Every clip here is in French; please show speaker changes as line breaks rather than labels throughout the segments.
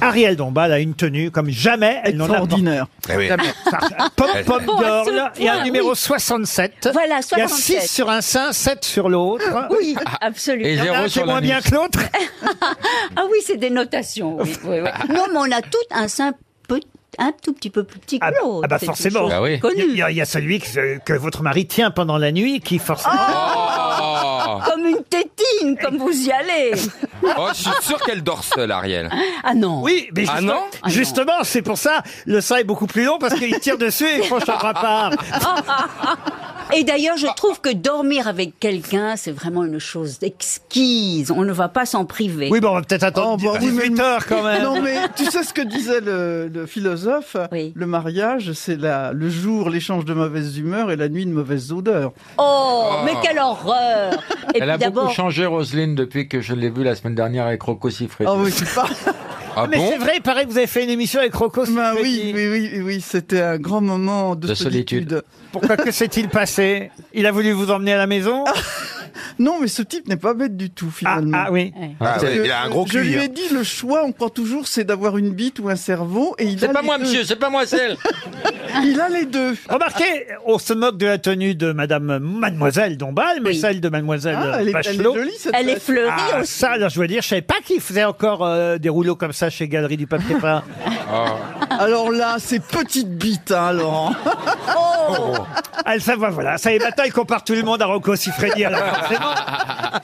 Ariel Dombal a une tenue comme jamais elle n'en a
Extraordinaire.
Eh oui.
Jamais. Pop Pop
Oh, à ce
Girl et un
point,
numéro
oui.
67.
Voilà,
Il y a
67.
6 sur un sein, 7 sur l'autre.
Ah
Oui,
Et
absolument.
Il y en a
zéro
un qui est
sur la
moins bien que l'autre.
Ah oui, c'est des notations. oui, oui, oui. Non, mais on a tout un simple, un tout petit peu plus petit
Ah,
que l'autre.
ah bah
Oh, c'est une
forcément.
chose
Bah oui.
Il y a- il
Connue.
y, a- il y a celui que, que votre mari tient pendant la nuit qui forcément...
Oh,
Oh Comme une tétine, comme vous y allez.
Oh, je suis sûr qu'elle dort seule, Ariel.
Ah non.
Oui, mais
Ah
justement,
non
Ah non.
justement, c'est pour ça, le sein est beaucoup plus long parce qu'il tire dessus et il franchit la part.
Et d'ailleurs, je trouve que dormir avec quelqu'un, c'est vraiment une chose exquise. On ne va pas s'en priver.
Oui, bon, on va peut-être attendre
Oh, bah oui, mais-
18 heures quand même.
Non mais tu sais ce que disait le, le philosophe
Oui.
Le mariage, c'est la le jour l'échange de mauvaises humeurs et la nuit de mauvaises odeurs.
Oh, mais quelle horreur Et
Ah. Elle a
puis
beaucoup
d'abord,
changé, Roselyne, depuis que je l'ai vue la semaine dernière avec Rocco Siffredi.
Ah oui, c'est pas.
Ah
mais
bon
c'est vrai, il paraît que vous avez fait une émission avec Rocco.
Bah oui,
Siffredi.
oui, oui, oui, c'était un grand moment de,
De solitude.
Pourquoi que s'est-il passé Il a voulu vous emmener à la maison
Ah,
Non, mais ce type n'est pas bête du tout
ah,
finalement.
ah oui.
Ah
Parce
ouais,
que
il a un gros
Je
cul,
lui
hein.
ai dit le choix, on prend toujours, c'est d'avoir une bite ou un cerveau. Et il
C'est
a
pas
les
moi,
deux.
monsieur, c'est pas moi, celle.
Il a les deux.
Remarquez, on se moque de la tenue de Madame Mademoiselle Dombal, mais
Oui.
celle de Mademoiselle
Ah,
euh,
elle, est, elle est
Bachelot.
jolie cette
elle est fleurie
Ah,
aussi.
ça, alors je veux dire, je savais pas qu'il faisait encore euh, des rouleaux comme ça chez Galerie du Papier Peint.
Ah. Alors là, c'est petite bite, hein, Laurent.
Oh.
Elle Ah, ça va, voilà. Ça y est, maintenant, il compare tout le monde à Rocco Siffredi. Alors, forcément,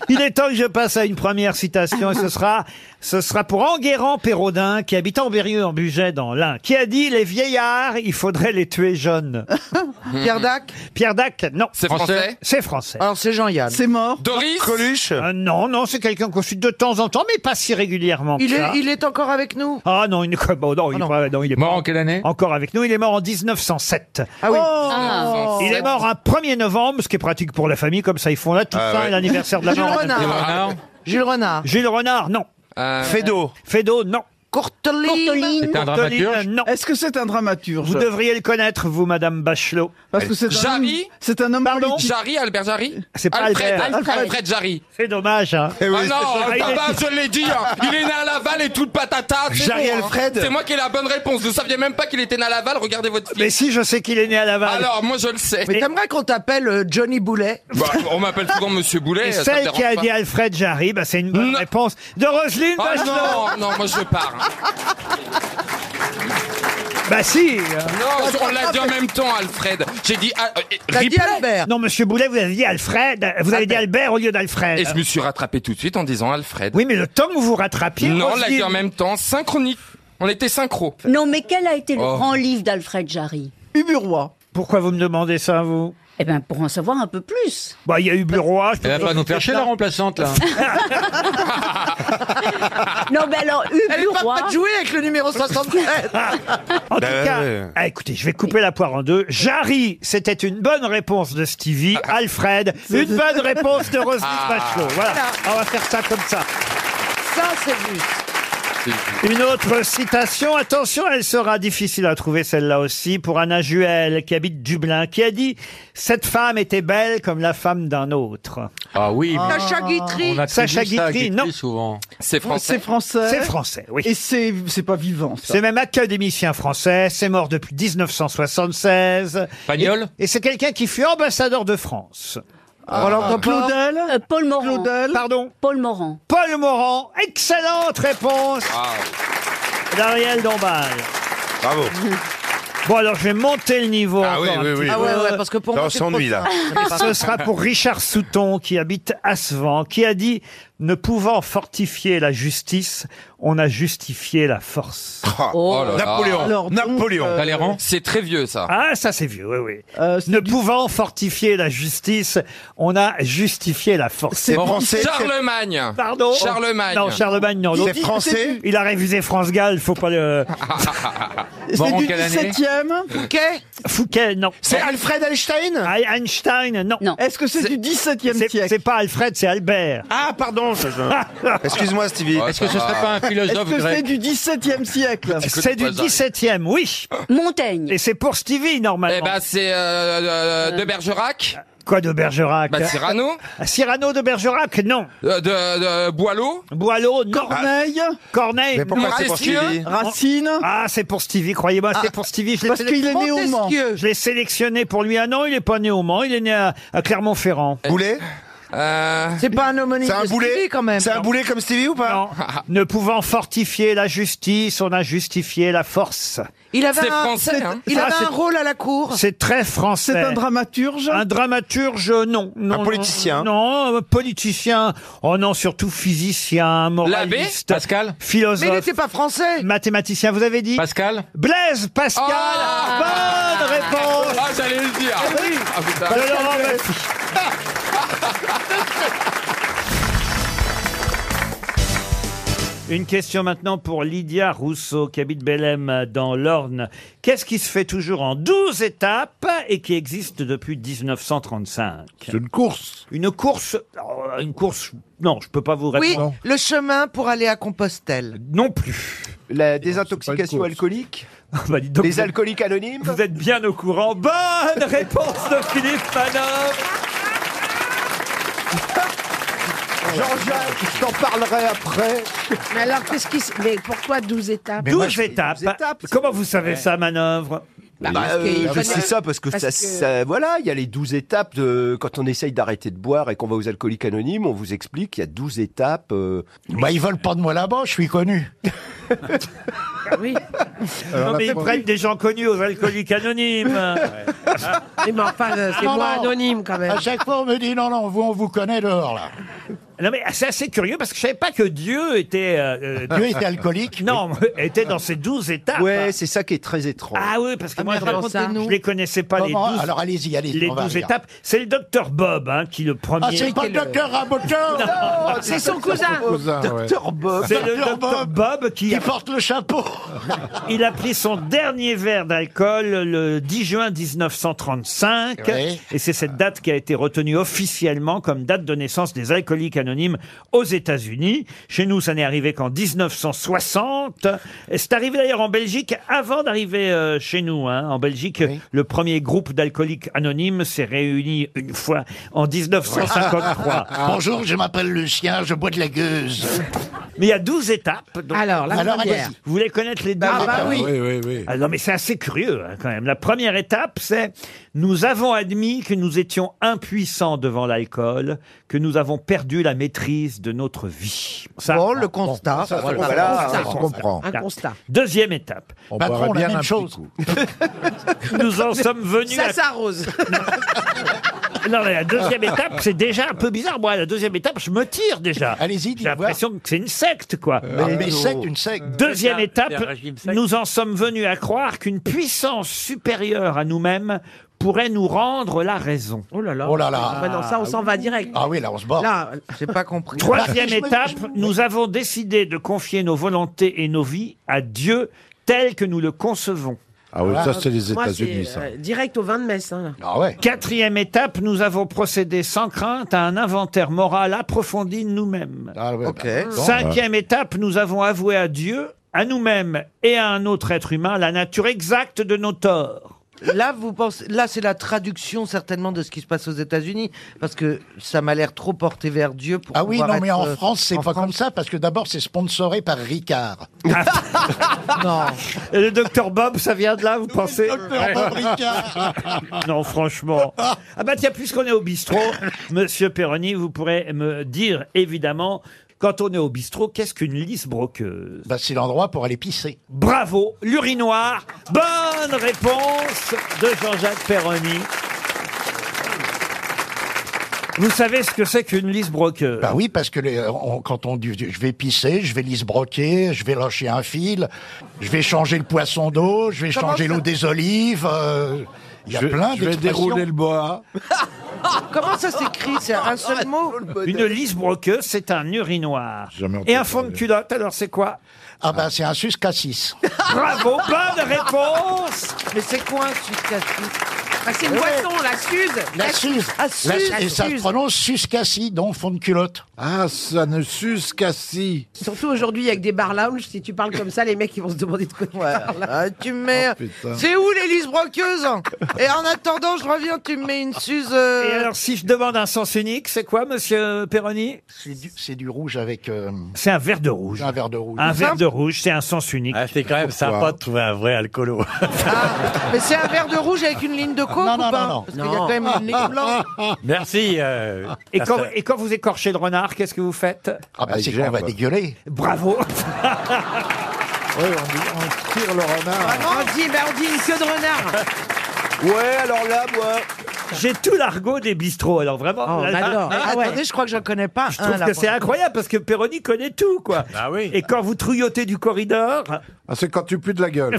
il est temps que je passe à une première citation et ce sera, ce sera pour Enguerrand Pérodin, qui habite en Berrieux, en Bugey, dans l'Ain, qui a dit Les vieillards, il faudrait les tuer jeunes.
Pierre Dac
Pierre Dac, non.
C'est français
C'est français.
Alors c'est Jean-Yann.
C'est mort.
Doris
Coluche
Euh, non, non, c'est quelqu'un qu'on suit de temps en temps, mais pas si régulièrement. que
Il est,
ça.
il est encore avec nous
Ah non, il n'est bon, non, il est
non.
pas- non, il est
Mort
pas
en quelle année
encore avec nous. Il est mort en 1907.
Ah oui.
Ah.
Il est mort un 1er novembre, ce qui est pratique pour la famille, comme ça ils font là tout
Ah
ça,
ouais.
l'anniversaire de la
Jules
mort. en même temps.
Les
Renard.
renards
Jules Renard.
Gilles Renard, non.
Euh,
Fédo
Fédo, non.
Courteline.
Courteline.
C'était un dramaturge
Toline, non.
Est-ce que c'est un dramaturge
Vous devriez le connaître, vous, Madame Bachelot.
Parce que c'est un homme,
Jarry
c'est un homme
Pardon
politique.
Jarry, Albert Jarry
C'est pas Albert.
Alfred,
Alfred.
Alfred Jarry.
C'est dommage. hein.
Eh oui,
Ah non,
c'est Jarry.
ah bah, je l'ai dit, hein. il est né à Laval et tout le patata. c'est
Jarry
bon, hein.
Alfred.
C'est moi qui ai la bonne réponse. Vous saviez même pas qu'il était né à Laval, regardez votre fille.
Mais si, je sais qu'il est né à Laval.
Alors, moi je le sais.
Mais t'aimerais qu'on t'appelle euh, Johnny Boulet
Bah, on m'appelle souvent Monsieur Boulet.
Et
ça me
celle
dérange
qui a
pas.
dit Alfred Jarry, bah, c'est une bonne
Non.
réponse de Roselyne
Ah
Bachelot.
non, non, moi je pars.
Bah si. euh.
Non, on l'a dit en même temps, Alfred. J'ai dit. ah, euh, et-
T'as dit
Ripley.
Albert
Non, Monsieur Boulet, vous avez dit Alfred. Vous avez dit Albert au lieu d'Alfred.
Et je me suis rattrapé tout de suite en disant Alfred.
Oui, mais le temps que vous vous rattrapiez.
non, on l'a
Roselyne-
dit en même temps, synchronique. On était synchro.
Non, mais quel a été le
Oh.
grand livre d'Alfred Jarry
Uburois.
Pourquoi vous me demandez ça, vous
Eh bien, pour en savoir un peu plus.
Bah, il y a eu Bureau.
Elle va pas nous faire chier, la remplaçante, là.
Non, mais alors,
Elle est pas
Ubu Roy,
prête de jouer avec le numéro 67
En tout
Bah, ouais,
cas,
ouais.
ah, écoutez, je vais couper la poire en deux. Jarry, c'était une bonne réponse de Stevie.
Ah,
Alfred, une bonne réponse de Roselyne Bachelot. Voilà, on va faire ça comme ça.
Ça, c'est juste.
Une autre citation, attention, elle sera difficile à trouver celle-là aussi, pour Anna Juel, qui habite Dublin, qui a dit « Cette femme était belle comme la femme d'un autre
Ah oui, mais
Sacha Guitry.
on a
Sacha Guitry, non.
souvent.
C'est français.
C'est ». français.
C'est français, oui.
Et c'est c'est pas vivant. Ça.
C'est même académicien français, c'est mort depuis 1976.
Pagnol
Et c'est quelqu'un qui fut ambassadeur de France.
Ah.
Roland Coppola.
Claudel.
euh, Paul Morand.
Claudel.
Pardon
Paul Morand.
Paul Morand, excellente réponse
Ah,
d'Ariel Dombal.
Bravo.
Bon, alors je vais monter le niveau.
Ah oui,
encore un
oui,
petit
oui.
Ah ouais, ouais, parce que pour
Là, on
moi, c'est trop
s'ennuie, là.
peu. Ce sera pour Richard Souton, qui habite Assevent, qui a dit Ne pouvant fortifier la justice, on a justifié la force.
Ah,
oh là là.
Napoléon.
Alors, donc,
Napoléon.
euh,
Talleyrand
C'est très vieux ça.
Ah, ça c'est vieux, oui, oui.
Euh, c'est
ne
du-
pouvant fortifier la justice, on a justifié la force.
C'est
français.
Charlemagne.
Pardon
Charlemagne.
Non, Charlemagne, non.
C'est
l'autre.
français.
Il a révisé France Gall, faut pas le.
C'est
Bon, en
du
quelle année
17e.
Quai
Fouquet, non.
C'est Alfred Einstein.
Ah, Einstein, non.
Non.
Est-ce que c'est du 17e
C'est-
siècle Ah.
C'est pas Alfred, c'est Albert.
Ah, pardon. je- je- Excuse-moi, Stevie.
Ouais.
Est-ce que ce Oh, serait pas un
Est-ce
philosophe
que c'est
grec
du 17e siècle
C'est du
pas ça.
17e, oui.
Montaigne.
Et c'est pour Stevie,
Eh
normalement.
ben c'est euh, euh, de Bergerac.
Quoi de Bergerac
Bah, Cyrano.
Ah, Cyrano de Bergerac, non.
Euh, de, de Boileau.
Boileau, non. Ah.
Corneille,
Corneille,
Mais pourquoi
non.
c'est pour
Montesquieu
Stevie
Racine,
Ah, c'est pour Stevie, croyez-moi, c'est pour Stevie. Je l'ai
parce
sélectionné-
qu'il est né au Mans.
Montesquieu.
je l'ai sélectionné pour lui. Ah non, il n'est pas né au Mans, il est né à, à Clermont-Ferrand.
Eh. Boulet
Euh,
C'est pas un homonyme
C'est un
de Stevie,
boulet
quand même.
C'est un boulet comme Stevie ou pas
Non. Ne pouvant fortifier la justice, on a justifié la force.
Il avait
C'est
un,
français,
c'est-
hein.
il
Ah,
avait
c'est-
un rôle à la cour.
C'est très français.
C'est un dramaturge.
Un dramaturge, euh, non. non, non,
politicien.
Non, un politicien. Oh non, surtout physicien, moraliste.
Pascal
Mais il
Philosophe.
n'était pas français.
Mathématicien, vous avez dit
Pascal Oh
Blaise Pascal
Ah
Bonne réponse
Ah, j'allais le dire. Ah, putain.
de Laurent Baffy. Une question maintenant pour Lydia Rousseau, qui habite Bellem dans l'Orne. Qu'est-ce qui se fait toujours en 12 étapes et qui existe depuis 1935
C'est une course.
Une course alors, Une course Non, je peux pas vous
Oui,
répondre.
le chemin pour aller à Compostelle.
Non plus.
La
désintoxication
alcoolique
Bah, dites donc, vous, êtes-
alcooliques anonymes
vous êtes bien au courant. Bonne réponse de Philippe Manœuvre.
Jean-Jacques, je t'en parlerai après.
Mais alors, qu'est-ce qui. se- Mais pourquoi 12 étapes
12 étapes.
étapes, c'est-
Comment vous savez ça, Manœuvre
Bah,
que il
euh, je
connaît-
sais ça parce que,
parce
ça,
que-
ça- voilà, il y a les 12 étapes de quand on essaye d'arrêter de boire et qu'on va aux alcooliques anonymes, on vous explique qu'il y a 12 étapes. euh,
Bah, ils veulent pas de moi là-bas, je suis connu.
Oui.
Euh,
Alors,
Non,
la
mais ils
première-
prennent des gens connus aux alcooliques anonymes. Ah.
Mais bon, enfin, euh, c'est
Non,
moi
non.
anonyme quand même.
À chaque fois, on me dit non, non, vous, on vous connaît dehors, là.
non, mais c'est assez curieux parce que je savais pas que Dieu était. euh, euh,
Dieu était alcoolique.
non, était dans ces douze étapes.
Ouais, c'est ça qui est très étrange.
Ah oui, parce que
Ah,
moi,
mais
je,
racontez-nous.
je les connaissais pas, les
Comment
douze,
Alors allez-y, allez-y.
les
on va
12
rire.
étapes. C'est le docteur Bob hein, qui le premier.
Ah, c'est pas le docteur Raboteur
C'est son cousin.
Cousin, Dr Bob.
C'est le
Dr.
docteur Bob qui
qui
a,
porte le chapeau.
il a pris son dernier verre d'alcool le 10 juin 1935.
Ouais.
Et c'est cette date qui a été retenue officiellement comme date de naissance des alcooliques anonymes aux États-Unis. Chez nous, ça n'est arrivé qu'en 1960. Et C'est arrivé d'ailleurs en Belgique avant d'arriver euh, chez nous. hein. En Belgique, le premier groupe d'alcooliques anonymes s'est réuni une fois en 1953.
Ah, Bonjour, je m'appelle Lucien, je bois de la gueuse.
Mais il y a 12 étapes. donc-
Alors, la
Alors,
première.
allez-y.
vous voulez connaître les 12
Ah,
étapes
bah oui.
oui, oui.
Ah non, mais c'est assez curieux hein, quand même. La première étape, c'est nous avons admis que nous étions impuissants devant l'alcool, que nous avons perdu la maîtrise de notre vie. Ça,
Bon, le constat.
Voilà,
ça,
on
ça.
comprend.
Un constat.
Deuxième étape,
On
Patron,
boira
la
bien
même
un petit
chose.
coup.
nous en sommes venus.
Ça
à-
s'arrose.
Non, mais la deuxième étape, c'est déjà un peu bizarre. Moi, la deuxième étape, je me tire déjà.
Allez-y,
J'ai
dites voir.
l'impression que c'est une secte, quoi.
Mais, mais
non.
secte, une secte.
Deuxième
C'est un-
étape,
c'est un régime sec.
nous en sommes venus à croire qu'une puissance supérieure à nous-mêmes pourrait nous rendre la raison.
Oh là là.
Oh là là.
Ah, bah non, ça, on s'en va direct.
Ah oui, là, on se barre.
Là,
J'ai pas compris.
Troisième
Bah, je me-
étape, nous avons décidé de confier nos volontés et nos vies à Dieu tel que nous le concevons.
Ah oui, ça c'est les
moi,
États-Unis,
c'est
ça.
euh, direct au 20 de hein. mai, ça. là.
Ah ouais.
Quatrième étape, nous avons procédé sans crainte à un inventaire moral approfondi de nous-mêmes.
Ah ouais,
Ok.
bah, bon.
Cinquième étape, nous avons avoué à Dieu, à nous-mêmes et à un autre être humain la nature exacte de nos torts.
Là, vous pensez, là, c'est la traduction certainement de ce qui se passe aux États-Unis, parce que ça m'a l'air trop porté vers Dieu pour.
Ah oui,
pouvoir
non, mais
être,
en
euh,
France, c'est
en
pas
France.
comme ça, parce que d'abord, c'est sponsoré par Ricard.
Non.
Et le docteur Bob, ça vient de là, vous pensez
Docteur Ricard.
Non, franchement. Ah bah tiens, puisqu'on est au bistrot, monsieur Perroni, vous pourrez me dire, évidemment, quand on est au bistrot, qu'est-ce qu'une lisse broqueuse
Bah, c'est l'endroit pour aller pisser.
Bravo, l'urinoir. Bonne réponse de Jean-Jacques Perroni. Vous savez ce que c'est qu'une lisse
Euh,
broqueuse
Bah oui, parce que les- on- quand on dit je vais pisser, je vais lisbroquer, je vais lâcher un fil, je vais changer le poisson d'eau, je vais changer l'eau des olives. euh, Il y a plein
Je vais
d'expressions.
dérouler le boa.
Ah, Comment ça s'écrit C'est un seul mot.
Une lisse broqueuse, c'est un urinoir.
Jamais entendu
Et un fond de
parler.
culotte, alors c'est quoi
Ah bah c'est un sus cassis.
Bravo, bonne réponse
Mais c'est quoi un sucre
Ah, c'est une
Ouais.
boisson, la Suze.
La Suze.
Ah,
La
Suze.
Suze, Et ça se prononce suscassi, donc fond de culotte.
Ah, ça ne suce qu'à si.
Surtout aujourd'hui avec des bar lounge, si tu parles comme ça, les mecs ils vont se demander de quoi tu parles.
Ah, tu me mets.
Oh, putain.
c'est où l'hélice broqueuse Et en attendant, je reviens, tu me mets une suze. euh,
Et alors, si je demande un sens unique, c'est quoi, monsieur Perroni
C'est du, c'est du rouge avec. euh,
C'est un verre de rouge.
Un verre de rouge.
Un verre de rouge, c'est un sens unique. Ah, c'est quand même
sympa
de trouver un vrai alcoolo.
Mais c'est un verre de rouge avec une ligne de coke ou
non,
pas
non.
Parce qu'il y a quand même une ligne blanche.
Merci. et,
Ah,
quand,
ça-
et quand vous écorchez le renard, qu'est-ce que vous faites
Ah, bah, c'est qu'on va dégueuler.
Bravo
Oui, on, on tire le
Ah,
renard.
On dit, ben, on dit une queue de renard.
Ouais, alors là, moi... J'ai tout l'argot des bistrots, alors vraiment...
Oh,
là-
j'adore.
Ah, ah,
Attendez, je crois que j'en connais pas
Je
un,
trouve
Ah, là,
que
pour
c'est
le coup.
incroyable parce que Perroni connaît tout, quoi. Et quand vous trouillotez du corridor.
Ah, c'est quand tu pues de la gueule.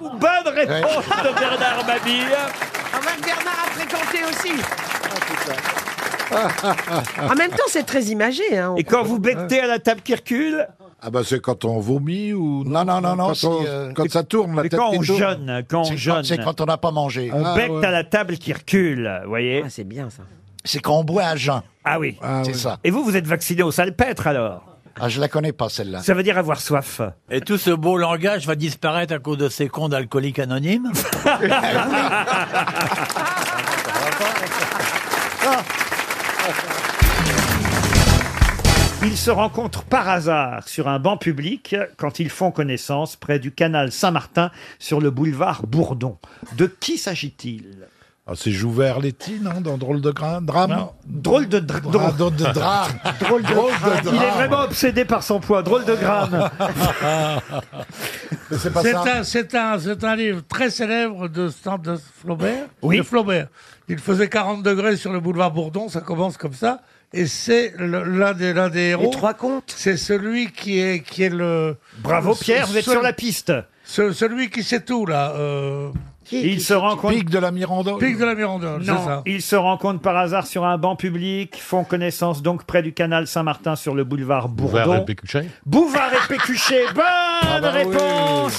Bonne réponse de Bernard Mabille.
On va que Bernard a fréquenté aussi.
Ah.
En même temps, c'est très imagé. Hein.
Et quand vous bectez à la table qui recule.
Ah bah c'est quand on vomit ou
Non, non, non, non.
Quand,
c'est,
on-
euh,
quand ça tourne la
Mais
tête
quand
qui
on
tourne.
jeûne, quand on
c'est
jeûne.
c'est quand on n'a pas mangé.
On
Ah,
becte
ouais.
à la table qui recule, vous voyez
Ah, c'est bien ça.
C'est quand on boit à jeun.
Ah oui.
c'est ça.
Et vous, vous êtes vacciné au salpêtre alors
Ah, je la connais pas, celle-là.
Ça veut dire avoir soif.
Et tout ce beau langage va disparaître à cause de ces cons d'alcooliques anonymes
Ils se rencontrent par hasard sur un banc public quand ils font connaissance près du canal Saint-Martin sur le boulevard Bourdon. De qui s'agit-il
Ah, c'est Jouvert Letty, non Dans Drôle de Grain Drame
Non. Drôle de dra-
Dra- drôle de drame.
Drôle de
Drôle de
Il est
drame.
vraiment obsédé par son poids. Drôle de gramme.
Mais c'est pas
C'est
ça.
un, c'est un, c'est un livre très célèbre de, Stan- de Flaubert.
Oui.
De Flaubert. Il faisait 40 degrés sur le boulevard Bourdon, ça commence comme ça. Et c'est le- l'un des, l'un des héros.
trois contes.
C'est celui qui est, qui est le.
Bravo Pierre, vous êtes
ce-
sur la piste.
ce- celui qui sait tout, là. euh,
Ils se rencontrent.
Pic de la Mirandole.
Pic de la Mirandole, c'est
Non,
ça.
ils se rencontrent par hasard sur un banc public, font connaissance donc près du canal Saint-Martin sur le boulevard Bourdon. Bouvard et Pécuchet, bonne
Ah
bah oui.
réponse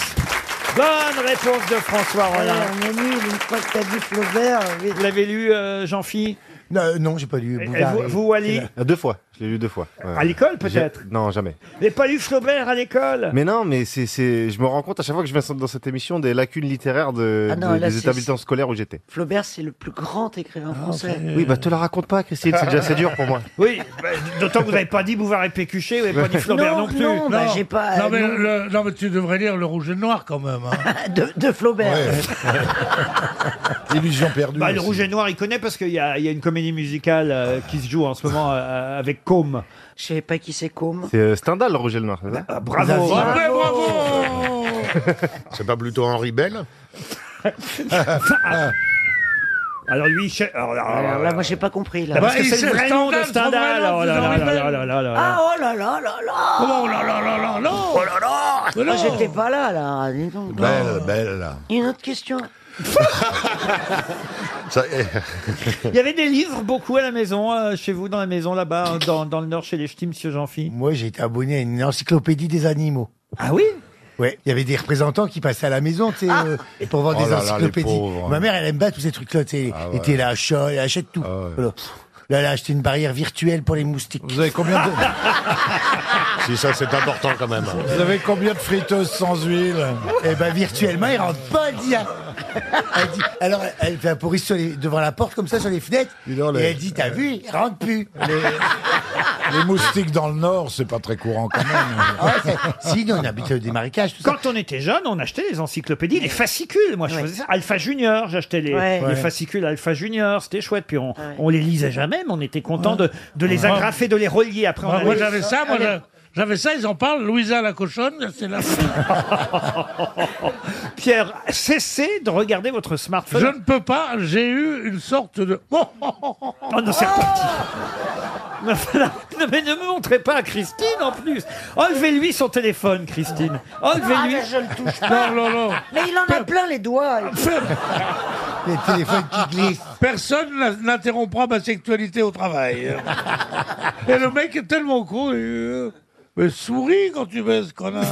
Bonne réponse de François Rollin.
on est nul, une fois que t'as dit Flaubert. oui.
Vous l'avez lu, euh, Jean-Phi
euh,
Non, non, j'ai pas lu.
Et-
Bouvard
et vous-
et-
vous, Ali
Deux fois, je l'ai lu deux fois. ouais.
À l'école,
J'ai-
peut-être
Non, jamais.
Vous n'avez pas lu Flaubert à l'école
Mais non, mais c'est, c'est- je me rends compte à chaque fois que je viens dans cette émission des lacunes littéraires de,
Ah non,
de-
là,
des
c'est- Ah,
établissements scolaires où j'étais.
Flaubert, c'est le plus grand écrivain français.
Oui, bah te la raconte pas, Christine, c'est déjà assez dur pour moi.
Ah, Oui, bah, d'autant que vous n'avez pas dit Bouvard et Pécuchet, vous n'avez pas dit Flaubert non, plus.
bah, j'ai pas-
non, mais
non.
le- non, mais tu devrais lire Le Rouge et le Noir quand même. hein.
De, de Flaubert.
Illusion perdue.
Bah, le
aussi.
rouge et noir, il connaît parce qu'il y, a il y a une comédie musicale euh, qui se joue en ce moment euh, avec Combe.
Je savais pas qui c'est Côme.
C'est euh, Stendhal, le Rouge et le Noir, c'est ça
Ah,
Bravo.
Ouais,
Oh.
bravo
C'est pas plutôt Henri Bell
Ah. Alors lui, je- alors, alors, alors,
Alors là, moi, j'ai pas compris. Là.
Parce que
il
Bah, c'est
sait
le vrai nom de
Stendhal,
Stendhal.
Stendhal,
Oh là là là là là là là.
Ah, oh là là là là
Oh là là là là là Oh là
Ah
là Mais
Moi,
non.
j'étais pas là, là. dis donc.
Bah.
Belle, belle.
Une autre question.
Ça,
Il y avait des livres beaucoup à la maison, euh, chez vous, dans la maison là-bas, hein, dans, dans le nord, chez les ch'tis, monsieur Jean-Phi.
Moi, j'étais abonné à une encyclopédie des animaux.
Ah oui
Ouais, il y avait des représentants qui passaient à la maison, tu sais, euh, pour vendre
Oh
des
là là, les
encyclopédies.
pauvres.
Ma mère, elle aime pas tous ces trucs-là, tu sais.
Ah
Et
ouais.
t'es là, chat, elle achète tout. Voilà. Pff, Là, elle a acheté une barrière virtuelle pour les moustiques.
Vous avez combien de...
Si ça, c'est important quand même.
Vous avez combien de friteuses sans huile
Eh ben, virtuellement, il rentre pas, elle dit. hein. Elle dit- alors, elle fait un pourri sur les- devant la porte, comme ça, sur les fenêtres.
Dis donc,
et
les-
elle dit, t'as vu, il rentre plus.
Les moustiques dans le Nord, c'est pas très courant quand même.
Ah ouais, c'est- si, nous, on habite des marécages, tout ça.
Quand on était jeune, on achetait les encyclopédies, les fascicules. Moi, je faisais ça. Alpha Junior, j'achetais les,
Ouais.
les
Ouais.
fascicules Alpha Junior. C'était chouette. Puis on, on les lisait jamais, mais on était content de, de les
Ouais.
agrafer, de les relier. Après, on
Moi,
allait-
moi, j'avais ça, moi j'a- j'avais ça, ils en parlent, Louisa la cochonne, c'est la...
Pierre, cessez de regarder votre smartphone.
Je ne peux pas, j'ai eu une sorte de... Oh, oh, oh, oh, oh.
Oh non, c'est reparti. Non, voilà. Non, mais ne me montrez pas à Christine en plus. Enlevez-lui son téléphone, Christine.
Ah,
Enlevez-lui.
mais je le touche pas.
Non, non, non.
Ah.
Mais il en a plein les doigts.
Les téléphones qui glissent.
Personne n'a- n'interrompra ma sexualité au travail. Et le mec est tellement con. il, euh, Mais souris quand tu baises, connard.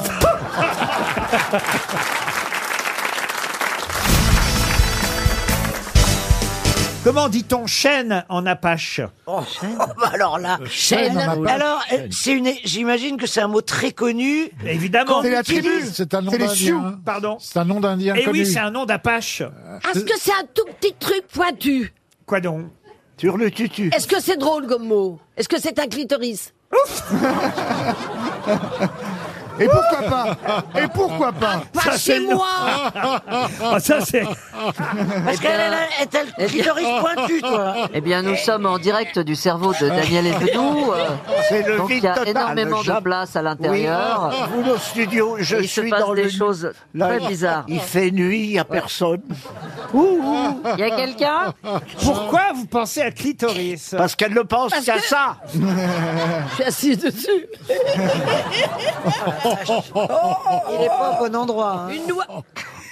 Comment dit-on chêne en apache
Oh, bah alors là,
Euh,
Chêne, on appelle.
Alors, euh, c'est une. J'imagine que c'est un mot très connu.
Évidemment.
qu'on
Ah, C'est la tribu,
utilise.
C'est un nom d'Indien.
Pardon.
C'est un nom d'Indien.
Eh oui,
connu.
c'est un nom d'apache.
Ah, Est-ce que c'est un tout petit truc pointu
Quoi donc
Sur le tutu.
Est-ce que c'est drôle comme mot Est-ce que c'est un clitoris
Et pourquoi
Ah,
pas Et pourquoi pas
Pas Ça, chez c'est le- moi
Ah, ça,
c'est...
Parce qu'elle est là- est-elle clitoris pointu, toi
Eh bien, nous sommes en direct du cerveau de Daniel Evenou. euh,
Ah. C'est le
donc
vide
il y a
total,
énormément
le
de
jam-
place à l'intérieur.
Oui, vous, le studio, je
Il se
suis
passe
dans
des
le-
choses
Là,
très bizarres.
Il fait nuit, il n'y a personne.
Il y a quelqu'un
Pourquoi vous pensez à clitoris
Parce qu'elle le pense,
Parce
c'est à
que-
ça.
Je suis assise dessus.
Il est pas au bon endroit. hein.
Une noix.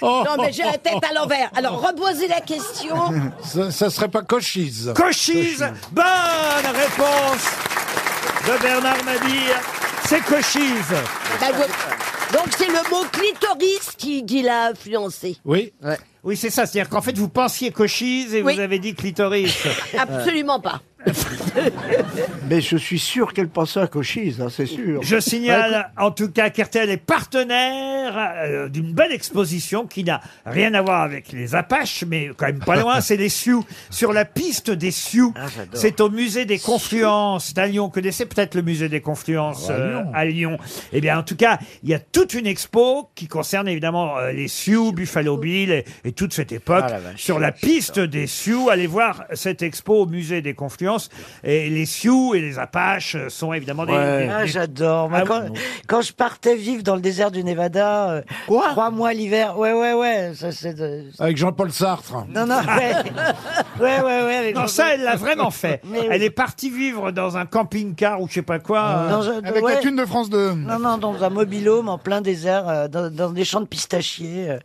Oh.
Non, mais j'ai la tête à l'envers. Alors, reposez la question.
Ça, ça serait pas cochise.
Cochise Bonne réponse de Bernard Mabille. C'est cochise.
Bah, vous- Donc, c'est le mot clitoris qui, qui l'a influencé.
Oui. Oui, c'est ça. C'est-à-dire qu'en fait, vous pensiez cochise et
Oui.
vous avez dit clitoris.
Absolument pas.
Mais je suis sûr qu'elle pensait à Cochise, hein, c'est sûr.
Je
Ouais,
signale en tout cas qu'RTL est partenaire euh, d'une belle exposition qui n'a rien à voir avec les Apaches, mais quand même pas loin, c'est les Sioux. Sur la piste des Sioux,
Ah,
j'adore.
c'est au musée des Confluences à Lyon. Connaissez peut-être le musée des Confluences
Ah, à
euh,
Lyon.
à Lyon. Eh bien, en tout cas, il y a toute une expo qui concerne évidemment euh, les Sioux, Buffalo Bill et, et toute cette époque.
Ah, la vache.
sur la piste des Sioux, allez voir cette expo au musée des Confluences. Et les Sioux et les Apaches sont évidemment des- des-
Ah,
des
j'adore. Moi,
Ah
quand, quand je partais vivre dans le désert du Nevada, euh, trois mois l'hiver. Ouais, ouais, ouais. Ça, c'est de-
Avec Jean-Paul Sartre.
Non, non, ouais. ouais, ouais, ouais. avec
Non,
Jean-
ça, elle l'a vraiment fait.
Mais oui.
Elle est partie vivre dans un camping-car ou je sais pas
Ah.
quoi.
Dans
euh,
un- ouais. Non, non, dans un mobilhome en plein désert, euh, dans, dans des champs de pistachiers, euh,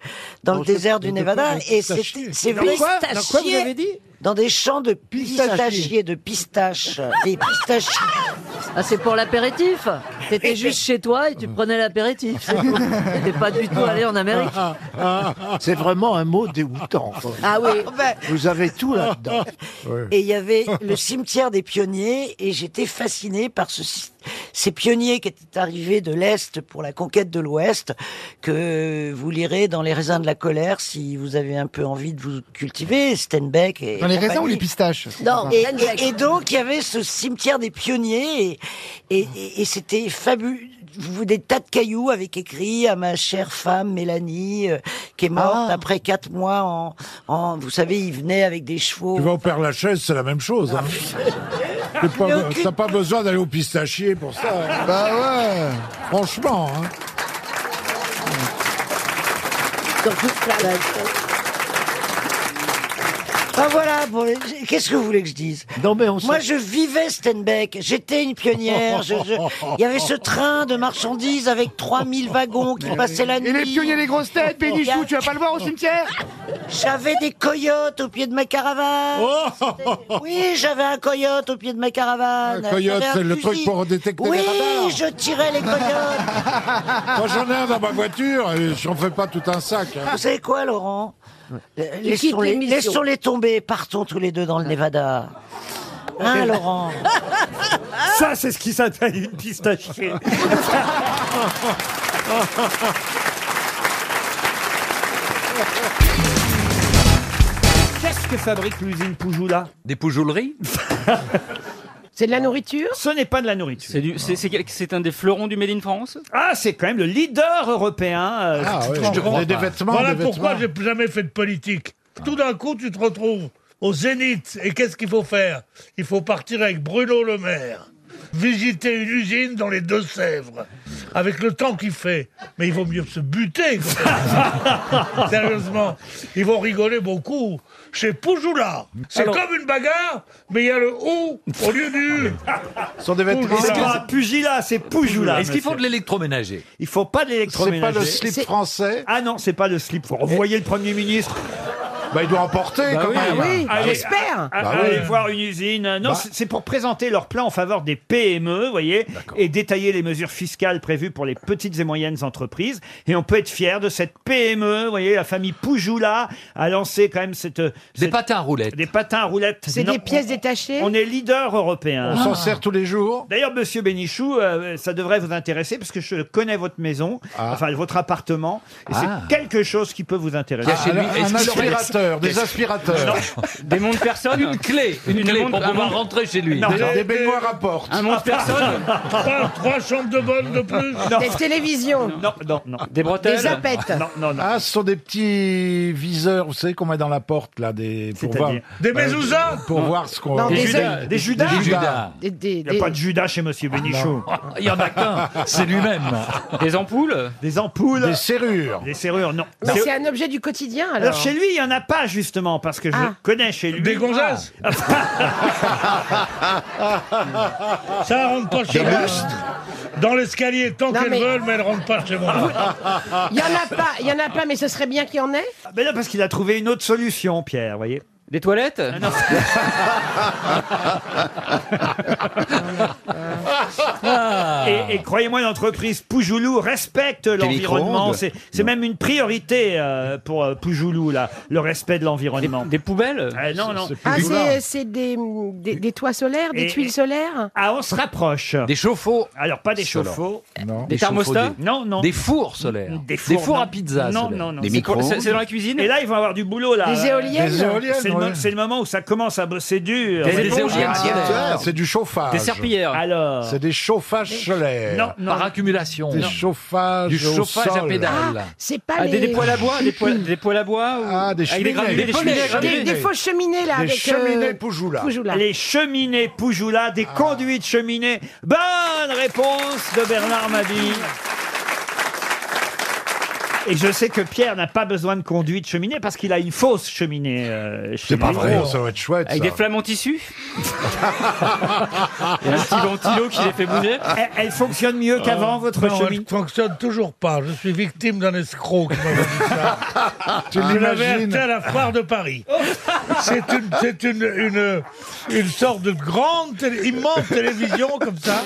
dans,
Dans
le
ce-
désert du
de
Nevada.
quoi, de
Et c'est
pistachiers
c'est
Dans
vrai.
quoi Dans quoi vous avez dit
Dans des champs de pistachiers,
Pistachiers.
de pistaches, des pistaches.
Ah, c'est pour l'apéritif. T'étais juste chez toi et tu prenais l'apéritif. c'est tout. T'étais pas du tout allé en Amérique.
C'est vraiment un mot dégoûtant. quoi.
Ah oui.
ben,
Vous avez tout là-dedans. Ouais.
Et il y avait le cimetière des pionniers et j'étais fasciné par ce, ci- ces pionniers qui étaient arrivés de l'Est pour la conquête de l'Ouest, que vous lirez dans Les raisins de la colère si vous avez un peu envie de vous cultiver, Steinbeck. Et
Dans les raisins
compagnie.
ou les pistaches
Non, et, et- et donc il y avait ce cimetière des pionniers et, et- et- et c'était fabuleux. Vous- Des tas de cailloux avec écrit à ma chère femme Mélanie euh, qui est morte après quatre mois en, en- vous savez il venait avec des chevaux.
Tu vas au Père Lachaise, c'est la même chose. hein. T'es pas-
Mais aucune-
T'as pas besoin d'aller au pistachier pour ça. hein.
Bah
ouais. Franchement. hein.
Ben voilà, bon, j'ai- qu'est-ce que vous voulez que je dise Moi, je vivais Steinbeck, j'étais une pionnière, je- je- il y avait ce train de marchandises avec 3000 wagons qui passaient la nuit.
Et les pionniers des grosses têtes, Bénichou, tu vas pas le voir au cimetière
J'avais des coyotes au pied de ma caravane.
Oh.
C'était- Oui, j'avais un coyote au pied de ma caravane.
Un coyote,
J'avais un
c'est le
fusil.
truc pour détecter
oui,
les radars.
je tirais les coyotes.
Moi j'en ai un dans ma voiture et j'en fais pas tout un sac. hein.
Ah, Vous savez quoi, Laurent Euh,
Il quitte
Laissons-les
l'émission.
laissons-les tomber, partons tous les deux dans le Nevada. Hein, Laurent
Ça, c'est ce qui s'appelle une pistachier. Qu'est-ce que fabrique l'usine Poujoula Des poujouleries C'est de la nourriture Ce n'est pas de la nourriture.
C'est du- c'est- c'est quel- C'est un des fleurons du Made in France
Ah, c'est quand même le leader européen.
Ah,
euh, je te crois pas.
Voilà pourquoi j'ai jamais fait de politique. Tout d'un coup, tu te retrouves au Zénith. Et qu'est-ce qu'il faut faire Il faut partir avec Bruno Le Maire. Visiter une usine dans les Deux-Sèvres. Avec le temps qu'il fait. Mais il vaut mieux se buter. quoi. Sérieusement. Ils vont rigoler beaucoup. Chez Poujoula, c'est
Alors-
comme une bagarre, mais il y a le ou au lieu du.
Sont
des vêtements-
C'est pas Pugila, c'est Poujoula.
Est-ce qu'ils font de
monsieur.
l'électroménager
Il faut pas de l'électroménager.
C'est pas le slip C'est-
français Ah non, c'est pas le slip. Vous revoyez le Premier ministre.
Bah, il doit en porter
Bah
quand
oui.
même.
Allez, a-
Bah
a- Allez
oui.
voir une usine. Non,
Bah.
c'est c'est pour présenter leurs plans en faveur des PME, vous voyez, et détailler les mesures fiscales prévues pour les petites et moyennes entreprises. Et on peut être fier de cette PME, vous voyez, la famille Poujoula a lancé quand même cette... Des patins à roulettes. Des patins à roulettes.
C'est
Non,
des pièces
on-
détachées
On est leader européen.
On s'en sert tous les jours.
D'ailleurs, monsieur Bénichou, euh, ça devrait vous intéresser parce que je connais votre maison, enfin votre appartement, et
Ah.
c'est quelque chose qui peut vous intéresser.
Ah, alors, un aspirateur, des aspirateurs.
Des mondes personnes Une
clé, une clé pour pouvoir rentrer chez lui. Des- des baignoires à porte.
Ah,
Un
monde
monte personne
Pas trois chambres de bonne de plus.
Des télévisions.
Non, non, non.
Des
bretelles Des appettes.
Non, non, non.
Ah, ce sont des petits viseurs, vous savez, qu'on met dans la porte, là, des. Pour voir,
C'est-à-dire Des
mézouzas
Euh, Pour voir ce qu'on.
Non, des Judas. Des Judas.
Des- des-
Il n'y
des-
a pas de Judas chez Monsieur Bénichou.
Ah, Il y en a qu'un, c'est lui-même.
Des ampoules Des ampoules. Des serrures. Des serrures, non.
Non,
C'est-
C'est un objet du quotidien alors.
Alors chez lui, il n'y en a pas justement, parce que je
Ah.
connais chez lui. Ah.
Des gonzesses Ça rentre pas chez
Des
moi.
lustres.
Dans l'escalier, tant
Non,
qu'elles
mais-
veulent, mais elles rentrent pas chez moi.
Il y en a pas, il y en a pas, mais ce serait bien qu'il y en ait.
Ah, Mais non, parce qu'il a trouvé une autre solution, Pierre, vous voyez. Des toilettes non. Et, et croyez-moi, l'entreprise Poujoulou respecte l'environnement.
micro-ondes
C'est c'est même une priorité euh, pour euh, Poujoulou, là, le respect de l'environnement. Des, poubelles Non, non.
Ah, c'est- c'est des, des, des toits solaires, des
Et-
tuiles solaires
Ah, on se rapproche. Des chauffe-eau Alors, pas des chauffe-eau.
Non.
Des
Des thermostats
chauffe-eau, des- Non, non.
Des fours solaires.
Des fours, non.
à pizza.
Non,
solaires.
non, non.
Des
C'est quoi-
micros.
c'est- c'est dans la
cuisine
Et là, ils vont avoir du boulot, là.
Des éoliennes Des éoliennes,
C'est le, mo-
ouais.
c'est le moment où ça commence à bosser dur.
Des Des éponges éoliennes solaires. solaires. C'est du chauffage.
Des serpillères. Alors.
C'est des chauffages solaires.
Non, non. Par
accumulation. Des
Non.
chauffages.
Du
au
chauffage à
sol.
pédale.
C'est pas
Ah,
les...
des, des poêles à bois, des poêles, des poêles à bois.
Ah, des
Avec des
cheminées.
graminées, des cheminées,
Des-
graminées.
Des, fausses cheminées là.
Des
avec,
cheminées
euh,
Poujoula. Ah.
Les cheminées Poujoula, des conduites cheminées. Bonne réponse de Bernard Mabille. Et je sais que Pierre n'a pas besoin de conduite cheminée parce qu'il a une fausse cheminée. euh, chez
C'est pas
lui.
vrai, ça va être chouette.
Avec
ça.
des flammes en tissu
Il y a un petit ventilo qui les fait bouger.
Elle, elle fonctionne mieux qu'avant, votre
Euh, non,
cheminée
Elle fonctionne toujours pas. Je suis victime d'un escroc qui m'avait dit ça. Je
Tu
l'avais
l'imagines
acheté à la foire de Paris. C'est une, c'est une, une, une sorte de grande, télé- immense télévision comme ça.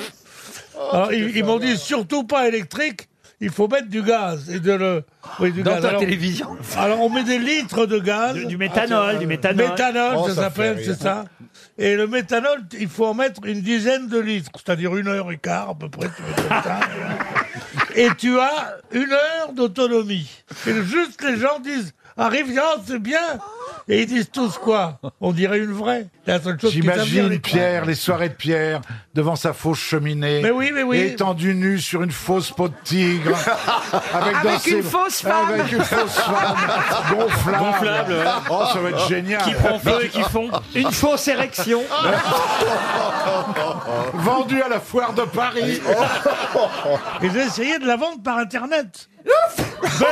Oh,
Alors, ils ils m'ont dit surtout pas électrique. Il faut mettre du gaz et de le oui, du
Dans
gaz.
ta
Alors-
télévision.
Alors on met des litres de gaz,
Du- du méthanol, du méthanol.
méthanol,
Oh,
ça,
ça fait
s'appelle,
rire.
c'est ça. Et le méthanol, il faut en mettre une dizaine de litres, c'est-à-dire une heure et quart à peu près. tu mets comme ça. et tu as une heure d'autonomie. Et juste les gens disent, arrive, ah, c'est bien. Et ils disent tous quoi On dirait une vraie. La seule chose qu'ils savent dire,
J'imagine
les-
Pierre, les soirées de Pierre, devant sa fausse cheminée.
Mais oui, mais oui.
Étendu nu sur une fausse peau de tigre.
Avec
dans ses-
une fausse femme.
Avec une fausse femme. Gonflable.
Gonflable, ouais.
Oh, ça va être génial.
Qui prend feu et qui fond.
Une fausse érection.
Vendu à la foire de Paris.
Et j'ai essayé de la vendre par Internet.
Et-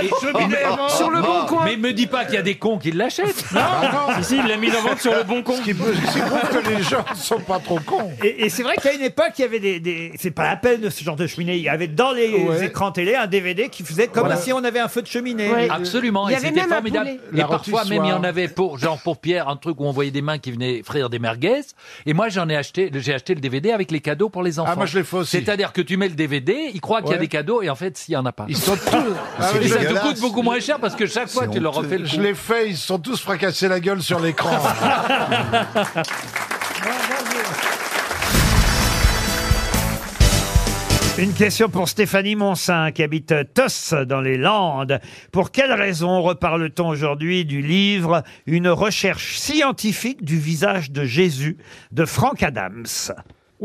Bonne cheminée
mais-
avant.
Mais me dis pas qu'il y a des cons qui l'achètent.
Ah, non.
Si, si, il l'a mis en vente sur le bon con.
Ce qui peut- ce qui prouve que les gens ne sont pas trop cons.
Et, et c'est vrai qu'à une époque, il y avait des, des- C'est pas la peine de ce genre de cheminée. Il y avait dans les
Ouais.
écrans télé un DVD qui faisait comme
Voilà.
si on avait un feu de cheminée.
Absolument,
Il y
et
avait
c'était
même un
formidable.
poulet.
Et
La
parfois
rôtissoire.
même il y en avait pour genre pour Pierre un truc où on voyait des mains qui venaient frire des merguez. Et moi j'en ai acheté, j'ai acheté le DVD avec les cadeaux pour les enfants.
Ah, moi, je l'ai fait aussi.
C'est-à-dire que tu mets le DVD, il croit qu'il y a
Ouais.
des cadeaux et en fait s'il y en a pas.
Ils sont tous. Ah oui,
et ça te
dégueulasse.
coûte beaucoup moins cher parce que chaque fois tu leur refais le
Je
coup.
l'ai fait, ils se sont tous fracassés la gueule sur l'écran.
Une question pour Stéphanie Monsin qui habite Tos dans les Landes. Pour quelle raison reparle-t-on aujourd'hui du livre Une recherche scientifique du visage de Jésus de Frank Adams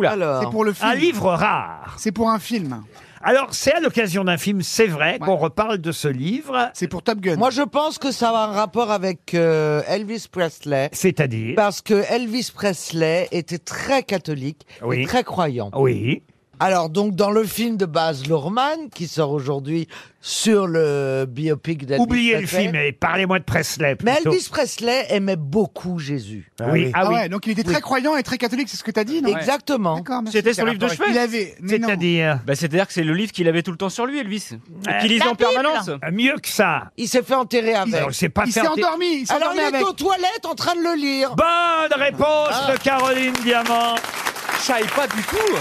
Alors,
Un livre rare.
C'est pour un film.
Alors, c'est à l'occasion d'un film, c'est vrai, qu'on reparle de ce livre.
C'est pour Top Gun.
Moi, je pense que ça a un rapport avec euh, Elvis Presley.
C'est-à-dire
Parce que Elvis Presley était très catholique
Oui.
et très croyant.
Oui.
Alors donc dans le film de Baz Luhrmann qui sort aujourd'hui sur le biopic d'Elvis
Oubliez le
Presley.
film et parlez-moi de Presley.
Mais
plutôt.
Elvis Presley aimait beaucoup Jésus.
Ah oui. Ah oui.
ouais, donc il était très
Oui.
croyant et très catholique, c'est ce que t'as dit, non
Exactement.
D'accord, merci.
C'était son
Quel
livre de
rapport
chevet.
Il avait. mais non.
C'est-à-dire
Bah, C'est-à-dire que c'est le livre qu'il avait tout le temps sur lui, Elvis.
Euh,
qu'il lisait
la
en permanence.
Bible. Mieux que ça.
Il s'est fait enterrer
Il-
avec.
Alors, il s'est pas Il fait s'est enterrer- endormi, il s'est
Alors il
endormi
est
avec.
aux toilettes en train de le lire.
Bonne réponse de Caroline Diamant.
Je savais pas du tout.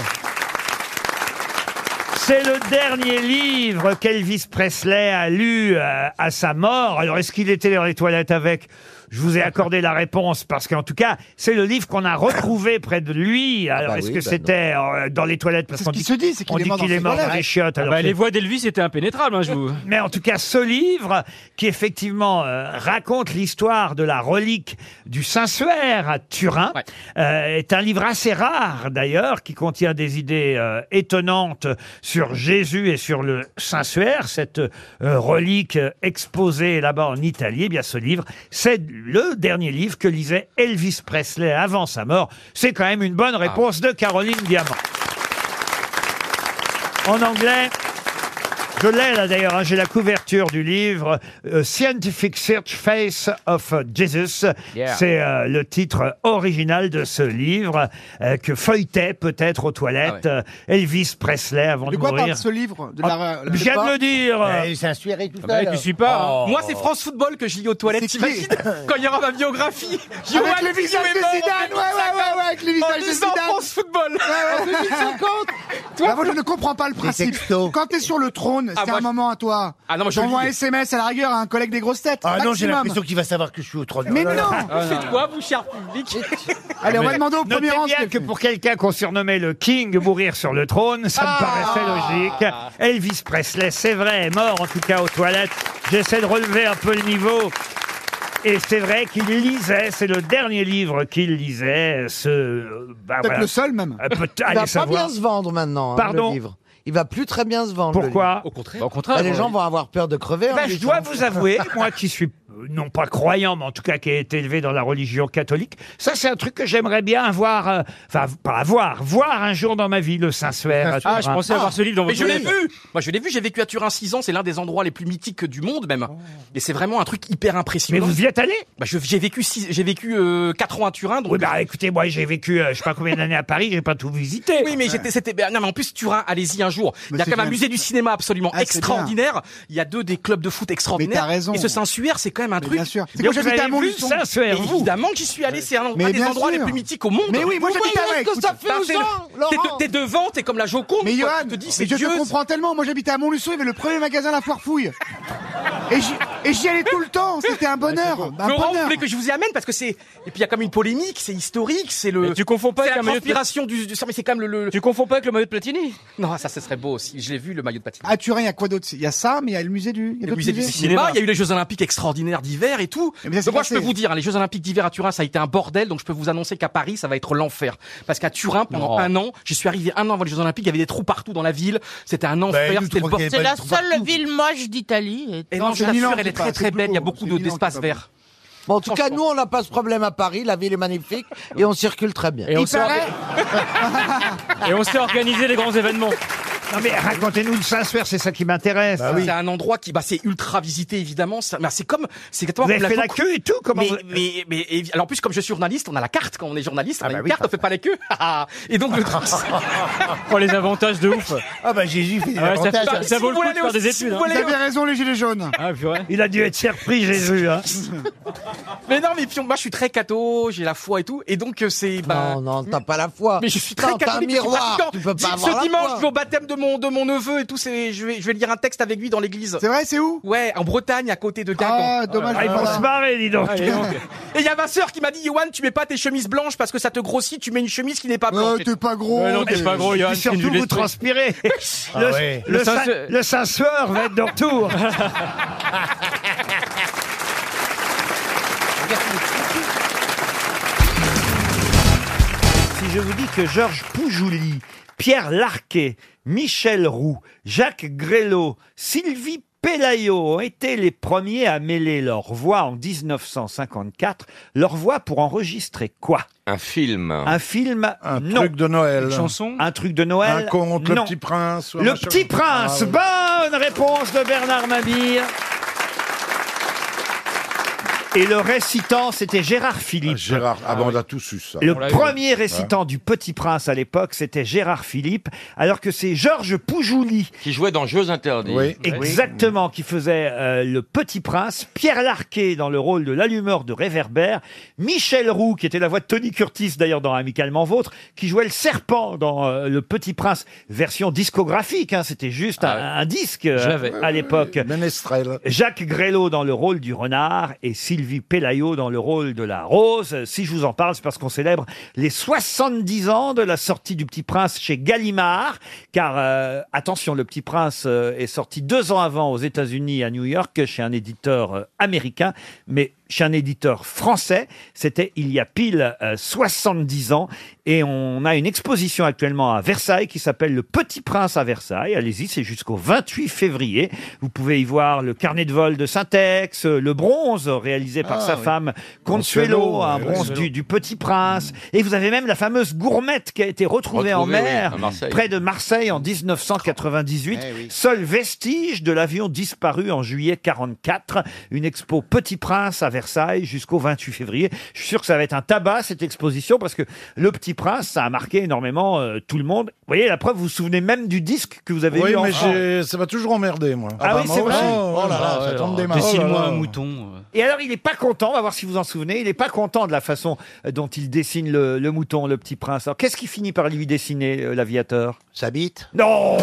C'est le dernier livre qu'Elvis Presley a lu euh, à sa mort. Alors, est-ce qu'il était dans les toilettes avec Je vous ai accordé la réponse parce qu'en tout cas, c'est le livre qu'on a retrouvé près de lui. Alors,
bah
est-ce
oui,
que
bah
c'était euh, dans les toilettes Parce qu'on dit, on dit qu'il est mort dans les chiottes.
Ah
Alors
bah,
c'est- Euh,
les voix d'Elvis étaient impénétrables, hein, je vous.
Mais en tout cas, ce livre, qui effectivement euh, raconte l'histoire de la relique du Saint-Suaire à Turin, euh, est un livre assez rare d'ailleurs, qui contient des idées euh, étonnantes sur Jésus et sur le Saint-Suaire, cette euh, relique euh, exposée là-bas en Italie. Eh bien, ce livre, c'est le dernier livre que lisait Elvis Presley avant sa mort. C'est quand même une bonne réponse de Caroline Diamant. En anglais. Je l'ai là d'ailleurs, hein, j'ai la couverture du livre euh, Scientific Search Face of Jesus.
Yeah.
C'est euh, le titre original de ce livre euh, que feuilletait peut-être aux toilettes euh, Elvis Presley avant de,
De quoi
mourir.
parle ce livre de
bah,
Ah,
la,
je viens de le dire.
Eh,
C'est un suéré tout
Ah bah,
seul.
tu suis pas, hein.
Oh.
Moi, c'est France Football que je lis aux toilettes. T'imagines Quand il y aura ma biographie, Johan
Avec le
Cruyff
visage
est
de
mort en
Zidane, ouais, ouais,
2050,
ouais, ouais, avec le visage de
En lisant
Zidane.
France Football.
Ouais, ouais, 2050. Toi, moi, je ne comprends pas le principe. Quand t'es sur le trône,
Ah,
c'est
moi,
un
je-
moment à toi.
Ah, non, moi, je
J'envoie un
lis.
SMS à la rigueur à un collègue des grosses têtes.
Ah non, j'ai
maximum.
l'impression qu'il va savoir que je suis au 3
Mais non
Vous faites quoi, vous, cher public
Allez, on va
Mais
demander au
notez
premier rang. ce
bien
qu'il
que pour quelqu'un qu'on surnommait le King, mourir sur le trône, ça
Ah.
me paraissait logique. Elvis Presley, c'est vrai, est mort en tout cas aux toilettes. J'essaie de relever un peu le niveau. Et c'est vrai qu'il lisait, c'est le dernier livre qu'il lisait, ce... bah,
Peut-être
voilà.
le seul, même.
Ah,
Euh, peut-
Il
allez
va pas
savoir.
bien se vendre maintenant. hein,
Pardon
le livre. Il va plus très bien se vendre.
Pourquoi
Au
contraire.
Au contraire. les
ouais.
gens vont avoir peur de crever. hein, en
Ben, je
lisant.
dois vous avouer, moi qui suis euh, non pas croyant, mais en tout cas qui ai été élevé dans la religion catholique, ça c'est un truc que j'aimerais bien avoir, euh, enfin pas avoir, voir un jour dans ma vie, le Saint-Suaire. à
Ah, je
Turin.
pensais avoir ce livre dans
Mais
votre
je l'ai vu.
vu Moi, je l'ai vu, j'ai vécu à Turin 6 ans, c'est l'un des endroits les plus mythiques du monde, même. Et c'est vraiment un truc hyper impressionnant.
Mais vous y êtes allé
bah, je- J'ai vécu, six- j'ai vécu 4 ans à Turin, donc.
Oui, bah écoutez, moi j'ai vécu, euh, je sais pas combien d'années à Paris, j'ai pas tout visité.
Oui, mais j'étais, c'était. bah, Non, mais en plus, Turin, allez-y un jour. Il y a
c'est
quand même un
bien.
musée du cinéma absolument
Ah, c'est
extraordinaire. Il y a deux des clubs de foot extraordinaires.
Mais t'as raison.
Et ce Saint-Suaire, c'est quand même un truc.
bien sûr. C'est
Donc,
quand j'habitais
vous
à
avez vu
Montluçon.
Saint-Suaire,
Mais
vous Évidemment, j'y suis allé. C'est un,
Mais
un des
bien
endroits
sûr.
les plus mythiques au monde.
Mais oui, moi,
Vous
j'habite à
voyez ce que
Rennes,
ça
écoute.
fait
Bah,
aux
c'est
gens,
le-
Laurent. T'es de-
Laurent.
T'es devant, t'es comme la Joconde.
Mais
quoi.
Johan,
Tu te dis, c'est
mais je
Dieu.
te comprends tellement. Moi, j'habitais à Montluçon, il y avait le premier magasin La Foire Fouille. Et j'y- et j'y allais tout le temps. C'était un bonheur. Un
Laurent, vous
bonheur.
voulez que je vous y amène parce que c'est et puis il y a comme une polémique, c'est historique, c'est le.
tu confonds pas
c'est
avec
la
un maillot de-
transpiration du, du- mais c'est quand même le,
Tu confonds pas avec le maillot de Platini
Non, ça, ce serait beau aussi. Je l'ai vu le maillot de Platini.
À Turin, il y a quoi d'autre Il y a ça, mais il y a le musée du, Ah, il y
Le
a d'autres
musée du
musées.
cinéma, il y a eu les Jeux Olympiques extraordinaires d'hiver et tout.
Mais ça s'est
Donc moi je
passé.
peux vous dire, hein, les Jeux Olympiques d'hiver à Turin, ça a été un bordel. Donc je peux vous annoncer qu'à Paris, ça va être l'enfer. Parce qu'à Turin, pendant
Non.
un an, j'y suis arrivé un an avant les Jeux Olympiques, il y avait des trous partout dans la ville. C'était
Bah,
un enfer, c'était le bordel.
C'est la seule ville moche d'Italie.
Et non, je t'assure, elle est très très belle. Il y a beaucoup de- d'espace vert.
Bon, en tout cas, nous, on n'a pas ce problème à Paris. La ville est magnifique et on circule très bien.
Et on Il s'est paraît- Et on s'est organisé les grands événements.
Non mais racontez-nous le Saint-Suaire, c'est ça qui m'intéresse.
C'est un endroit qui, bah, c'est ultra visité évidemment. Ça, bah, c'est comme, c'est exactement
Vous avez
comme
fait la
Joconde.
queue et tout, comment
mais,
vous-
mais, mais, et- alors en plus, comme je suis journaliste, on a la carte quand on est journaliste.
Ah
On a
bah
une
oui,
carte, on fait pas la queue. Ah, et donc le truc, c'est-
Oh, les avantages de ouf.
Ah bah Jésus fait des
Ah ouais, ça fait-
avantages.
ça
hein.
fait- vaut le coup de faire des études, hein.
Vous avez raison, les gilets jaunes.
Ah, purée.
Il a dû être surpris, Jésus. Hein.
Mais non, mais puis moi je suis très catho, j'ai la foi et tout, et donc euh, c'est. Bah,
Non, non, t'as pas la foi.
Mais je suis
Non,
très
t'as un
catholique. je suis
miroir,
pratiquant.
tu peux pas
Dis-
avoir la
Ce dimanche,
foi.
je vais au baptême de mon de mon neveu et tout. C'est je vais je vais lire un texte avec lui dans l'église.
C'est vrai, c'est où
Ouais, en Bretagne, à côté de Guingamp.
Ah, dommage.
Ah, ils vont
voilà.
se marrer, dis donc.
Allez, donc. Et il y a ma sœur qui m'a dit, Yohan, tu mets pas tes chemises blanches parce que ça te grossit. Tu mets une chemise qui n'est pas
Euh,
blanche.
t'es pas gros.
Ouais, non, t'es pas gros, Johan.
Et surtout, vous transpirez. le,
Ah ouais.
le
Le
Saint-
Saint-Suaire-
le Saint-Suaire va être de retour. Si je vous dis que Georges Poujouli, Pierre Larquet, Michel Roux, Jacques Grélot, Sylvie Pelayo ont été les premiers à mêler leur voix en 1954. Leur voix pour enregistrer quoi
Un film.
Un film Un truc de Noël.
Une chanson
Un truc de Noël
Un conte, Le
non.
Petit Prince, ou un
Le
machin.
Petit Prince
Ah, oui.
Bonne réponse de Bernard Mabille et le récitant, c'était Gérard Philippe.
Gérard, ah, bon, on a tous eu ça.
Le
On l'a eu.
premier
Ouais.
récitant du Petit Prince à l'époque, c'était Gérard Philippe, alors que c'est Georges Poujouli,
Qui jouait dans Jeux Interdits.
exactement, qui faisait euh, le Petit Prince, Pierre Larquet dans le rôle de l'allumeur de réverbère, Michel Roux, qui était la voix de Tony Curtis d'ailleurs dans Amicalement Vôtre, qui jouait le serpent dans euh, le Petit Prince, version discographique, hein, c'était juste
Ah
un, un disque euh,
J'avais.
à l'époque. Jacques Grelot dans le rôle du renard et Sylvie Pelayo dans le rôle de la rose. Si je vous en parle, c'est parce qu'on célèbre les 70 ans de la sortie du Petit Prince chez Gallimard. Car, euh, attention, le Petit Prince euh, est sorti deux ans avant aux États-Unis, à New York, chez un éditeur euh, américain. Mais chez un éditeur français, c'était il y a pile euh, 70 ans. Et on a une exposition actuellement à Versailles qui s'appelle Le Petit Prince à Versailles. Allez-y, c'est jusqu'au 28 février. Vous pouvez y voir le carnet de vol de Saint-Ex, euh, le bronze réalisé par
Ah,
sa
oui.
femme Consuelo,
Consuelo,
un
oui,
bronze
Consuelo.
du, du Petit Prince. Et vous avez même la fameuse gourmette qui a été retrouvée, en
Retrouvée, oui,
mer,
à Marseille.
près de Marseille en 1998. Seul vestige de l'avion disparu en juillet 44. Une expo Petit Prince à Versailles jusqu'au 28 février. Je suis sûr que ça va être un tabac cette exposition parce que le Petit Prince, ça a marqué énormément euh, tout le monde. Vous voyez, la preuve, vous vous souvenez même du disque que vous avez
Oui,
eu en
mais
France.
j'ai- ça m'a toujours emmerdé, moi.
Ah, oui, c'est vrai.
Oh là là, ça tombe des mains. Oh là là.
Et alors, il n'est pas content, on va voir si vous en souvenez, il n'est pas content de la façon euh, dont il dessine le, le mouton, le petit prince. Alors, qu'est-ce qui finit par lui dessiner, euh, l'aviateur Sa bite Non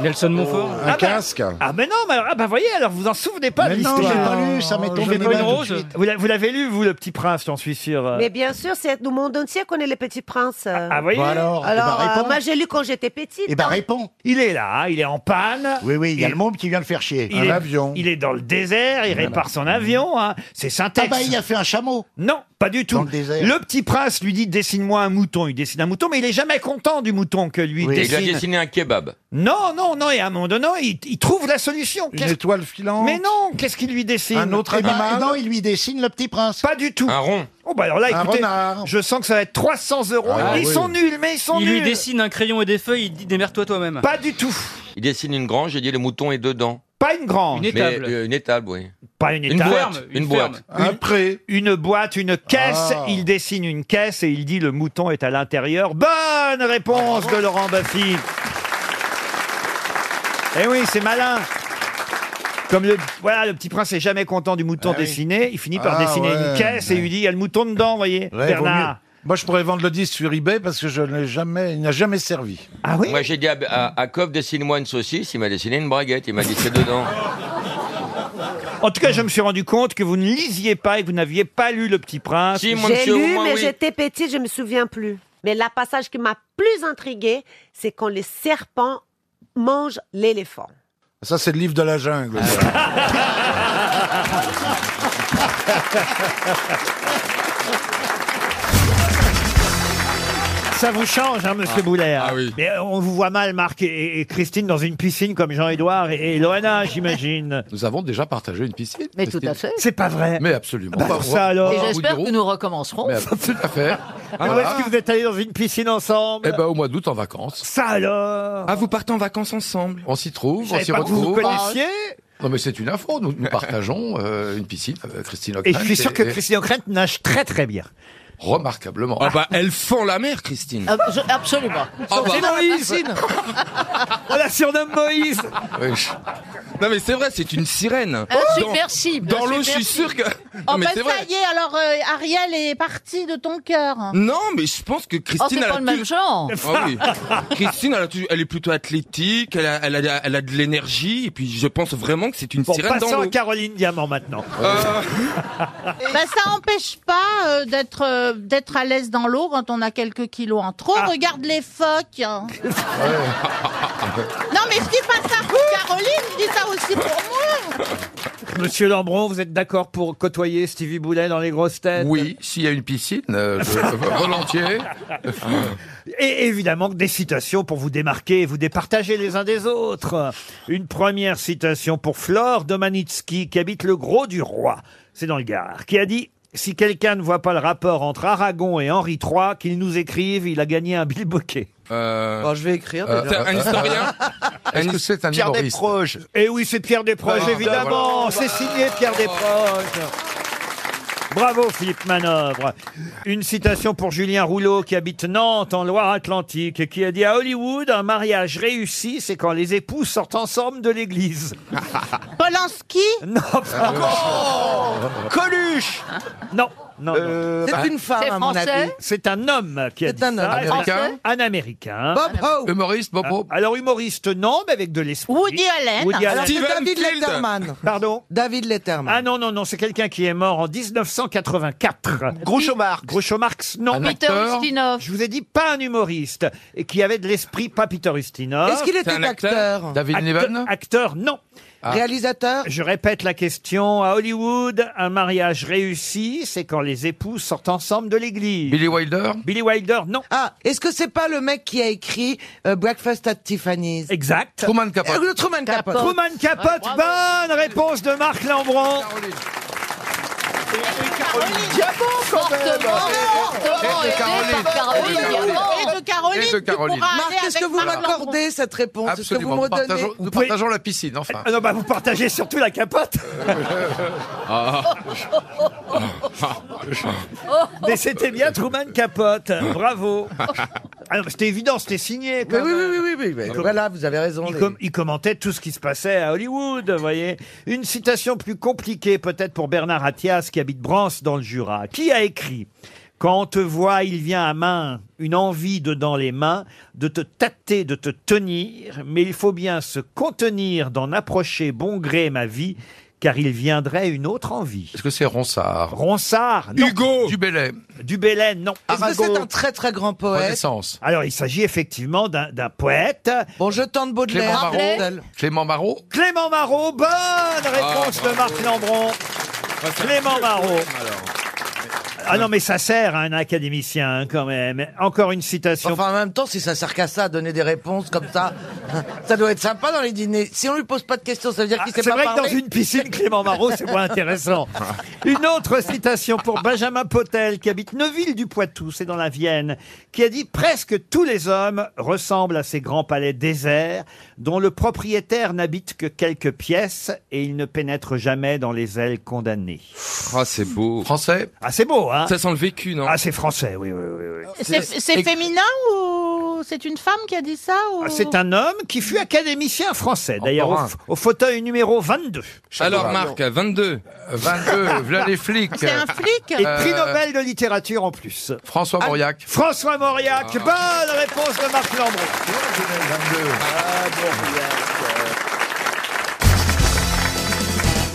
Nelson
Montfort Oh, Un casque
Ah, mais non, mais alors, ah, bah, voyez, alors vous en souvenez pas
Mais
de
non,
l'histoire.
j'ai pas lu, ça m'est Je tombé fais pas mal une tout de rose suite.
Vous la- vous l'avez lu, vous, le petit prince, j'en suis sûr. euh.
Mais bien sûr, c'est le monde entier connaît les petits princes.
ah, voyez Bah alors, eh
Alors,
ben,
euh,
réponds.
moi j'ai lu quand j'étais petite.
Eh ben,
hein.
réponds. Il est là, hein, il est en panne.
Oui, oui, il y a le monde qui vient le faire chier.
Il est, Il est dans le désert, il répare son avion. hein. C'est Syntex.
Ah bah, il a fait un chameau.
Non, pas du tout.
Dans le désert.
petit prince lui dit dessine-moi un mouton. Il dessine un mouton, mais il est jamais content du mouton que lui
Et il a
dessine.
dessiné un kebab.
Non, non, non. Et à un moment donné, il, il trouve la solution. Une étoile filante. Mais non, qu'est-ce qu'il lui dessine
Un autre Eh ben, animal non, il lui dessine le petit prince.
Pas du tout.
Un rond.
Oh bah alors là,
Un
écoutez,
renard.
je sens que ça va être 300 euros.
Ah
ils
oui.
sont nuls, mais ils sont
Il
nuls.
lui dessine un crayon et des feuilles, il dit démerde-toi toi-même.
Pas du tout.
Il dessine une grange et dit le mouton est dedans.
Pas une grande.
Mais, euh, une étable, oui.
Pas une
Une
étable.
ferme, Une une boîte. ferme. Un
pré. Une boîte, une caisse.
Ah.
Il dessine une caisse et il dit le mouton est à l'intérieur. Bonne réponse de Laurent Baffy. Eh oui, c'est malin. Comme le, voilà, le petit prince est jamais content du mouton
Ah oui.
dessiné, il finit par
Ah
dessiner une
ouais,
caisse et il lui dit il y a le mouton dedans, vous voyez,
Ouais, vaut mieux.
Bernard.
Moi, je pourrais vendre le 10 sur eBay parce que je n'ai jamais, il n'a jamais servi.
Ah oui
Moi, j'ai dit à, à, à Coff, dessine-moi une saucisse. Il m'a dessiné une braguette. Il m'a dit, c'est dedans.
En tout cas, je me suis rendu compte que vous ne lisiez pas et que vous n'aviez pas lu Le Petit Prince.
J'ai lu, mais j'étais petite, je me souviens plus. Mais la passage qui m'a plus intriguée, c'est quand les serpents mangent l'éléphant.
Ça, c'est le livre de la jungle.
Ça vous change, hein, monsieur
Ah.
Boulet. hein.
Ah oui.
Mais euh, on vous voit mal, Marc et, et Christine, dans une piscine comme Jean-Édouard et, et Loana, j'imagine.
Nous avons déjà partagé une piscine.
Mais tout à fait.
C'est pas vrai.
Mais absolument.
Bah,
pas
pour ça, alors.
Et
Au bout
j'espère
du route.
que nous
Oh,
recommencerons.
Mais ab- tout à fait.
Ah, où est-ce que vous êtes allés dans une piscine ensemble
Eh ben, au mois d'août en vacances.
Ça alors
Ah, vous partez en vacances ensemble On s'y trouve,
Je
on
savais
s'y
pas que vous
retrouve. Ah,
vous connaissiez
Non, mais c'est une info. Nous, nous partageons euh, une piscine avec Christine
Et
O'Crane.
je suis sûr que Christine O'Krent nage très très bien.
Remarquablement.
Ah bah, elle fend la mer, Christine.
Ah bah,
Ab- je- Absolument.
Ah bah.
C'est Moïse.
ah bah, On la surnomme Moïse.
Non, mais c'est vrai, c'est une sirène.
Ah, Insubmersible.
Dans, dans l'eau, je suis sûr que.
Oh
Non, mais
ben
c'est
ça
vrai.
y est, alors euh, Ariel est partie de ton cœur.
Non, mais je pense que Christine.
Oh, c'est
elle
pas
a
le
tout-
même genre.
Ah oui. Christine, elle, a tout- elle est plutôt athlétique, elle a, elle a, elle a de l'énergie, et puis je pense vraiment que c'est une
Bon,
sirène dans
passons à
l'eau.
Caroline Diamant maintenant.
Ben, ça empêche pas euh, d'être euh, d'être à l'aise dans l'eau quand on a quelques kilos en trop.
Ah.
Regarde les phoques. hein. non mais je dis pas ça pour Caroline, je dis ça aussi pour moi.
Monsieur Lambron, vous êtes d'accord pour côtoyer Stevie Boulet dans les grosses têtes
Oui, s'il y a une piscine, euh, je- volontiers.
Et évidemment que des citations pour vous démarquer et vous départager les uns des autres. Une première citation pour Flore Domanitsky, qui habite le Gros du Roi, c'est dans le Gard, qui a dit « Si quelqu'un ne voit pas le rapport entre Aragon et Henri III, qu'il nous écrive, il a gagné un bilboquet.
je vais écrire.
Euh,
déjà.
un historien
Est-ce que c'est un
Pierre
humoriste
Desproges. Et Eh oui, c'est Pierre Desproges,
ben
Ah,
évidemment.
voilà.
C'est signé Pierre Desproges. Bravo Philippe Manœuvre. Une citation pour Julien Rouleau qui habite Nantes en Loire-Atlantique et qui a dit à Hollywood un mariage réussi c'est quand les époux sortent ensemble de l'église.
Polanski
Non. euh,
Oh,
Coluche
Hein Non. non, non.
C'est une femme, C'est à mon français avis.
C'est un homme qui a
C'est
dit
un homme.
ça.
Américain
Un américain.
Bob Hope.
Humoriste, Bob Hope. Alors, humoriste, non, mais avec de l'esprit.
Woody Allen. Alors, c'est
David Letterman.
Pardon
David Letterman.
Ah non, non, non, c'est quelqu'un qui est mort en 1984.
Groucho
Marx. Groucho Marx, non.
Peter acteur Ustinov.
Je vous ai dit pas un humoriste, et qui avait de l'esprit, pas Peter Ustinov.
Est-ce qu'il était C'est un acteur acteur David
Acte-
Niven Ah.
Acteur, non.
Réalisateur
Je répète la question. À Hollywood, un mariage réussi, c'est quand les époux sortent ensemble de l'église. Billy Wilder Billy Wilder, non.
Ah, est-ce que c'est pas le mec qui a écrit euh, Breakfast at Tiffany's
Exact.
Truman Capote. le Truman Capote.
Truman Capote, bonne réponse de Marc Lambron.
Diamant, quand même
Et de
Caroline.
Et de Caroline.
Et de Caroline.
Marc, est-ce que vous
Voilà.
m'accordez cette réponse Est-ce que vous
Absolument.
me
Nous
donnez
partageons, nous partageons la piscine, enfin.
Ah non, bah vous partagez surtout la capote.
Ah.
Mais c'était bien Truman Capote. Bravo. Alors c'était évident, c'était signé.
Mais
quand
oui,
même.
oui, oui, oui, oui, mais
Il com-
voilà, vous avez raison.
Il,
les-
com- il commentait tout ce qui se passait à Hollywood, vous voyez. Une citation plus compliquée peut-être pour Bernard Attias qui habite Brance dans le Jura, qui a écrit Quand on te voit, il vient à main une envie de dans les mains, de te tâter, de te tenir, mais il faut bien se contenir d'en approcher bon gré ma vie, car il viendrait une autre envie.
Est-ce que c'est Ronsard
Ronsard, non.
Hugo Dubélé.
Dubélé, non.
Est-ce que c'est un très très grand poète
Renaissance.
Alors, il s'agit effectivement d'un d'un poète.
Bon, je tente
Clément
Baudelaire.
Marot. Clément Marot.
Clément Marot, bonne
Ah,
réponse de Marc Lambron. Clément Marot. Ah non, mais ça sert à un académicien hein, quand même. Encore une citation.
Enfin, en même temps, si ça sert qu'à ça, donner des réponses comme ça, ça doit être sympa dans les dîners. Si on lui pose pas de questions, ça veut dire
Ah,
qu'il sait
c'est
pas
vrai
parler.
que dans une piscine, Clément Marot, c'est moins intéressant.
Ah,
Une autre citation pour Benjamin Potel, qui habite Neuville-du-Poitou, c'est dans la Vienne, qui a dit « Presque tous les hommes ressemblent à ces grands palais déserts, dont le propriétaire n'habite que quelques pièces, et il ne pénètre jamais dans les ailes condamnées. »
Ah, c'est beau.
Français
Ah, c'est beau, hein
Ça sent le vécu, non
Ah, c'est français, oui, oui, oui. oui.
C'est c'est féminin ou c'est une femme qui a dit ça ou...
Ah, C'est un homme qui fut académicien français, d'ailleurs, au,
Encore un.
f- au fauteuil numéro 22.
Alors, Marc, 22.
22, voilà les flics. Euh,
C'est un
flic
Euh,
Et prix Nobel de littérature en plus.
François
Ah,
Mauriac. Ah.
François Mauriac, bonne réponse de Marc Lambron. Ah,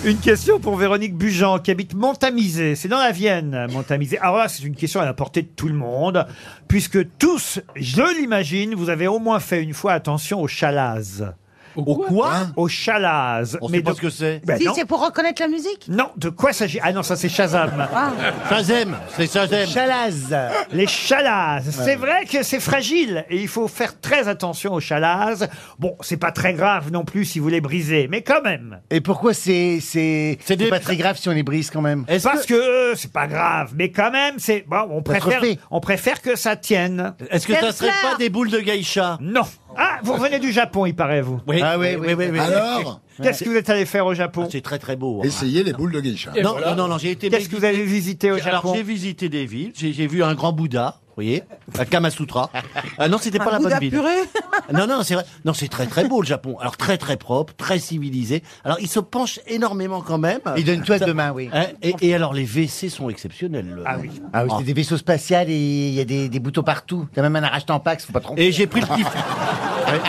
Une question pour Véronique Bujan qui habite Montamisé, c'est dans la Vienne, Montamisé. Alors là, c'est une question à la portée de tout le monde, puisque tous, je l'imagine, vous avez au moins fait une fois attention aux chalazes. Au quoi, Aux chalazes. On sait pas ce que c'est.
Si, c'est pour reconnaître la musique
Non, de quoi s'agit Ah non, ça c'est Shazam.
Ah.
Shazam, c'est Shazam. Chalaz. Les chalazes. C'est vrai que c'est fragile et il faut faire très attention aux chalazes. Bon, c'est pas très grave non plus si vous les brisez, mais quand même.
Et pourquoi c'est c'est c'est pas très grave si on les brise quand même
Parce que, euh, c'est pas grave, mais quand même, c'est bon, on
Pas
préfère,
trop fait.
on préfère que ça tienne.
Est-ce que ça serait Kessler. pas
des boules de geisha Non. Ah, vous revenez du Japon, il paraît vous.
Oui. Ah oui, oui, oui, oui. Alors
Qu'est-ce que vous êtes allé faire au Japon
C'est très très beau. hein.
Essayez les boules de geisha.
Non, non, non, non, j'ai été.
Qu'est-ce que vous avez visité au Japon
Alors j'ai visité des villes. J'ai j'ai vu un grand Bouddha, vous voyez, à Kamasutra. Ah non, c'était
Un
pas la
Bouddha
bonne ville.
puré
Non, non, c'est vrai. Non, c'est très très beau le Japon. Alors très très propre, très civilisé. Alors il se penche énormément quand même. Il donne toi toise de main, oui. Et, et alors les WC sont exceptionnels.
Ah oui.
Ah oui, c'est des vaisseaux spatiaux et il y a des, boutons partout. T'as même un arrache-tempax, faut pas tromper. Et j'ai pris le typhon. Ouais.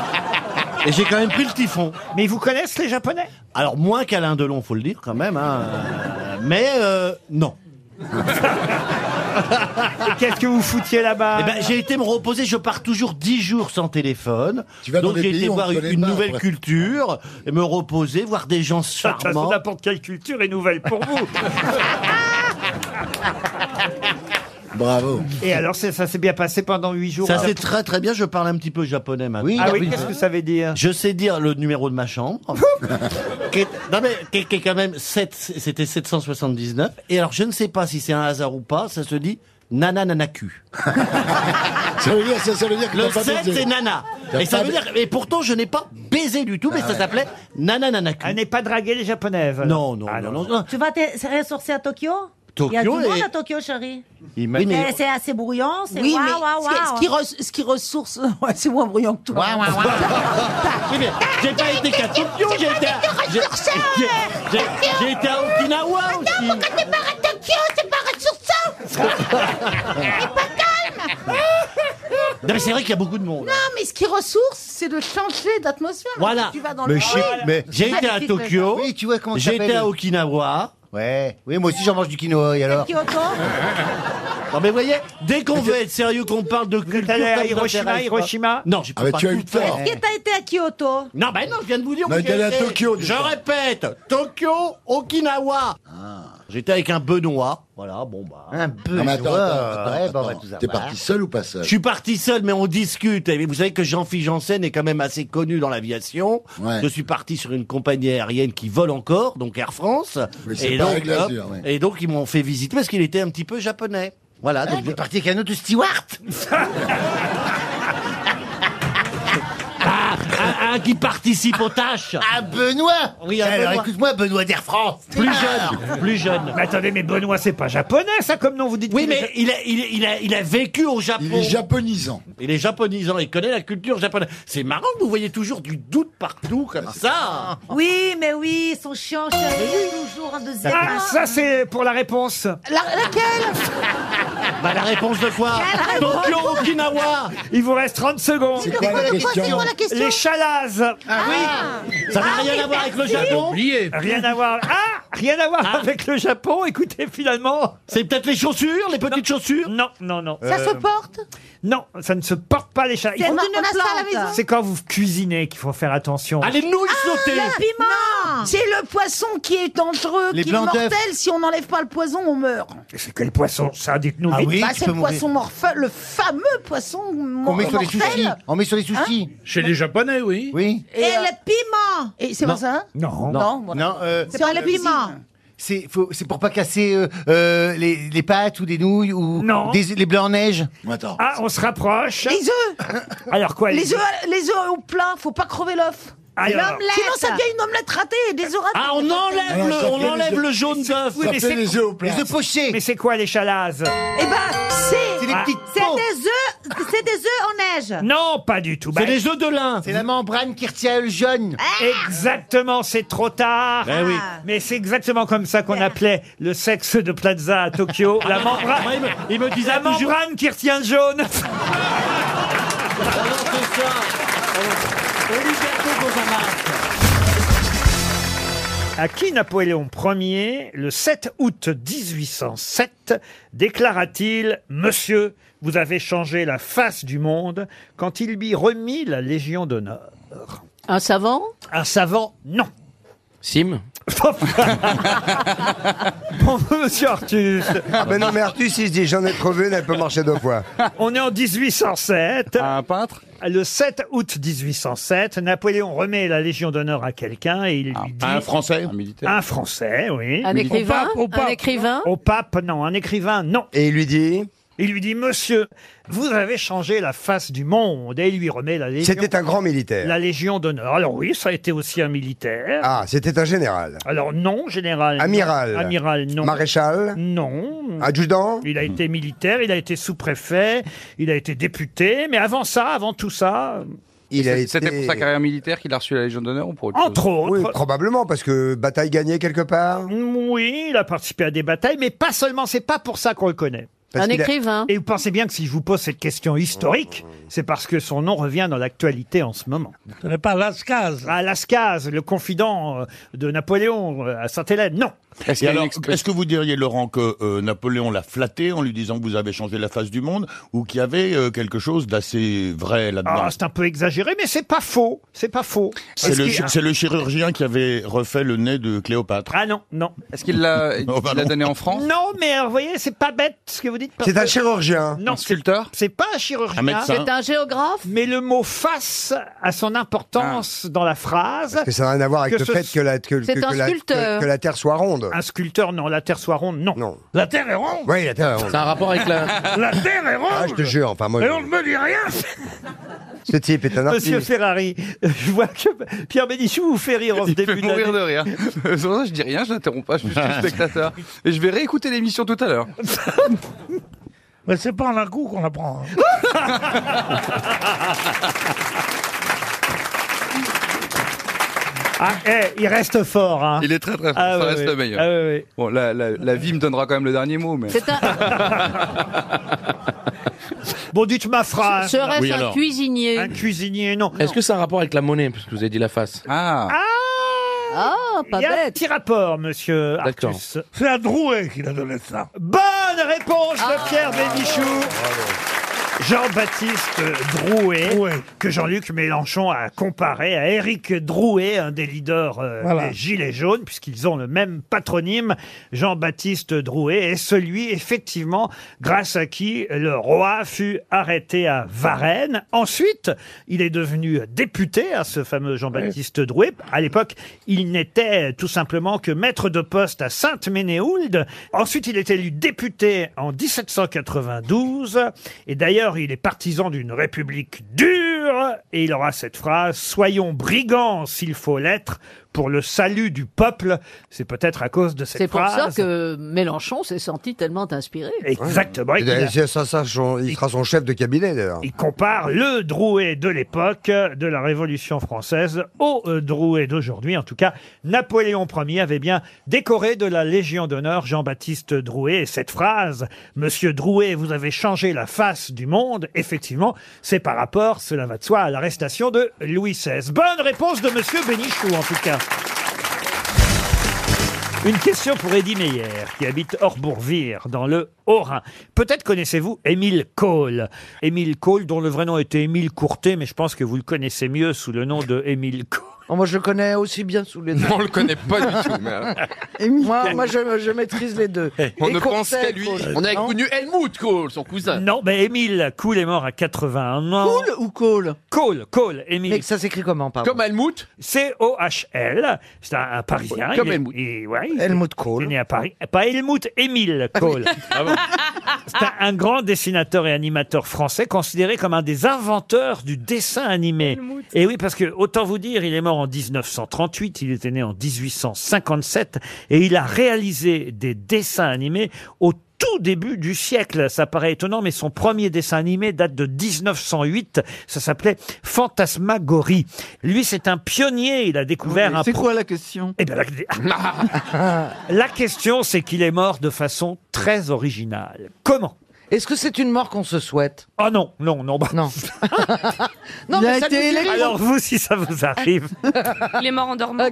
Et j'ai quand même pris le typhon.
Mais ils vous connaissent les Japonais
Alors moins qu'Alain Delon, faut le dire quand même. hein. Mais euh, non.
Qu'est-ce que vous foutiez là-bas
Eh ben, j'ai été me reposer. Je pars toujours 10 jours sans téléphone.
Tu vas dans
Donc
des
j'ai
pays
été
où on
voir
te
une,
connaît
une
pas,
nouvelle
après.
culture, et me reposer, voir des gens
De toute façon,
charmants.
n'importe quelle culture est nouvelle pour vous.
Bravo.
Et alors, c'est- ça s'est bien passé pendant huit jours.
Ça
Alors-
c'est très très bien. Je parle un petit peu japonais maintenant.
Ah oui, qu'est-ce que ça veut dire
Je sais dire le numéro de ma chambre. qui est, non mais qui est- qui est quand même 7 c'était 779 et alors je ne sais pas si c'est un hasard ou pas, ça se dit nana nanaku. ça veut dire ça, veut dire
que
le
t'as pas
7
baisé.
c'est nana.
T'as
Et ça
pas
veut
ba-
dire et pourtant je n'ai pas baisé du tout mais
Ah
ça
ouais.
s'appelait nana nanaku. Elle
n'est pas draguée les japonaises.
Non non non non. non.
Tu vas te ressourcer à Tokyo
Tokyo
Il y a du
et-
monde à Tokyo, chérie.
Il m'a- Oui, mais-
Eh, C'est assez bruyant, c'est
Oui,
waouh,
mais
waouh,
ce, qui-
waouh.
ce qui re- ce qui ressource, ouais, c'est moins bruyant que toi.
Oui, mais j'ai pas été qu'à Tokyo, j'ai été à j'ai- j'ai- j'ai- j'ai été à Okinawa aussi.
c'est pas
Ah Non mais c'est vrai qu'il y a beaucoup de monde.
Non, mais ce qui ressource, c'est de changer d'atmosphère.
Voilà.
Tu vas dans
Mais
le
je sais- mais- J'ai été à Tokyo.
Oui, tu vois comment ça
J'ai été
s'appelle.
à Okinawa.
Ouais. Oui, moi aussi j'en mange du quinoa et alors.
Non mais vous voyez, dès qu'on veut être sérieux, qu'on parle de culture,
allé à
ça vous
Hiroshima,
intéresse pas.
Hiroshima
Non, j'ai pas.
Ah, mais
pas
tu as
tout
eu
fait.
tort.
Est-ce que t'as été à Kyoto
Non, ben non, je viens de vous dire.
Non,
où
il est allé
j'ai
à
été.
Tokyo,
Je
déjà.
répète, Tokyo, Okinawa. J'étais avec un Benoît. Voilà, bon bah. Un
Non, mais attends, attends, attends,
bah,
attends. T'es parti seul ou pas seul
Je suis parti seul, mais on discute. Et vous savez que Jean-Philippe Janssen est quand même assez connu dans l'aviation.
Ouais.
Je suis parti sur une compagnie aérienne qui vole encore, donc Air France.
Mais c'est pas avec
hop,
l'Azur, ouais.
et donc, ils m'ont fait visiter parce qu'il était un petit peu japonais. Voilà. donc je parti avec un autre steward. Ah, un, un qui participe aux tâches.
Ah, Benoît
Oui, un
Alors
Benoît. Ah.
écoute-moi, Benoît d'Air France
Plus jeune, plus jeune.
Mais attendez, mais Benoît, c'est pas japonais, ça, comme non, vous dites.
Oui,
qu'il est
mais
ja-
il a, il, a- il a, il a vécu au Japon.
Il est
japonisant. Il est japonisant, il connaît la culture japonaise. C'est marrant que vous voyez toujours du doute partout comme ça.
Oui, mais oui, ils sont chiants, chérie. Il y a toujours un deuxième.
Ah, ça, c'est pour la réponse.
laquelle
Bah, la réponse de quoi
Quelle réponse
Tokyo, Okinawa
Il vous reste 30 secondes.
C'est quoi la C'est quoi, question c'est quoi la question
Les chalazes.
Ah oui. Ça n'a Ah rien oui, à voir avec le merci. Japon
Rien à voir. Ah Rien à voir avec le Japon. Écoutez, finalement.
C'est peut-être les chaussures, les petites chaussures
Non, non, non.
Ça se porte
Non, ça ne se porte pas les chalazes.
C'est
Il faut-
une On a- on a ça à la plante. maison.
C'est quand vous cuisinez qu'il faut faire attention. Ah.
Allez, nous
Ah,
sauter
Non, C'est le poisson qui est dangereux,
Les
qui est
blancs d'œufs.
mortel. Si on n'enlève pas le poison, on meurt.
C'est quel poisson ça Dites-nous
Ah
Ah
Bah,
vite.
c'est le poisson morpheux, le fameux poisson mor-
On met sur les
mortel.
sushis On met sur les sushis Chez les Japonais, oui Oui.
Et,
euh,
le piment Et c'est pas
hein
ça hein
Non.
Non,
Non,
voilà.
euh,
C'est pas le piment.
C'est faut- c'est pour pas casser euh, euh, les, les pâtes ou des nouilles ou
Non.
des- les blancs en neige
Attends. Ah, on se rapproche.
Les œufs
Alors quoi
Les œufs, les œufs au plat, faut pas crever l'œuf.
Ah,
Alors.
L'omelette. Sinon ça devient une omelette ratée, des œufs ratés.
Ah, on enlève le, on enlève le jaune d'œuf.
Oui, mais c'est-
Les œufs
Mais c'est quoi les chalazes
Eh ben, c'est.
des petites
C'est des œufs, c'est des œufs en neige.
Non, pas du tout.
C'est
Bah,
les
œufs de lin.
C'est la membrane qui retient le jaune.
Exactement, c'est trop tard.
Eh
Ben oui.
Mais c'est exactement comme ça qu'on appelait le sexe de Plaza à Tokyo. La membrane.
Moi, il me- il me disait
la
toujours-
membrane qui retient le jaune. À qui Napoléon Ier, le 7 août 1807, déclara-t-il Monsieur, vous avez changé la face du monde quand il lui remit la Légion d'honneur
Un savant
Un savant, non. Sim Bon, monsieur Artus.
Ah, Mais ben non, mais Artus, il se dit j'en ai trop vu, elle peut marcher deux fois.
On est en 1807. un peintre Le 7 août 1807, Napoléon remet la Légion d'honneur à quelqu'un et il lui dit...
un Français
Ah. Un militaire Un Français, oui.
Un écrivain
Au
Un écrivain
Au pape, non. Un écrivain, non.
Et il lui dit
Il lui dit, monsieur, vous avez changé la face du monde. Et il lui remet la Légion...
C'était un grand militaire.
La Légion d'honneur. Alors oui, ça a été aussi un militaire.
Ah, c'était un général.
Alors non, général. non.
Amiral.
Amiral, non.
Maréchal
Non.
Adjudant
Il a été militaire, il a été sous-préfet, il a été député, mais avant ça, avant tout ça,
Il a C'était été- pour sa carrière militaire qu'il a reçu la Légion d'honneur ou pour autre
Entre
chose
autres. Mm,
Oui, probablement, parce que bataille gagnée quelque part.
oui, il a participé à des batailles, mais pas seulement, c'est pas pour ça qu'on le connaît. Parce
Un
qu'il a-
écrivain.
Et vous pensez bien que si je vous pose cette question historique, c'est parce que son nom revient dans l'actualité en ce moment. Ce n'est pas Lascaz. Ah, Lascaz, le confident euh, de Napoléon euh, à Sainte-Hélène, non.
Et alors, est-ce que vous diriez, Laurent, que euh, Napoléon l'a flatté en lui disant que vous avez changé la face du monde ou qu'il y avait euh, quelque chose d'assez vrai là-dedans
Ah, c'est un peu exagéré, mais c'est pas faux. C'est pas faux.
C'est
Est-ce
le,
qu'il-
chi- c'est le chirurgien qui avait refait le nez de Cléopâtre.
Ah non, non.
Est-ce qu'il l'a donné en France
Non, mais euh, vous voyez, c'est pas bête ce que vous dites. parce
C'est un
que-
chirurgien.
Non, sculpteur. C'est pas un chirurgien.
Un médecin. C'est
un géographe. Mais le mot face a son importance dans la phrase.
Ah. Parce que ça n'a rien à voir avec
Que
le
ce-
fait que la, que,
C'est
que-
un
que la- que-
sculpteur.
que la Terre soit ronde.
Un sculpteur, non. La Terre soit ronde, non.
La Terre est ronde Oui, la Terre est ronde.
C'est un rapport avec la-
La Terre est ronde Ah, je te jure, enfin moi...
Mais
je-
on ne me dit rien
Ce type est un artiste.
Monsieur Ferrari, je vois que Pierre Bénichou vous fait rire en ce
Il fait
début
mourir
d'année.
de rire. C'est pour ça que je dis rien, je n'interromps pas, je suis juste spectateur. Et je vais réécouter l'émission tout à l'heure.
Mais c'est pas en un coup qu'on apprend. hein.
Oh
Ah, eh, il reste fort. Hein.
Il est très très fort, ça
Ah, ouais,
reste
ouais.
le meilleur.
Ah, ouais, ouais.
Bon, la, la- la vie me donnera quand même le dernier mot, mais...
C'est un,
Bon, dites ma phrase.
serait-ce un cuisinier
Un cuisinier, non.
Est-ce que c'est un rapport avec la monnaie Parce que vous avez dit la face.
Ah
Ah, pas
Il y a un
bête.
petit rapport, monsieur
D'accord.
Artus.
C'est à Drouet qu'il a donné ça.
Bonne réponse de Pierre Bénichou.
Ah
Jean-Baptiste Drouet, que Jean-Luc Mélenchon a comparé à Éric Drouet, un des leaders euh,
Voilà.
des Gilets jaunes, puisqu'ils ont le même patronyme. Jean-Baptiste Drouet est celui, effectivement, grâce à qui le roi fut arrêté à Varennes. Ensuite, il est devenu député à ce fameux Jean-Baptiste Drouet. À l'époque, il n'était tout simplement que maître de poste à Sainte-Ménéhould. Ensuite, il est élu député en 1792. Et d'ailleurs, il est partisan d'une république dure. Et il aura cette phrase, soyons brigands s'il faut l'être pour le salut du peuple. C'est peut-être à cause de cette
C'est pour ça
phrase.
que Mélenchon s'est senti tellement inspiré.
Exactement.
Et
Il a-
d'ailleurs, c'est ça, ça, son- il sera son chef de cabinet d'ailleurs.
Il compare le Drouet de l'époque euh, de la Révolution française au euh, Drouet d'aujourd'hui. En tout cas, Napoléon Ier avait bien décoré de la Légion d'honneur Jean-Baptiste Drouet. Et cette phrase, Monsieur Drouet, vous avez changé la face du monde, effectivement, c'est par rapport, cela va de soi, à l'arrestation de Louis XVI. Bonne réponse de Monsieur Bénichou, en tout cas. Une question pour Eddy Meyer, qui habite Orbourvire, dans le Haut-Rhin. Peut-être connaissez-vous Émile Cole. Émile Cole, dont le vrai nom était Émile Courtet, mais je pense que vous le connaissez mieux sous le nom de Émile Cole.
moi, je le connais aussi bien sous les deux.
On le connaît pas du tout. mais alors.
moi, moi, je, je maîtrise les deux.
On
Et
ne
Courtet,
pense qu'à lui.
Cole,
On a
non
connu Helmut Kohl, son cousin.
Non, mais Émile Cool est mort à 81 ans.
Cool ou Cole
Cole, Cole, Émile.
Mais ça s'écrit comment, pardon
Comme Helmut
C-O-H-L. C'est un, un Parisien.
Comme
Il est-
Helmut. Ah
il- ouais, il est- il est né à Paris. Pas Helmut, Émile Cole.
Ah
C'est un, un grand dessinateur et animateur français, considéré comme un des inventeurs du dessin animé. Et oui, parce que, autant vous dire, il est mort en 1938, il était né en 1857, et il a réalisé des dessins animés au tout début du siècle. Ça paraît étonnant, mais son premier dessin animé date de 1908. Ça s'appelait Fantasmagorie. Lui, c'est un pionnier. Il a découvert un...
C'est
pro-
quoi la question
Eh bien, la... la question, c'est qu'il est mort de façon très originale. Comment
Est-ce que c'est une mort qu'on se souhaite
Ah non, non, non.
Non. non,
Il a
mais ça
été
nous dit-
électro- Alors, vous, si ça vous arrive.
Il est mort en dormant.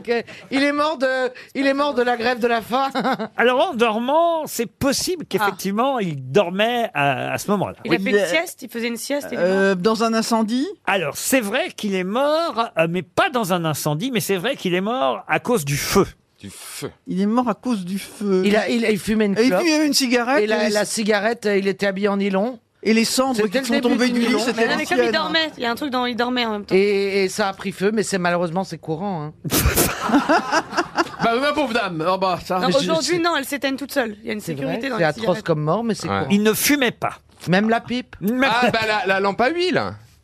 Il est mort de, il est mort de la grève de la faim.
Alors, en dormant, c'est possible qu'effectivement,
Ah.
il dormait à, à ce moment-là.
Il a fait une sieste, il faisait une
Ah,
sieste. et il est
Euh,
mort.
Euh, dans un incendie Alors, c'est vrai qu'il est mort, euh, mais pas dans un incendie, mais c'est vrai qu'il est mort à cause du feu. Du feu.
Il est mort à cause du feu.
Il a, il, il fumait une
Et il
clope.
fumait une cigarette,
Et la,
et les-
la cigarette, euh, il était habillé en nylon. Et les cendres
qui sont tombées du lit, c'était Non, mais l'ancienne. comme il dormait. Il y a un truc dans il dormait en même temps.
Et, et ça a pris feu, mais c'est malheureusement c'est courant. hein.
Bah, ma pauvre dame. Oh, bah,
Ah,
ça.
Non,
Mais je-
Aujourd'hui, non, elle s'éteint toute seule. Il y a une
C'est vrai,
sécurité dans
c'est
les
atroce
cigarettes.
comme mort, mais c'est
Ouais.
courant.
Il ne fumait pas.
Même la pipe.
Ah, bah la, la lampe à huile.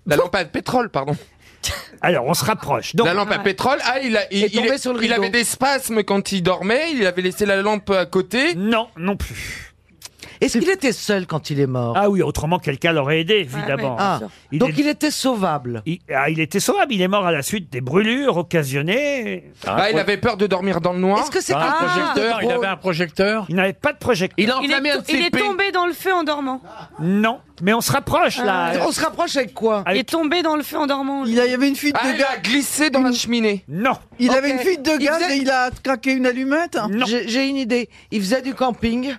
La lampe à pétrole, pardon.
Alors, on se rapproche.
la lampe à pétrole, ah, il, a- il,
Est tombé
il-
sur le
il
rideau.
avait des spasmes quand il dormait, il avait laissé la lampe à côté.
Non, non plus.
Est-ce qu'il était seul quand il est mort
Ah oui, autrement quelqu'un l'aurait aidé, évidemment.
ouais, bien sûr.
Ah, Donc il était sauvable il, ah, il était sauvable, il est mort à la suite des brûlures occasionnées.
Bah, il avait peur de dormir dans le noir.
Ah, Est-ce que c'est
Ah,
quelque chose de drôle
un projecteur.
Il n'avait pas de projecteur.
Il
Ah,
est, to- il est tombé dans le feu en dormant.
Non, mais on se rapproche là.
Ah. On se
rapproche avec quoi
Il est tombé dans le feu en dormant.
Il y avait une
Ah,
fuite de gaz.
glissé dans la cheminée.
Non.
Il avait une fuite de gaz et il a craqué une allumette
J'ai j'ai une idée. Il faisait du camping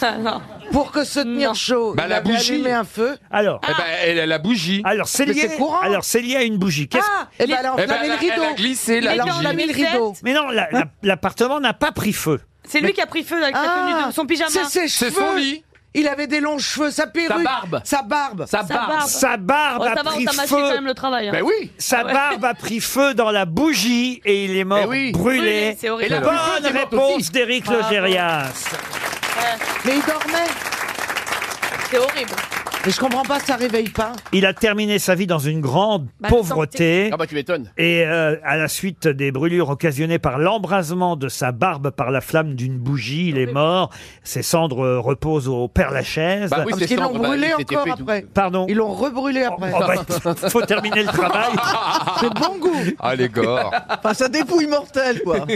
Ah,
pour que se tenir chaud.
Bah,
il
la
avait
bougie.
allumé un feu.
Alors.
Eh ben, elle a la bougie.
Alors c'est
Mais
lié.
c'est courant.
Alors c'est lié à une bougie. Qu'est-ce-
Ah, eh ben, elle a
Eh ben,
enflammé
elle
le
a-
rideau.
elle a glissé, là. Ah.
Elle a
Elle a
enflammé
le rideau.
Mais non, la- la- l'appartement n'a pas pris feu.
C'est lui qui a pris feu avec la tenue de son pyjama.
Ah, C'est ses cheveux. Il avait des longs cheveux, sa perruque.
barbe.
Sa barbe.
Sa barbe. Bah Sa barbe
Oh,
a
ça va, on
pris
t'a mâché
feu.
quand même le travail.
Ben
hein.
Sa
Ouais.
barbe a pris feu dans la bougie et il est
Eh
mort brûlé.
Brûlé, c'est horrible. Et la bougie
Bonne
est morte
réponse
aussi.
d'Éric
Bravo.
Logérias.
Mais il dormait.
C'est horrible.
Mais je comprends pas, ça réveille pas.
Il a terminé sa vie dans une grande
Bah,
pauvreté.
attends, t'es- Ah bah, tu m'étonnes.
Et euh, à la suite des brûlures occasionnées par l'embrasement de sa barbe par la flamme d'une bougie, il est mort. Ses cendres euh, reposent au Père Lachaise.
Bah oui, Parce ses qu'ils l'ont cendres, bah, brûlé ils étaient encore faits, donc- après.
Pardon.
Ils l'ont rebrûlé après.
Oh, bah, faut terminer le travail.
C'est bon goût.
Ah, les gars.
Enfin, ça dépouille mortel, quoi.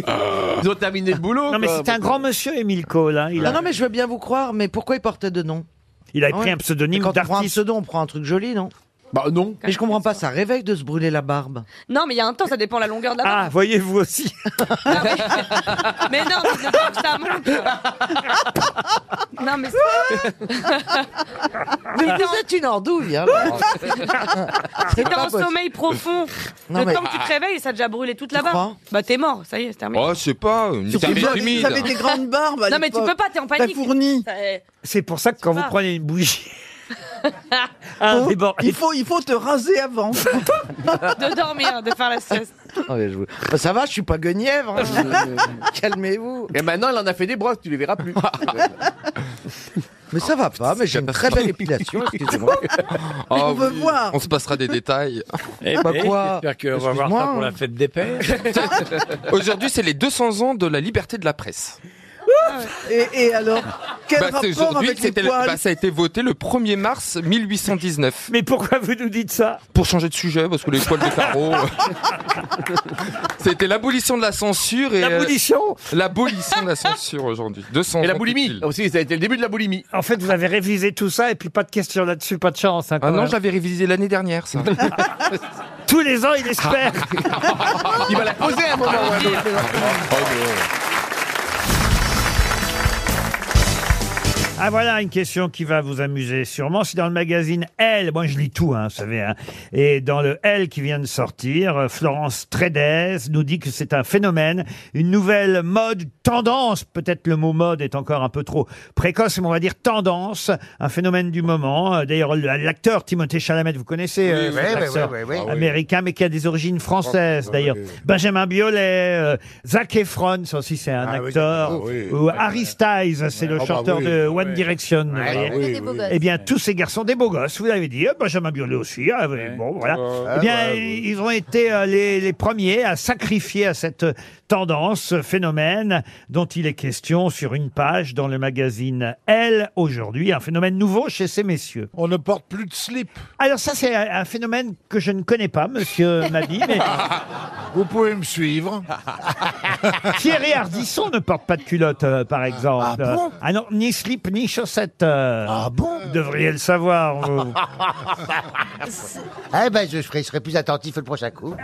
Ils ont terminé le boulot.
Non, mais
quoi.
c'est un grand monsieur, Émile Cole. hein. Il,
Non,
a,
Ah non, mais je veux bien vous croire, mais pourquoi il portait de nom
il a
Ah
pris
ouais.
un pseudonyme
Et Quand on prend un
d'artiste.
pseudo, on prend un truc joli, non
Bah non.
Mais je comprends pas, ça réveille de se brûler la barbe.
Non, mais il y a un temps, ça dépend de la longueur de la
Ah,
barbe.
voyez-vous aussi.
Mais non, mais le temps que ça monte. Non, mais
Mais vous êtes une andouille, hein
c'est
pas
dans un
possible.
sommeil profond.
Non,
le
mais-
temps que tu te réveilles, ça a déjà brûlé toute la
crois
barbe. Bah, t'es mort, ça y est, c'est terminé.
Oh, je sais pas, une
Surtout
serviette
que vous avez-
humide.
vous avez des grandes
barbes
non, mais tu peux pas, t'es en panique. Ça, euh,
C'est pour ça que quand
sais
vous
pas.
prenez une bougie. un débord-
Il faut, il faut te raser avant.
de dormir, de faire la sieste.
Bah, ça va, je suis pas guenièvre. hein. Calmez-vous.
Et maintenant, elle en a fait des brosses, tu les verras plus.
Mais ça va pas, mais j'ai une très belle épilation, excusez-moi.
on veut voir.
Ah On se passera des détails.
Eh
Bah
ben,
quoi
J'espère qu'on va voir ça
Excuse-moi.
pour la fête des pères.
Aujourd'hui, c'est les 200 ans de la liberté de la presse.
Et, et alors, quel
Bah, c'est
rapport
aujourd'hui
avec
que
les
c'était le-
poils
bah, ça a été voté le 1er mars 1819.
Mais pourquoi vous nous dites ça
Pour changer de sujet, parce que les poils de carreau. euh, c'était l'abolition de la censure et. euh,
L'abolition
L'abolition de la censure aujourd'hui. 200
Et la
ans
boulimie
pile.
aussi, ça a été le début de la boulimie.
En fait, vous avez révisé tout ça et puis pas de question là-dessus, pas de chance. hein,
Ah
quand
non,
même.
je l'avais révisé l'année dernière, ça.
Tous les ans, il espère.
Il va la poser à un moment ou à un autre.
Ah voilà une question qui va vous amuser sûrement. C'est dans le magazine Elle. Moi je lis tout, hein, vous savez. hein. Et dans le Elle qui vient de sortir, euh, Florence Trédez nous dit que c'est un phénomène, une nouvelle mode, tendance. Peut-être le mot mode est encore un peu trop précoce, mais on va dire tendance, un phénomène du moment. Euh, D'ailleurs la- l'acteur Timothée Chalamet, vous connaissez, euh,
Oui, oui,
cet
oui,
acteur
oui, oui, oui.
américain, mais qui a des origines françaises
Ah,
d'ailleurs.
oui.
Benjamin Biolay, euh, Zac Efron, ça aussi c'est un
Ah, oui,
acteur,
d'accord, oui.
ou Harry Styles, c'est le
Ah, bah
chanteur
oui.
de
Ouais.
One Direction. vous
Ouais,
voyez.
bah oui, Des beaux oui. gosses.
Eh bien, tous ces garçons, des beaux gosses, vous l'avez dit, euh, Benjamin Biolay aussi, ah, oui, bon, voilà.
Ah,
eh bien,
bah,
ils ont été euh, les, les premiers à sacrifier à cette euh, tendance, ce phénomène dont il est question sur une page dans le magazine Elle aujourd'hui, un phénomène nouveau chez ces messieurs.
On ne porte plus de slip.
Alors ça, c'est un un phénomène que je ne connais pas, monsieur Mabi, mais...
Vous pouvez me suivre.
Thierry Ardisson ne porte pas de culotte, euh, par exemple.
Ah bon
Ah non, ni slip, ni chaussettes. Ah
bon
Vous devriez le savoir. vous.
Ah ben, je ferai- je serai plus attentif le prochain coup.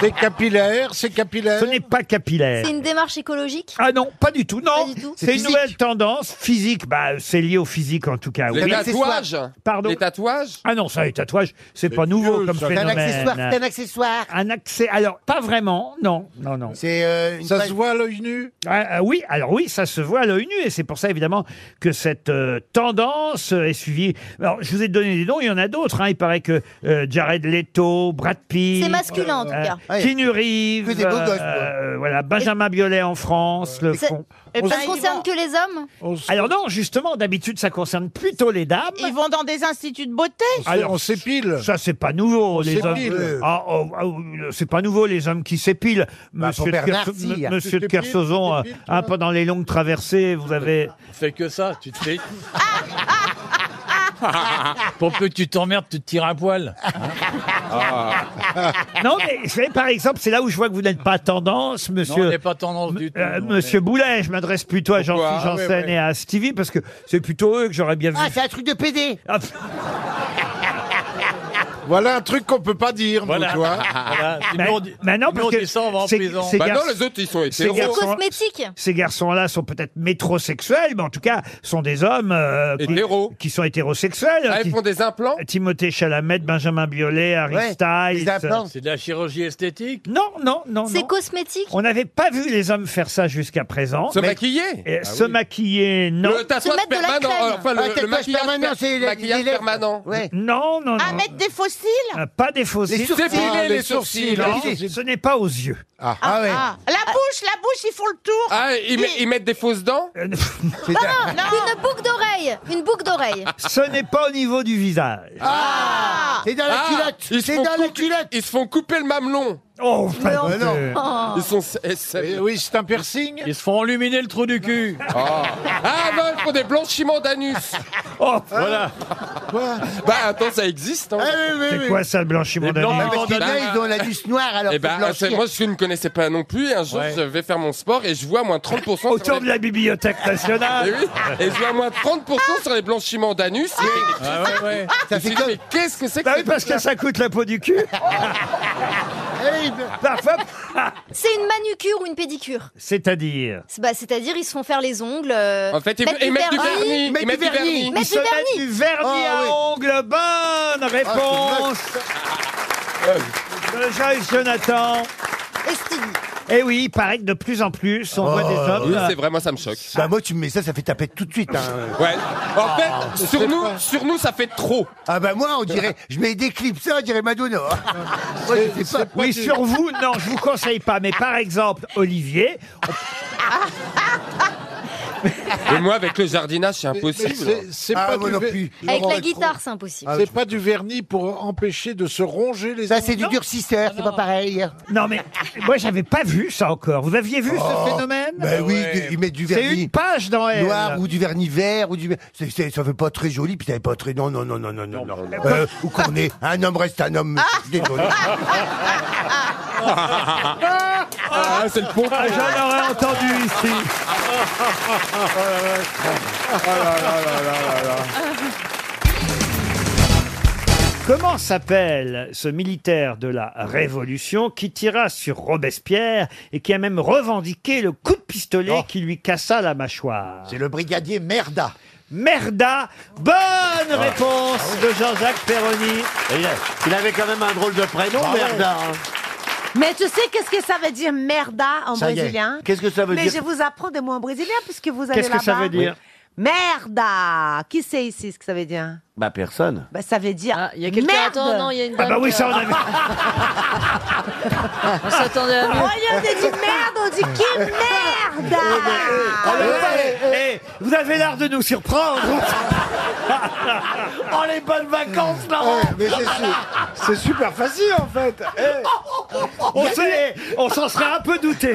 C'est capillaire, c'est capillaire.
Ce n'est pas capillaire.
C'est une démarche écologique
Ah non, pas du tout, non.
C'est
C'est une
physique.
nouvelle tendance physique. Bah, c'est lié au physique en tout cas.
Les
oui.
tatouages
Pardon.
Les tatouages
Ah non, ça, les tatouages, c'est pas nouveau comme
C'est un
phénomène.
accessoire, c'est un accessoire.
Un accès. Alors, pas vraiment, non, non, non.
C'est euh, une page-
voit à l'œil nu Ah, euh, Oui, alors oui, ça se voit à l'œil nu, et c'est pour ça évidemment que cette euh, tendance euh, est suivie. Alors, je vous ai donné des noms, il y en a d'autres. hein. Il paraît que euh, Jared Leto, Brad Pitt. euh,
C'est masculin, en tout cas.
Keanu Reeves,
Que des beaux gosses, quoi.
euh, voilà, Benjamin Biolay en France le
C'est-
font. On
ça
se-
ne concerne que les hommes
Alors non, justement, d'habitude, ça concerne plutôt les dames.
Ils vont dans des instituts de beauté
s'épile. Ça, c'est pas nouveau, les hommes.
s'épile.
Ah, oh, ah, oh, c'est pas nouveau, les hommes qui s'épilent. Monsieur,
Bah, pour
de
Bernard,
Kerso-
si. hein,
M-
Tu
Monsieur de
t'épiles,
Kersozon,
tu
euh,
t'épiles,
hein, pendant les longues traversées, vous avez...
Fais que ça, tu te fais. Pour que tu t'emmerdes, tu te tires un poil.
Ah. Non, mais vous savez, par exemple, c'est là où je vois que vous n'êtes pas tendance, monsieur.
Non, on n'est pas tendance du tout.
Euh, Monsieur Boulet, je m'adresse plutôt à
Pourquoi
Jean-Philippe
Ah, ouais,
Janssen
ouais.
et à Stevie parce que c'est plutôt eux que j'aurais bien vu.
Ah, c'est un truc de PD.
Ah, pff.
Voilà un truc qu'on peut pas dire,
Voilà.
tu vois.
Voilà. Mais- mais non, parce que c'est- c'est
Bah non,
gar-
les autres, ils sont
c'est
hétéros.
gar- Garçon-
cosmétique
Ces garçons-là sont peut-être métrosexuels, mais en tout cas, sont des hommes euh, qui, qui sont hétérosexuels. ils font
Ah, des implants
Timothée Chalamet, Benjamin Biolay, Harry Styles.
C'est de la chirurgie esthétique
Non, non, non.
C'est
cosmétique
On n'avait pas vu les hommes faire ça jusqu'à présent.
Se
Mais-
maquiller
Eh,
Ah
Se
oui.
maquiller, non.
Le tatouage Se mettre de la permanent, crème. euh, enfin, le-
Ah,
le
tatouage
maquillage per-
c'est le-
maquillage
les lèvres.
permanent. Ouais.
Non, non, non.
À mettre des fossiles
Ah, Pas des faux
Les
cils.
sourcils. Défiler Ah, les les sourcils, sourcils, hein.
Non, Ce n'est pas aux yeux. Ah,
Ah, La bouche, la bouche, ils font le tour
Ah, ils, met- ils mettent des fausses dents
Euh,
Non, non, une boucle d'oreille. Une boucle d'oreille.
Ce n'est pas au niveau du visage.
Ah
C'est dans la culotte.
ils se
C'est
font
dans la
couper- Ils se font couper le mamelon
Oh,
Mais enfin, non. euh.
Ils sont... eh, c'est-
Oui, c'est un piercing. Ils se font illuminer le trou du cul.
Ah non, ils font des blanchiments d'anus
Oh,
voilà.
Bah attends, ça existe hein. ben,
C'est quoi ça, le blanchiment d'anus
noir, alors
Eh
faut
ben,
blanchir.
c'est- moi je ne connaissais pas non plus. et Un jour,
Ouais.
je vais faire mon sport et je vois moins 30%
Autour
sur les-
de la Bibliothèque nationale.
Eh oui, Et, je vois moins 30% sur les blanchiments d'anus.
Ah ouais, ouais.
Je me suis dit, mais qu'est-ce que c'est que
Bah
ça
oui, parce que ça coûte la peau du cul. Parfois,
C'est une manucure ou une pédicure.
c'est-à-dire.
C'est- bah, C'est-à-dire, ils se font faire les ongles. euh,
En fait, ils-
mettre
ils mettent du vernis, Ah, ils
Mettre du vernis.
Ils
Mettre
se
du
mettent
vernis.
du
Ah
vernis hein. à ongles. Bonne réponse de Joyce Jonathan. Eh oui, il paraît que de plus en plus, on voit des hommes.
Oh. Oui,
euh,
c'est vrai, moi ça me choque.
Bah moi tu me mets ça, ça fait taper tout de suite. hein.
Ouais. En fait,
Ah, je sais
sur nous,
pas.
sur nous, ça fait trop.
Ah bah moi on dirait, je mets des clips ça, on dirait Madonna. hein. Moi, je sais pas.
Oui, sur vous, non, je vous conseille pas. Mais par exemple, Olivier,
Et moi, avec le jardinage, c'est impossible.
c'est- c'est Ah, pas moi du non ver- plus.
Avec
Laurent,
la
il
guitare, c'est impossible.
Ah,
C'est pas du vernis pour empêcher de se ronger les
Ça, c'est du
durcisseur, c'est pas pareil.
Non, mais moi, j'avais pas vu ça encore. Vous aviez vu ce phénomène
Bah oui, du- ils mettent du vernis.
C'est une page dans elle.
Noir ou du vernis vert ou du. c'est- c'est- ça fait pas très joli, puis ça fait pas très. Non, non, non, non, non, non. non. Euh, ou qu'on est un homme reste un homme. monsieur, je suis désolé.
Ah, c'est le pompier.
Ah, J'en aurais entendu ici.
oh
Comment s'appelle ce militaire de la Révolution qui tira sur Robespierre et qui a même revendiqué le coup de pistolet qui lui cassa la mâchoire C'est
le brigadier Merda.
Merda, bonne réponse de Jean-Jacques Perroni.
Il, a- il avait quand même un drôle de prénom,
Bravo.
Merda. hein.
Mais tu sais qu'est-ce que ça veut dire merda en
Ça y est.
brésilien
Qu'est-ce que ça veut
Mais
dire
je vous apprends des mots en brésilien puisque vous allez
Qu'est-ce que ça
là-bas.
veut dire
Merda Qui sait ici ce que ça veut dire
Bah personne.
bah, Ça veut dire
Ah, Il y a quelqu'un.
merde
Attends, non, il y a une.
Ah bah
dame
oui,
qui-
ça, on a vu.
On s'attendait à mieux.
Oh, il y a des- dit merde, on dit qui merde
Ah, Eh, Vous avez l'art de nous surprendre.
Oh, les bonnes
Eh,
vacances, Laurent
C'est super facile en fait.
Eh.
On s'est- on s'en serait un peu douté.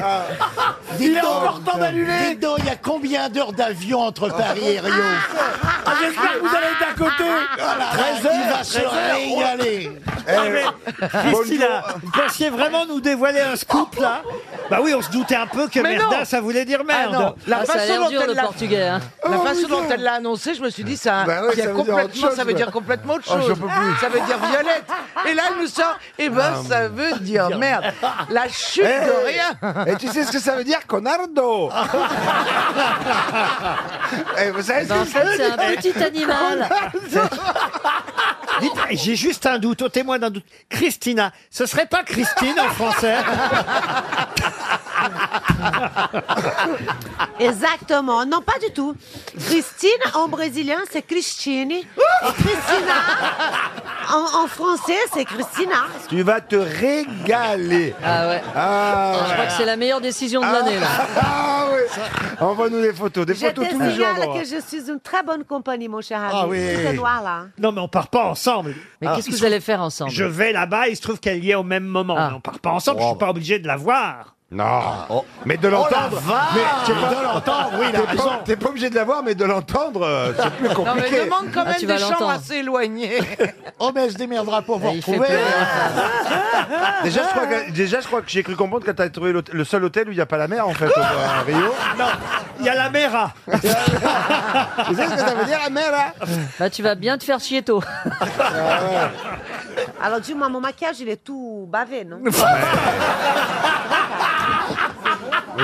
Il est encore temps d'annuler.
Dis donc, Ah. il y a combien d'heures d'avion entre Paris et Rio Ah,
Ah, J'espère que vous allez être à côté.
Ah,
Très heures, va se
13 heures.
régaler.
Eh
Ah, mais, Christina, vous pensiez vraiment nous dévoiler un scoop là Bah oui, on se doutait un peu que
Mais
merda,
non.
ça voulait dire merde.
Ah non, la
Ah, ça a
façon
l'air
dont
dur,
elle
le
l'a-
portugais, hein.
La
Oh,
façon
dis donc.
dont elle l'a annoncé, je me suis dit, ça,
Bah ouais,
il y a
ça veut dire autre
complètement,
chose,
ça veut
ouais.
dire complètement autre
Oh,
chose.
j'en peux plus.
ça veut dire violette. Et là, elle nous sort, et eh ben, ça veut dire merde. La chute
Ah, Eh,
de rien.
et tu sais ce que ça veut dire, connardo Eh, vous savez
Bah, en fait, c'est un petit animal.
Eh. Dites, eh, J'ai juste un doute, au témoin d'un doute. Christina, ce serait pas Christine en français
Exactement, non pas du tout. Christine en brésilien c'est Christine. Et Christina en, en français c'est Christina.
Tu vas te régaler.
Ah ouais.
Ah,
Je crois que c'est la meilleure décision de l'année, là.
Ah, ouais. Envoie-nous des photos, des
Je
photos
te
tous les jours.
signale
Laurent.
que je suis une très bonne compagnie, mon cher ami.
Ah oui.
Tout ce noir-là.
Non, mais on part pas ensemble. Ah,
Mais qu'est-ce que
Il
vous
se
allez
faire ensemble
Je vais là-bas, il se trouve qu'elle y est au même moment. Mais on part pas ensemble, je suis pas obligé de la voir.
Oh. Non, mais de l'entendre.
Oh, la vache
mais tu sais pas-
De l'entendre, oui, il a
T'es
raison.
pas- T'es pas obligé de la voir, mais de l'entendre, euh, c'est plus
Non, mais
compliqué.
demande
Ah,
quand même des chambres assez éloignées.
Oh, mais elle se démerdera pour
Bah,
vous retrouver.
Ah,
Déjà, je crois que, déjà, je crois que j'ai cru comprendre que t'as trouvé l'hôtel- le seul hôtel où il n'y a pas la mer, en fait, au- à Rio.
Non, il y a la mer à.
Tu sais ce que ça veut dire, la Ah mer à
Bah, tu vas bien te faire chier tôt.
Alors, dis-moi, mon maquillage, il est tout bavé, non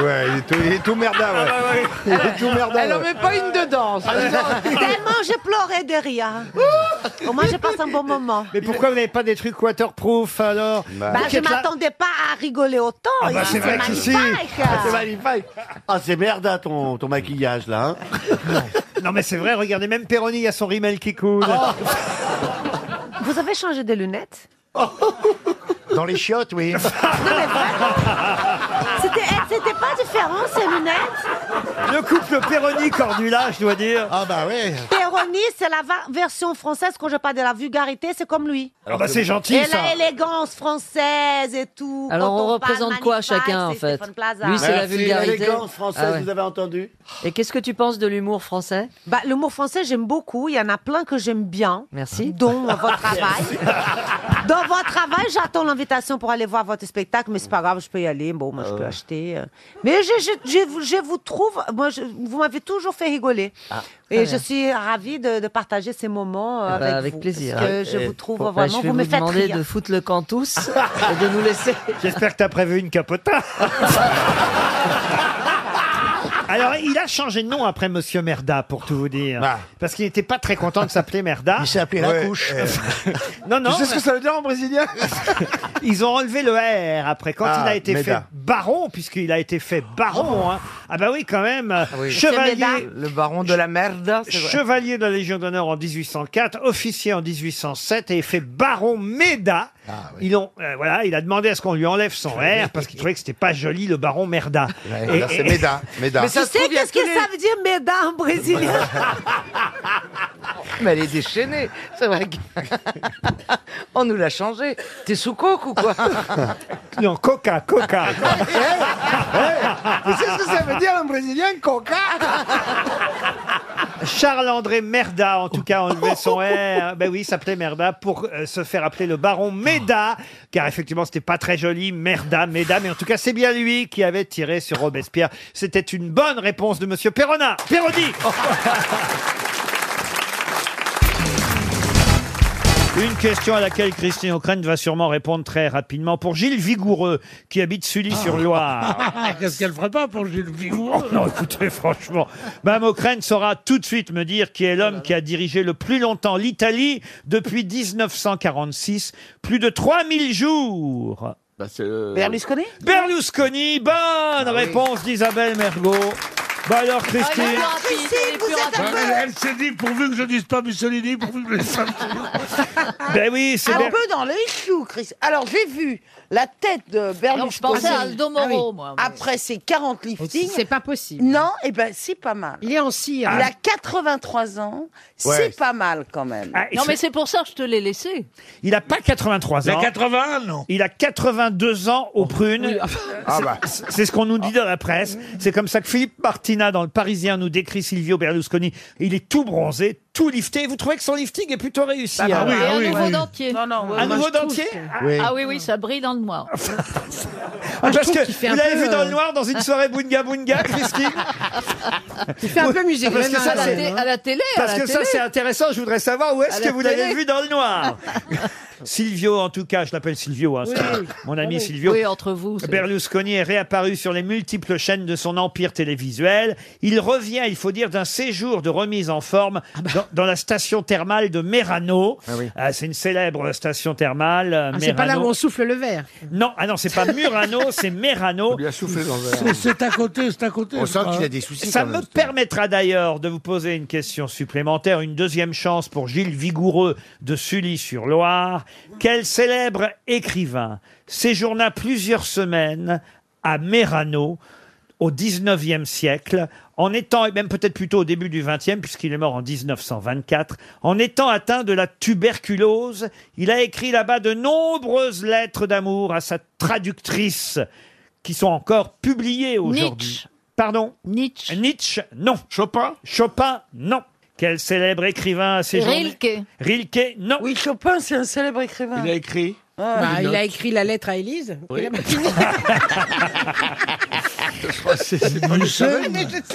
Ouais, il est tout, il est tout merda, ouais.
Ah, bah,
Il est tout merda.
Elle en
ouais.
met Ah. pas une dedans. ça.
Tellement j'ai pleuré de rire. Au moins, je passe un bon moment.
Mais pourquoi vous n'avez pas des trucs waterproof alors
Bah,
Vous
je
êtes là-
m'attendais pas à rigoler autant.
Ah bah,
ici,
c'est vrai qu'ici-
magnifique.
Ah,
C'est magnifique. Ah, c'est merde hein, ton, ton maquillage là.
Non, mais c'est vrai, regardez, même Perroni, il y a son rimel qui coule.
Vous avez changé de lunettes
Dans les chiottes, oui.
C'était elles- c'était pas différent, ces lunettes
Le couple Perroni-Cordula, je dois dire.
Ah bah oui.
Péroni, c'est la va- version française, quand je parle de la vulgarité, c'est comme lui.
Alors, bah, c'est gentil,
et
ça.
l'élégance française et tout.
Alors,
quand
on
parle
représente quoi,
magnifique,
chacun, en
c'est
fait
Stéphane Plaza.
Lui, c'est la vulgarité.
l'élégance française,
Ah ouais.
vous avez entendu
Et qu'est-ce que tu penses de l'humour français
Bah, le mot français, j'aime beaucoup. Il y en a plein que j'aime bien.
Merci.
Dont votre travail. Dans votre travail, j'attends l'invitation pour aller voir votre spectacle, mais c'est pas grave, je peux y aller. Bon, moi, je peux acheter. euh. Mais je, je- je vous- je vous trouve, moi, je- vous m'avez toujours fait rigoler.
Ah,
Ah.
très
Et je
bien.
suis ravie de, de partager ces moments euh,
Ah bah,
avec,
avec
vous,
plaisir.
parce que
Ah,
Euh, je
et
vous trouve
bon, bah,
vraiment,
je vais
vous me
vous
foutre
demander
rire.
de foutre le camp tous et de nous laisser.
J'espère que t'as prévu une capota. Alors, il a changé de nom après Monsieur Merda, pour tout vous dire. Parce qu'il n'était pas très content de s'appeler Merda. Il s'est appelé
la Ouais, couche. euh.
non, non.
Tu sais ce que ça veut dire en brésilien
Ils ont enlevé le R après. Quand
Ah,
il a été
Merda.
fait baron, puisqu'il a été fait baron. hein. Ah bah oui, quand même. Chevalier.
Oh. Le baron de la merde. hein, c'est vrai.
Chevalier de la Légion d'honneur en 1804, officier en 1807 et fait baron Méda.
Ah
Ils ont, euh, voilà, il a demandé à ce qu'on lui enlève son R parce qu'il trouvait que c'était pas joli le baron Merda.
là, c'est Méda, Méda.
Tu sais qu'est-ce que ça veut dire, mesdames brésiliennes
Mais elle est déchaînée. C'est vrai que- On nous l'a changé. T'es sous coke ou quoi
Non, coca, coca.
Tu sais ce que ça veut dire en brésilien, coca
Charles-André Merda, en tout cas, enlevait son R. Ben oui, il s'appelait Merda pour euh, se faire appeler le baron Méda, car effectivement, c'était pas très joli, Merda, Méda, mais en tout cas, c'est bien lui qui avait tiré sur Robespierre. C'était une bonne réponse de Monsieur Perrona. Perroni Une question à laquelle Christine O'Krent va sûrement répondre très rapidement. Pour Gilles Vigoureux, qui habite Sully-sur-Loire.
Ah. Qu'est-ce qu'elle ferait pas pour Gilles Vigoureux
Non, écoutez, franchement, Mme O'Krent saura tout de suite me dire qui est l'homme qui a dirigé le plus longtemps l'Italie depuis 1946, plus de 3000 jours.
Berlusconi
Berlusconi, bonne réponse d'Isabelle Mergot. Bah alors, Christine.
Elle s'est dit, pourvu que je dise pas Mussolini, pourvu que je dise pas
ben oui, c'est
Un
Ber-
peu Ah, dans les choux, Chris. Alors, j'ai vu la tête de
Non,
Berlusconi.
je pensais à Aldo Moro,
Ah oui.
moi, mais-
Après ses 40 liftings.
C'est pas possible.
Non, et ben c'est pas mal.
Il est en cire.
Il a 83 ans,
Ouais.
c'est pas mal quand même.
Ah, et
Non, mais
c'est-
c'est pour ça que je te l'ai laissé.
Il n'a pas 83
Il a
ans.
81, non
Il a 82 ans aux prunes.
Ah
C'est-
bah.
C'est ce qu'on nous dit dans la presse. C'est comme ça que Philippe Martina, dans Le Parisien, nous décrit Silvio Berlusconi. Il est tout bronzé, tout lifté. Vous trouvez que son lifting est plutôt réussi
Bah, bah,
alors
oui, ah
Et un nouveau
oui.
dentier.
Un moi, nouveau je trouve dentier que- Oui.
Ah oui, oui, ça brille dans le noir.
Ah,
Ah, parce que
qu'il fait
vous
un
l'avez
peu,
vu dans le
euh,
noir dans une soirée Bunga Bunga, Christine
Il
fait un peu musique Parce que
à,
ça,
la
c'est-
té- à la télé. à
Parce
la
que ça,
télé.
c'est intéressant. Je voudrais savoir où
À
est-ce
la
que vous
télé.
l'avez vu dans le noir. Silvio, en tout cas, je l'appelle Silvio, hein, c'est
Oui.
mon ami
Ah oui.
Silvio.
Oui, entre vous, c'est-
Berlusconi est réapparu sur les multiples chaînes de son empire télévisuel. Il revient, il faut dire, d'un séjour de remise en forme
Ah bah.
dans, dans la station thermale de Merano. Ah, c'est une célèbre station thermale. euh,
Ah, c'est pas là où
Merano.
on souffle le verre.
Non, ah non, c'est pas Murano, c'est Merano. Il a soufflé dans
C'est- C'est à côté, c'est à côté. hein. je crois.
ça me permettra d'ailleurs de vous poser une question supplémentaire, une deuxième chance pour Gilles Vigoureux de Sully-sur-Loire. Quel célèbre écrivain séjourna plusieurs semaines à Mérano au 19e siècle, en étant, et même peut-être plutôt au début du 20e, puisqu'il est mort en 1924, en étant atteint de la tuberculose, il a écrit là-bas de nombreuses lettres d'amour à sa traductrice, qui sont encore publiées aujourd'hui. Pardon Nietzsche. Nietzsche, non. Chopin Chopin, non. Quel célèbre écrivain a séjourné
Rilke.
Rilke, non.
Oui, Chopin, c'est un célèbre écrivain. Ah.
écrit
Bah, il a écrit la lettre à Élise.
Oui.
Il a-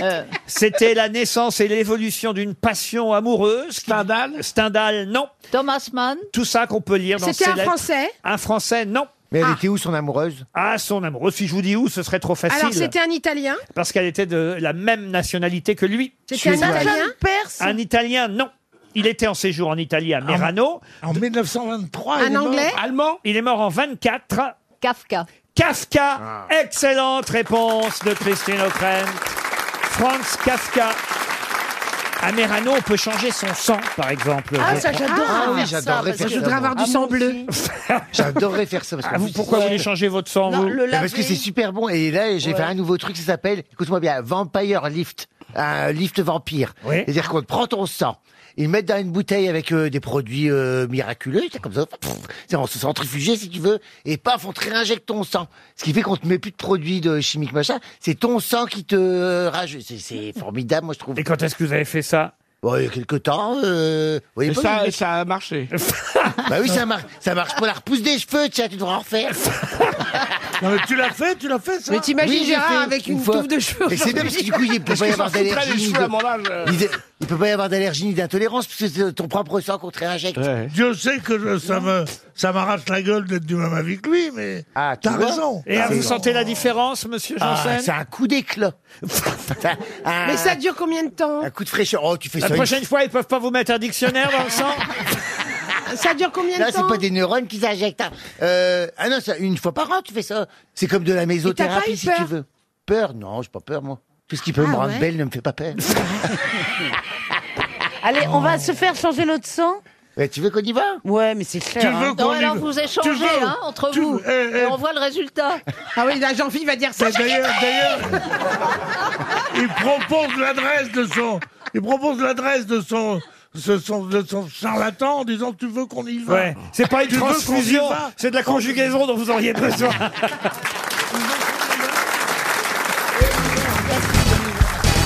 Euh, C'était la naissance et l'évolution d'une passion amoureuse. Stendhal Stendhal, non. Thomas Mann Tout ça qu'on peut lire dans
C'était
ces
un
lettres.
Français
Un français, non. Mais elle était où son amoureuse Ah, son amoureuse. Si je vous dis où, ce serait trop facile.
Alors c'était un Italien.
Parce qu'elle était de la même nationalité que lui.
C'était un Suédoise. Italien Perse
Un Italien, non. Il était en séjour en Italie à Merano. En 1923.
il Un est mort. Anglais
Allemand. Il est mort en 24. Kafka. Kafka. Excellente réponse de Christine O'Krent. Franz Kafka. À Merano, on peut changer son sang, par exemple.
Ah,
Je
ça,
crois.
j'adorerais Ah, oui, faire ça, j'adorerais parce faire que je ça, voudrais moi. avoir du Ah, sang moi bleu.
J'adorerais faire ça. Ah, vous, pourquoi vous voulez changer votre sang, vous
Ah,
Parce que c'est super bon. Et là, j'ai
Ouais.
fait un nouveau truc, ça s'appelle, écoute-moi bien, Vampire Lift. Un lift vampire. C'est-à-dire qu'on te prend ton sang. Ils mettent dans une bouteille avec euh, des produits euh, miraculeux, c'est comme ça, pff, c'est en se centrifugé si tu veux, et paf, on te réinjecte ton sang. Ce qui fait qu'on te met plus de produits de chimiques machin, c'est ton sang qui te euh, rage. C'est- C'est formidable, moi je trouve.
Et quand est-ce que vous avez fait ça
il y a quelque temps. euh, vous voyez
Et
pas,
ça-
mais-
et ça a marché.
bah oui, ça marche. Ça marche pour la repousse des cheveux, tiens, tu devras en refaire.
Non, mais tu l'as fait, tu l'as fait, ça
Mais t'imagines
j'ai
Gérard
fait
avec une touffe de cheveux Et c'est bien parce que du coup, il peut
Parce
pas y
que
avoir
j'en foutrais les
d'allergie. ni
cheveux à
de-
mon âge. euh.
ni de- Il peut pas y avoir d'allergie ni d'intolérance parce que c'est ton propre sang qu'on te réinjecte.
Dieu sait que je- ça me, ça m'arrache la gueule d'être du même avis que lui, mais
Ah,
t'as
vois
raison.
Et
T'as
vous
raison.
sentez la différence, monsieur
Ah,
Janssen
c'est un coup d'éclat. Un-
Mais ça dure combien de temps
Un coup de fraîcheur. Oh, tu fais
La
ça. une-
prochaine fois, ils peuvent pas vous mettre un dictionnaire dans le sang
Ça dure combien de
Là, c'est
temps
pas des neurones qui s'injectent. hein. Euh, ah non, ça, une fois par an, tu fais ça. C'est comme de la
pas eu
mésothérapie, si
peur
tu veux. Peur Non, j'ai pas peur, moi. Tout ce qui peut
Ah
me rendre
ouais
belle ne me fait pas peur.
Ah.
Allez, on va se faire changer notre sang
Mais tu veux qu'on y va
Ouais, mais c'est cher.
Tu
hein.
veux qu'on y
alors
va
vous
Tu
échangez
veux
hein, entre
Tu-
vous
eh,
et
eh.
on voit le résultat.
Ah oui, la Jean-Fille va dire ça.
Mais D'ailleurs, d'ailleurs, il propose l'adresse de son, il propose l'adresse de son, ce- son- de son charlatan en disant tu veux qu'on y va.
Ouais. C'est pas une
Tu veux qu'on y
transfusion,
va
c'est de la conjugaison dont vous auriez besoin.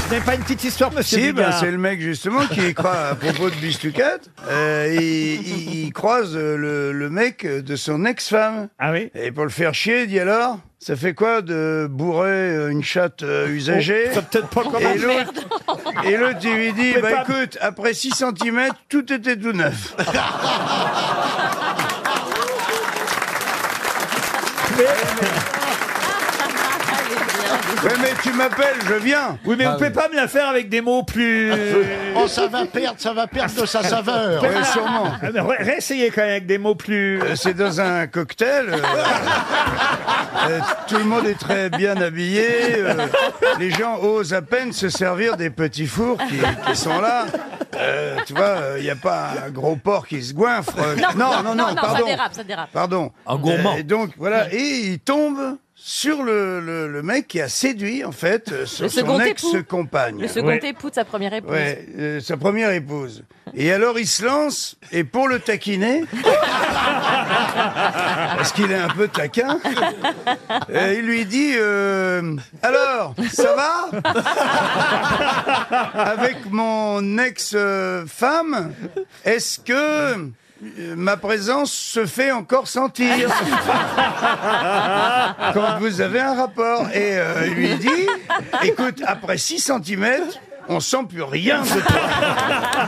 Vous n'avez pas une petite histoire, monsieur
Si, ben,
Bigard
c'est le mec justement qui y croit à propos de Bistucat. Euh, il, il- il croise euh, le, le mec de son ex-femme.
Ah oui
Et pour le faire chier, il dit alors ça fait quoi de bourrer euh, une chatte euh, usagée
Oh, ça peut-être pas comme un
Et l'autre- Et l'autre, il lui dit
Mais
bah,
pas-
écoute, après 6 cm, tout était tout neuf. Oui, mais tu m'appelles, je viens.
Oui, mais
Ah
vous pouvez
oui.
pas me la faire avec des mots plus.
Oh, ça va perdre, ça va perdre de sa saveur.
Ouais,
sûrement.
Ah, mais ré- Réessayez quand même avec des mots plus.
Euh, C'est dans un cocktail. euh, euh, tout le monde est très bien habillé. euh, les gens osent à peine se servir des petits fours qui, qui sont là. Euh, tu vois, il n'y a pas un gros porc qui se goinfre. Euh,
ça
pardon.
dérape, ça dérape.
Pardon.
Un gourmand.
Euh, et donc, voilà. Et il tombe sur le, le- le mec qui a séduit, en fait, euh, son,
Le second
son
époux.
ex-compagne.
Le second époux de sa première épouse.
Ouais, euh, sa première épouse. Et alors il se lance, et pour le taquiner, parce qu'il est un peu taquin, euh, il lui dit euh, Alors, ça va Avec mon ex-femme, est-ce que euh, ma présence se fait encore sentir quand vous avez un rapport. Et euh, il lui dit, écoute, après 6 cm, on sent plus rien de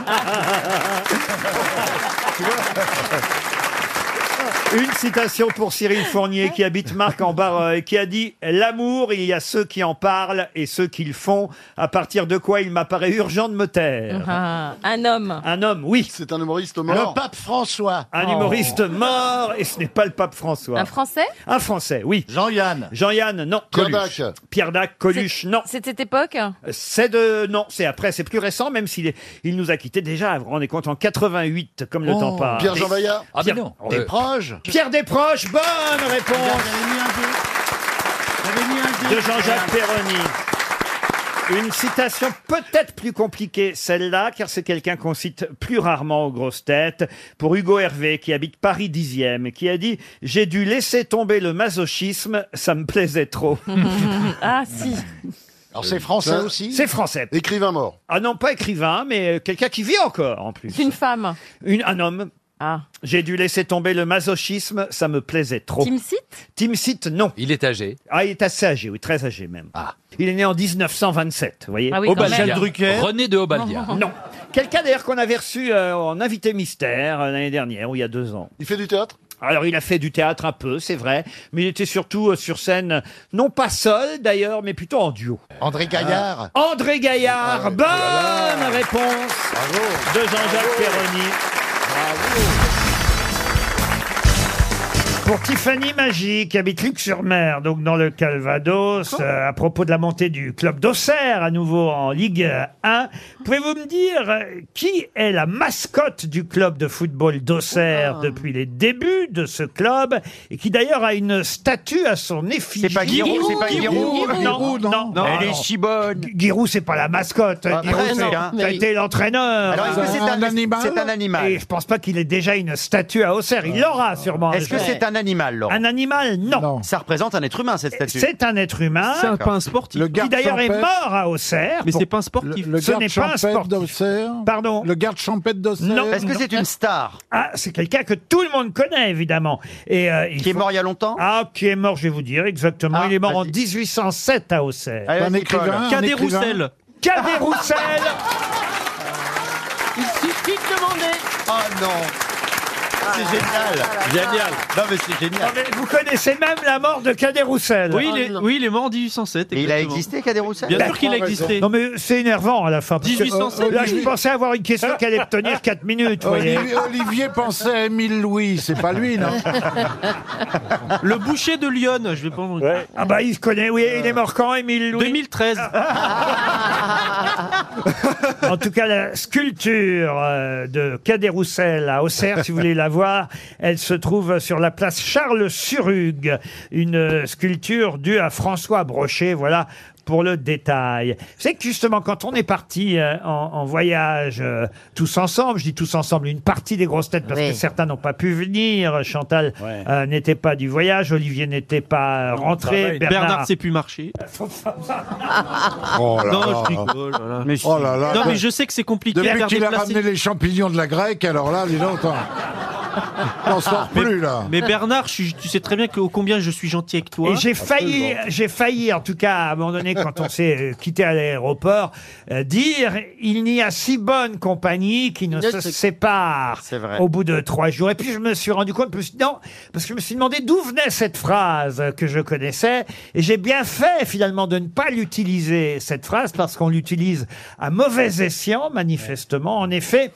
Une citation pour Cyril Fournier qui habite Marc en barre euh, et qui a dit L'amour, il y a ceux qui en parlent et ceux qui le font, à partir de quoi il m'apparaît urgent de me taire.
Ah, un homme.
Un homme, oui.
C'est un humoriste
mort.
Le pape François.
Un humoriste mort, et ce n'est pas le pape François.
Un français
Un Français, oui.
Jean-Yann.
Jean-Yann, non.
Pierre
Coluche.
Dac.
Pierre Dac, Coluche, non. Euh,
C'est de cette époque
C'est de non, c'est après, c'est plus récent, même s'il est, il nous a quitté déjà. Vous vous rendez compte en 88, comme le
Oh,
temps passe.
Pierre Jean Vaillat Ah, mais
Pierre-
non. Des proches
Pierre Desproges, bonne réponse.
J'avais mis un peu. J'avais mis un
de Jean-Jacques Perroni. Une citation peut-être plus compliquée, celle-là, car c'est quelqu'un qu'on cite plus rarement aux grosses têtes, pour Hugo Hervé, qui habite Paris 10e, qui a dit « J'ai dû laisser tomber le masochisme, ça me plaisait trop ».
Ah si.
Alors
c'est français aussi
C'est français. Écrivain mort Ah non, pas écrivain, mais euh, quelqu'un qui vit encore, en plus.
C'est une femme. Ah.
Une- un homme. J'ai dû laisser tomber le masochisme, ça me plaisait trop.
Tim
Sit Tim Sit, non. Il est âgé. Ah, il est assez âgé, oui, très âgé même. Il est né en 1927, vous voyez.
Ah oui, quand Obadia. même. René de Obadia.
Non. Quelqu'un d'ailleurs qu'on avait reçu euh, en invité mystère euh, l'année dernière, ou il y a deux ans. Il fait du théâtre alors il a fait du théâtre un peu, c'est vrai, mais il était surtout euh, sur scène, euh, non pas seul d'ailleurs, mais plutôt en duo. André Ah
Gaillard
André Gaillard, bonne Oh réponse de Jean-Jacques Perroni. Pour Tiffany Magie, qui habite Luc-sur-Mer, donc dans le Calvados, euh, à propos de la montée du club d'Auxerre, à nouveau en Ligue 1, pouvez-vous me dire euh, qui est la mascotte du club de football d'Auxerre depuis les débuts de ce club, et qui d'ailleurs a une statue à son effigie C'est
pas Giroud, c'est pas Giroud.
Non,
Giroud,
non,
non.
non.
Elle est
si bonne Giroud, c'est pas la mascotte.
Ah,
Giroud,
après,
c'est-
non.
ça a
Mais-
été l'entraîneur. Euh,
Alors, est-ce que c'est Un un- animal c'est un animal.
Et je pense pas qu'il ait déjà une statue à Auxerre. Il l'aura sûrement.
Est-ce que
jour.
c'est un animal, Laurent
Un animal, non.
Ça représente un être humain, cette statue.
C'est un être humain.
C'est un- pas un sportif. Hein Le
qui
garde
d'ailleurs est
champêtre.
mort à Auxerre.
Mais c'est
Pour-
pas un sportif.
Le, Ce n'est pas un sportif. Pardon.
Le garde champêtre d'Auxerre.
Non.
Est-ce que c'est une
star Ah, c'est quelqu'un que tout le monde connaît, évidemment. Et, qui est mort il y a longtemps Ah, qui est mort, je vais vous dire exactement. il est mort en 1807 à Auxerre.
Ah, Allez, Un vas-y, écrivain, Paul. un Cadet écrivain. Roussel.
Cadet Roussel
Il suffit de demander. Oh non.
C'est génial.
Génial.
Non, mais c'est génial. vous connaissez même la mort de Cadet Roussel
Oui, il est- Oh, non. oui,
il est mort en 1807.
Et il a exactement. existé, Cadet Roussel Bien sûr qu'il a existé.
Non, mais c'est énervant à la fin. parce que,
Euh,
1807.
là, je pensais avoir une question qui allait me tenir 4 minutes. vous voyez.
Olivier, Olivier pensait à Émile Louis, c'est pas lui, non
Le boucher de Lyon, je vais pas vous
Ah bah il se connaît, oui, il est mort quand, Émile Louis Ah.
2013.
En tout cas, la sculpture euh, de Cadet Roussel à Auxerre, si vous voulez la voir, elle se trouve sur la place Charles Surugue, une euh, sculpture due à François Brochet, voilà. Pour le détail. C'est que justement, quand on est parti euh, en, en voyage euh, tous ensemble, je dis tous ensemble, une partie des grosses têtes, parce que certains n'ont pas pu venir, Chantal euh, n'était pas du voyage, Olivier n'était pas rentré,
Bernard,
Bernard
sait plus marcher.
Oh là
non,
là.
je rigole. voilà.
Mais je- Oh là là.
Non, mais je sais que c'est compliqué à
Depuis
faire
qu'il a
déplacer.
ramené les champignons de la grecque, alors là, hein. les gens, on s'en sort
Ah, Mais-
plus, là.
Mais Bernard, je suis- tu sais très bien que, combien je suis gentil avec toi.
Et j'ai failli, j'ai failli, en tout cas, à un moment donné, quand on s'est euh, quitté à l'aéroport, euh, dire il n'y a si bonne compagnie qui ne,
Ne
se,
se-
sépare
C'est vrai.
au bout de trois jours. Et puis je me suis rendu compte, je me suis dit, non, parce que je me suis demandé d'où venait cette phrase euh, que je connaissais. Et j'ai bien fait finalement de ne pas l'utiliser cette phrase parce qu'on l'utilise à mauvais escient, manifestement. En effet.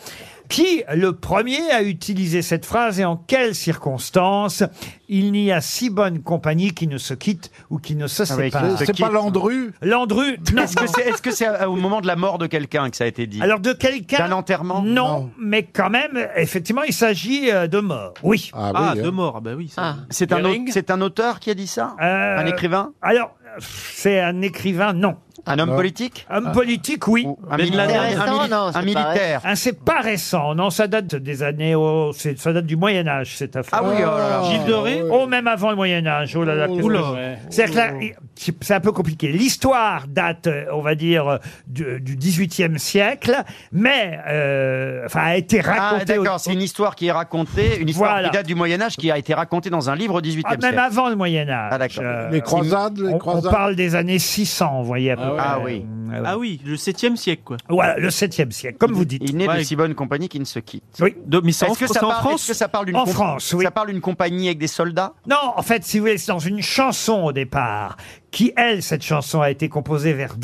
Qui, le premier, a utilisé cette phrase et en quelles circonstances Il n'y a si bonne compagnie qui ne se quitte ou qui ne se
Ah oui,
sépare.
qui ne se C'est pas quitte.
Landru Landru, non.
Est-ce que c'est est-ce que c'est euh, au moment de la mort de quelqu'un que ça a été dit
Alors de quelqu'un.
D'un enterrement
non, mais quand même, effectivement, il s'agit euh, de mort. Oui. hein.
Ah, de mort, bah oui. ça-
C'est un au-
c'est un auteur qui a dit ça
Un
écrivain
Euh, Alors, c'est un écrivain, non.
Un homme Non. politique
Homme
Ah.
politique, oui.
un Mais militaire, c'est récent, un mili- non, c'est un pas militaire.
Ah, c'est pas récent, non, ça date des années, oh, c'est- ça date du Moyen-Âge, cette affaire.
Ah oui, oh là là. Gilles Doré
Oh, même avant le Moyen-Âge, oh là là. qu'est-ce que
Oula.
je- C'est-à-dire que là, c'est- c'est un peu compliqué. L'histoire date, euh, on va dire, euh, du, du 18e siècle, mais, euh, enfin, a été
Ah,
racontée au-
d'accord, c'est une histoire qui est racontée, une histoire
Voilà.
qui date du Moyen-Âge qui a été racontée dans un livre au 18e
Ah,
siècle.
même avant le Moyen Âge.
Ah, d'accord.
Les croisades,
les
euh, on, on parle des années 600, vous voyez. À peu
Ah
près.
oui.
Ah oui.
le 7e siècle, quoi.
Voilà, le 7e siècle, comme vous dites.
Il n'est
Ouais.
de si bonne compagnie qui ne se quitte.
Oui.
mais c'est en-
Est-ce que
c'est
ça
en
parle-
France
est-ce que ça parle d'une
En
comp-
France, oui. Ça parle d'une compagnie avec des soldats
Non, en fait, si vous voulez, c'est dans une chanson au départ, qui, elle, cette chanson a été composée vers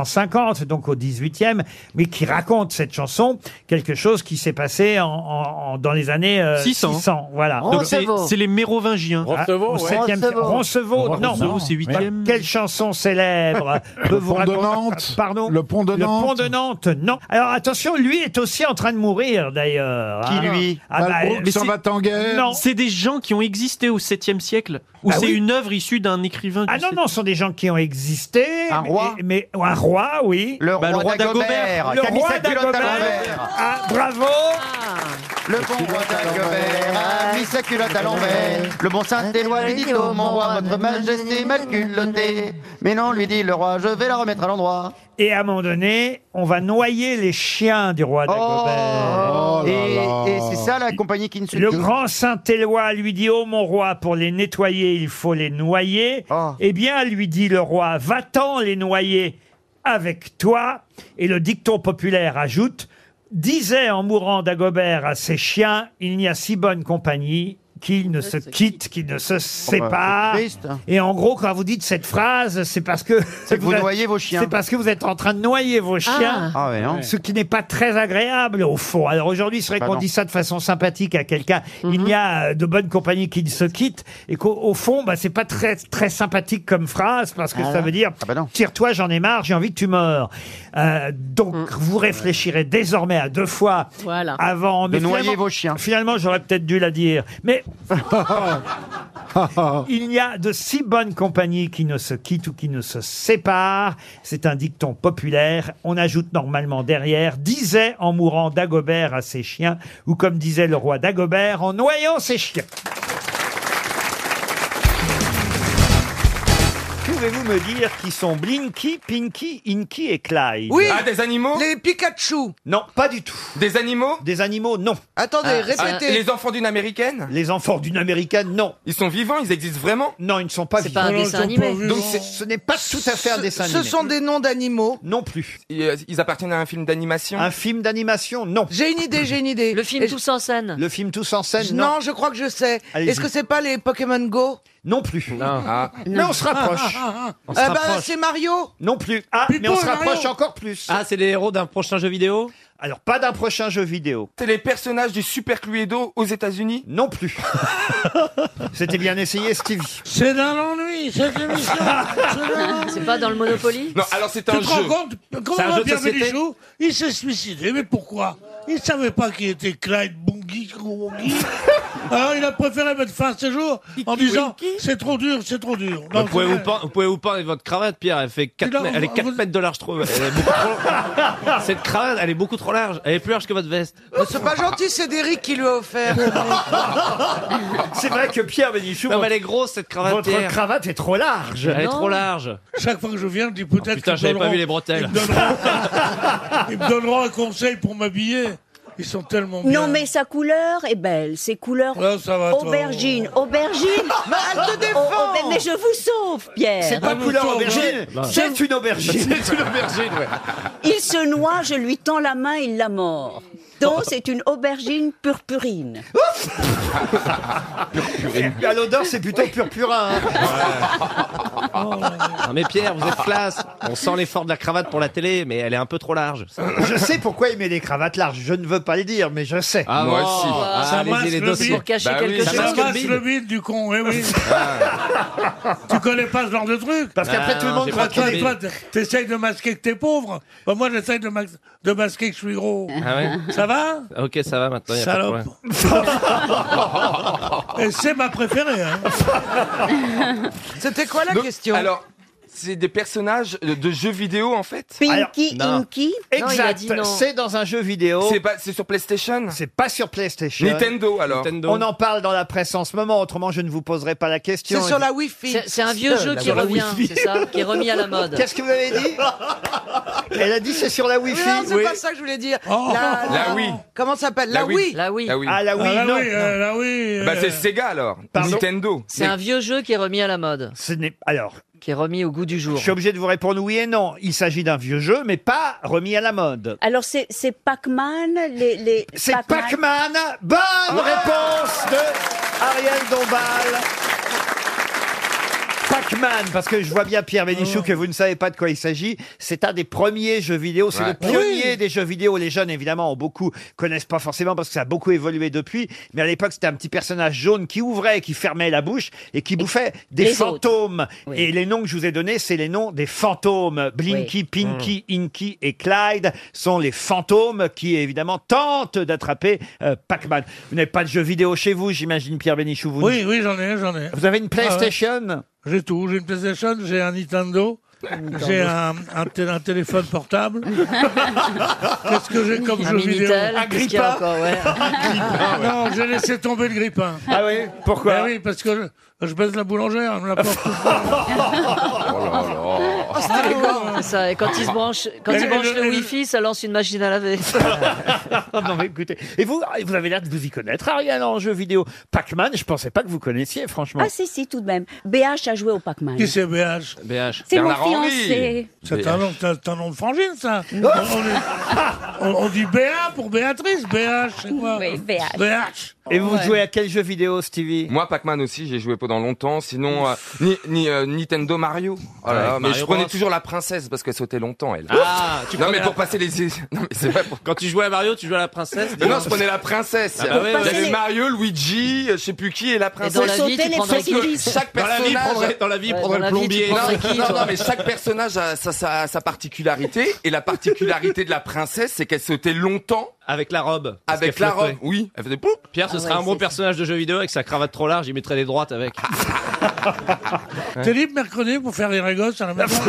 1750, donc au 18e, mais qui raconte cette chanson quelque chose qui s'est passé en, en- en- dans les années euh,
600.
600. Voilà.
Donc, Roncevaux. c'est- c'est les Mérovingiens.
Ah,
Roncevaux,
au
ouais.
7e
Roncevaux.
Roncevaux, non.
Roncevaux, c'est 8e.
Quelle chanson célèbre peut vous raconter
Nantes.
Pardon
Le pont de
Le
Nantes.
pont de Nantes, non. Alors attention, lui est aussi en train de mourir d'ailleurs. Ah
Qui, lui Malbrouck
bah, euh, mais
s'en
c'est-
va en guerre
Non.
C'est des gens qui ont existé au 7e siècle, ou
Bah
c'est
oui.
une œuvre issue d'un écrivain.
Ah non, non, ce sont des gens qui ont existé.
Un
mais-
roi
mais, ou Un roi, oui.
Le Bah, le roi roi d'Agobert. d'Agobert,
Le
qui a mis
roi
sa culotte à
d'Agobert.
l'envers.
Ah, bravo
Ah.
Le bon roi d'Agobert a mis sa culotte à l'envers. Le bon saint Éloi lui dit Oh mon roi, votre majesté m'a culotté. Mais non, lui dit le roi, je vais la remettre à l'endroit.
Et à un moment donné, on va noyer les chiens du roi d'Agobert.
Oh. et et c'est ça la compagnie qui ne suit
Le grand Saint-Éloi lui dit Ô mon roi, pour les nettoyer, il faut les noyer.
Ah.
Eh bien, lui dit le roi, va-t'en les noyer avec toi. Et le dicton populaire ajoute Disait en mourant d'Agobert à ses chiens Il n'y a si bonne compagnie qu'ils ne se quittent, qu'ils ne se séparent.
triste.
hein.
Et en gros, quand vous dites cette phrase, c'est parce que.
C'est que vous
êtes-
noyez vos chiens.
C'est parce que vous êtes en train de noyer vos chiens.
Ah ouais, non.
Ce qui n'est pas très agréable, au fond. Alors aujourd'hui, c'est vrai
Bah
qu'on
non.
dit ça de façon sympathique à quelqu'un. Il y a euh, de bonnes compagnies qui ne se quittent. Et qu'au au fond, bah, c'est pas très, très sympathique comme phrase parce que ça
Ah ouais.
veut dire Tire-toi, j'en ai marre, j'ai envie que tu meurs. Euh, donc vous réfléchirez désormais à deux fois
Voilà.
avant
De noyer
finalement-
vos chiens.
Finalement, j'aurais peut-être dû la dire. Mais. Il n'y a de si bonne compagnie qui ne se quitte ou qui ne se sépare. C'est un dicton populaire. On ajoute normalement derrière, disait en mourant Dagobert à ses chiens, ou comme disait le roi Dagobert, en noyant ses chiens. Pouvez-vous me dire qui sont Blinky, Pinky, Inky et Clyde
Oui. Ah, des animaux
Les Pikachu Non, pas du tout.
Des animaux
Des animaux, non.
Ah, ah, les enfants d'une américaine
Les enfants d'une américaine, non.
Ils sont vivants, ils existent vraiment
Non, ils ne sont pas
C'est
vivants.
pas un dessin animé.
Donc c'est- ce n'est pas tout à fait un dessin
ce
animé.
sont
des noms d'animaux.
Non plus.
Ils, ils appartiennent à un film d'animation
Un film d'animation, non.
J'ai une idée, j'ai une idée. Le
film Tous
en scène.
Le film Tous en scène, non.
Non, je crois que je sais.
Allez-y.
Est-ce que c'est pas les Pokémon Go
Non plus. Ah.
Non.
Ah.
Mais on se rapproche.
Eh ben, c'est Mario.
Non plus. Ah, mais on se rapproche encore plus.
Ah, c'est les héros d'un prochain jeu vidéo
Alors, pas d'un prochain jeu vidéo.
C'est les personnages du Super Cluedo aux États-Unis
Non plus. C'était bien essayé, Stevie.
C'est d'un ennui, cette émission.
C'est pas dans le Monopoly
Non, alors c'est
Tu
un
te
jeu.
rends compte
C'est un
Comment
jeu de
Pierre
société.
Bénichou Il s'est suicidé, mais pourquoi Il savait pas qu'il était Clyde Bungie. Bungie. Alors il a préféré mettre fin à ses jours en disant c'est trop dur, c'est trop dur.
Bah, Vous
Bah,
Non,
pouvez,
c'est
vous,
vrai.
pen- vous pouvez vous peindre votre cravate, Pierre. Elle, fait 4
Non,
elle est 4
vous-
mètres de large, je trouve. Elle est beaucoup trop large. Cette cravate, elle est beaucoup trop large. Elle est plus large que votre veste.
C'est pas gentil, c'est Derrick qui lui a offert.
C'est vrai que Pierre Bénichou.
Non, mais elle est grosse, cette cravate.
Votre
Pierre.
cravate est trop large.
Elle est trop large. Oh,
Chaque fois que je viens, je dis peut-être
Putain,
qu'ils
j'avais pas
donneront-
vu les bretelles.
Ils me donneront un conseil pour m'habiller. Ils sont tellement bien.
Non, mais sa couleur est belle. Ses couleurs.
Ouais, ça va, toi.
aubergine, aubergine. mais
elle te défend.
oh, mais je vous sauve, Pierre.
C'est pas couleur aubergine, c'est une aubergine.
C'est une aubergine, ouais.
Il se noie, je lui tends la main, il la mord.
Oh.
Donc c'est une aubergine purpurine.
Et À l'odeur, c'est plutôt purpurin. hein.
Non, mais Pierre, vous êtes classe. On sent l'effort de la cravate pour la télé, mais elle est un peu trop large.
Je sais pourquoi il met des cravates larges. Je ne veux pas le dire, mais je sais.
Ah, Moi bon. aussi. Ah,
Ça
allez-y,
masse
les
le
dossiers.
bide.
Pour cacher
Bah oui,
quelque
ça
chose.
masse
Ça masse
le Ah.
le
bide du con, eh oui. tu connais pas ce genre de truc
Parce qu'après, Ah, tout le non, monde j'ai croit pas
Toi,
compris.
toi, t- T'essayes de masquer que t'es pauvre. Bah, moi, j'essaye de, mas- de masquer que je suis gros.
Ah ouais
Ça va
Ok, ça va maintenant. Y a
Salope.
Pas de problème.
Et c'est ma préférée. hein.
C'était quoi la question
Alors, c'est des personnages de, de jeux vidéo en fait
Pinky,
Alors, non.
Inky.
Exact. C'est dans un jeu vidéo.
C'est pas- c'est sur PlayStation
C'est pas sur PlayStation.
Nintendo alors
On en parle dans la presse en ce moment, autrement je ne vous poserai pas la question.
C'est sur la Wi-Fi.
C'est- c'est un vieux
Sur
jeu
la
qui revient,
Wi-Fi.
c'est ça Qui est remis à la mode.
Qu'est-ce que vous avez dit Elle a dit c'est sur la
Oui,
Wi-Fi.
non, c'est
Oui.
pas ça que je voulais dire.
Oh. La
oui.
Comment ça s'appelle
La
La,
oui.
oui.
La oui.
Ah, la Wii,
Ah, la
non.
Wii,
euh, la Wii, euh.
Bah c'est Sega alors.
Pardon
Nintendo.
C'est un vieux jeu qui est remis à la mode.
Ce n'est alors.
Qui est remis au goût du jour.
Je suis obligé de vous répondre oui et non. Il s'agit d'un vieux jeu, mais pas remis à la mode.
Alors c'est c'est Pac-Man, les, les
C'est Pac-Man. Bonne
Ah.
Ah, réponse de Ariel Dombal. Pac-Man, parce que je vois bien Pierre Bénichou que vous ne savez pas de quoi il s'agit. C'est un des premiers jeux vidéo, c'est le
Ouais.
pionnier des jeux vidéo. Les jeunes, évidemment, ont beaucoup connaissent pas forcément parce que ça a beaucoup évolué depuis. Mais à l'époque, c'était un petit personnage jaune qui ouvrait, qui fermait la bouche et qui bouffait des
les
fantômes. Et les noms que je vous ai donnés, c'est les noms des fantômes. Blinky,
Oui. Mmh.
Pinky,
Hmm.
Inky et Clyde sont les fantômes qui, évidemment, tentent d'attraper euh, Pac-Man. Vous n'avez pas de jeux vidéo chez vous, j'imagine, Pierre Bénichou. Vous
Oui, oui, j'en ai, j'en ai. Ah
Vous avez une PlayStation
J'ai tout. J'ai une PlayStation, j'ai un Nintendo. J'ai un, un tél- un téléphone portable. Qu'est-ce que j'ai comme
Un
jeu vidéo
Minitel, Un qu'est-ce qu'il y a Grippa encore, ouais.
Non, j'ai laissé tomber le grippin. Ben
Ah oui Pourquoi
Oui, parce que je, je baise la boulangère, elle me l'apporte tout le temps.
Oh
Oh,
Ah, d'accord, c'est ça. Et quand il se branche, quand
Et
il branche
le- et
le
le-
wifi, ça lance une machine à laver.
Ah non, mais écoutez. Et vous, vous avez l'air de vous y connaître, Ariane, en jeu vidéo. Pac-Man, je pensais pas que vous connaissiez, franchement.
Ah si, si, tout de même. BH a joué au Pac-Man.
Qui c'est BH
BH.
C'est mon Bernard Henry. fiancé.
C'est un nom, c'est un nom de frangine, ça. on, on est- on- on dit BA pour Béatrice, BH, c'est quoi
Oui, BH.
BH.
Et vous jouez à quel jeu vidéo, Stevie
Moi, Pac-Man aussi, j'ai joué pendant longtemps. Sinon, euh, ni, ni, euh, Nintendo Mario. Oh là
Ouais,
là, mais
Mario
je prenais
Bros.
toujours la princesse parce qu'elle sautait longtemps, elle.
Ah, tu
non,
prenais
mais
la-
pour passer les. Non, mais c'est pas pour.
Quand tu jouais à Mario, tu jouais à la princesse
Mais non, je prenais la princesse.
Ah bah ouais,
Il y
ouais.
avait Mario, Luigi, euh, je sais plus qui, et la princesse.
dans la vie, tu prendrais
Sauf que
qui
Chaque
Dans la vie,
personnage.
prendrais- dans la vie, Ouais, prendrais dans le la vie, tu plombier.
Non,
prendrais qui,
non,
toi
non, mais chaque personnage a sa, sa- sa particularité. Et la particularité de la princesse, c'est qu'elle sautait longtemps.
Avec la robe. parce
Avec
qu'elle
la
flottait.
robe, oui. Elle faisait boum.
Pierre, ce
Ah
serait
ouais,
un bon
c'est
personnage de jeu vidéo avec sa cravate trop large, il mettrait des droites avec.
Ah,
T'es libre mercredi pour faire les régosses à la maison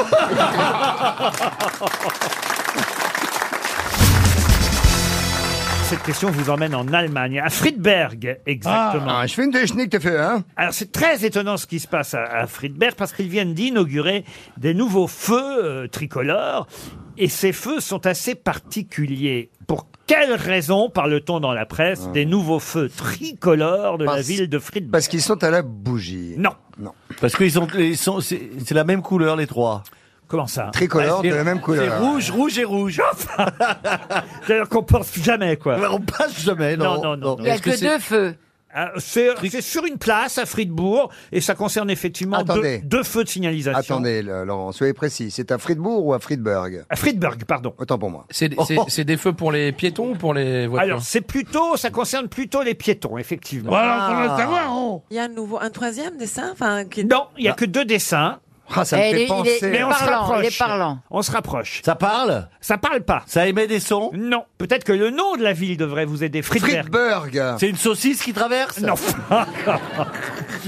Cette question vous emmène en Allemagne, à Friedberg, exactement.
Ah, je fais une déjeuner que tu fais, hein
Alors c'est très étonnant ce qui se passe à, à Friedberg parce qu'ils viennent d'inaugurer des nouveaux feux euh, tricolores et ces feux sont assez particuliers. Pour quelle raison parle-t-on dans la presse des nouveaux feux tricolores de la
Ah. Parce-
ville de Friedberg
Parce qu'ils sont à la bougie.
Non.
Non.
Parce qu'ils sont, ils sont c'est c'est la même couleur les trois.
Comment ça Ah,
Tricolore de la même couleur.
C'est rouge, rouge et rouge.
D'ailleurs qu'on pense jamais quoi.
on passe jamais non.
Non, non, non.
non.
Il y a que deux
feux.
C'est c'est sur une place à Friedbourg et ça concerne effectivement deux,
Attendez.
deux feux de signalisation.
Attendez, le- euh, Laurent, soyez précis. C'est à Friedbourg ou à Friedberg
À Friedberg, pardon. Oh,
Autant pour moi.
Ah,
C'est c'est- c'est des feux pour les piétons ou pour les voitures
Alors c'est plutôt, ça concerne plutôt les piétons effectivement.
Ah.
Il y a un nouveau, un troisième dessin enfin, qui...
oh. Non, il y a que deux dessins.
Ah,
ça me Eh, fait il est- il penser. est- il est
Mais on se
parlant,
rapproche.
il est parlant.
On se rapproche. Ça parle Ça parle pas.
Ça émet des sons
Non. Peut-être que le nom de la ville devrait vous aider. Friedberg.
Friedberg.
C'est une saucisse qui traverse
Non.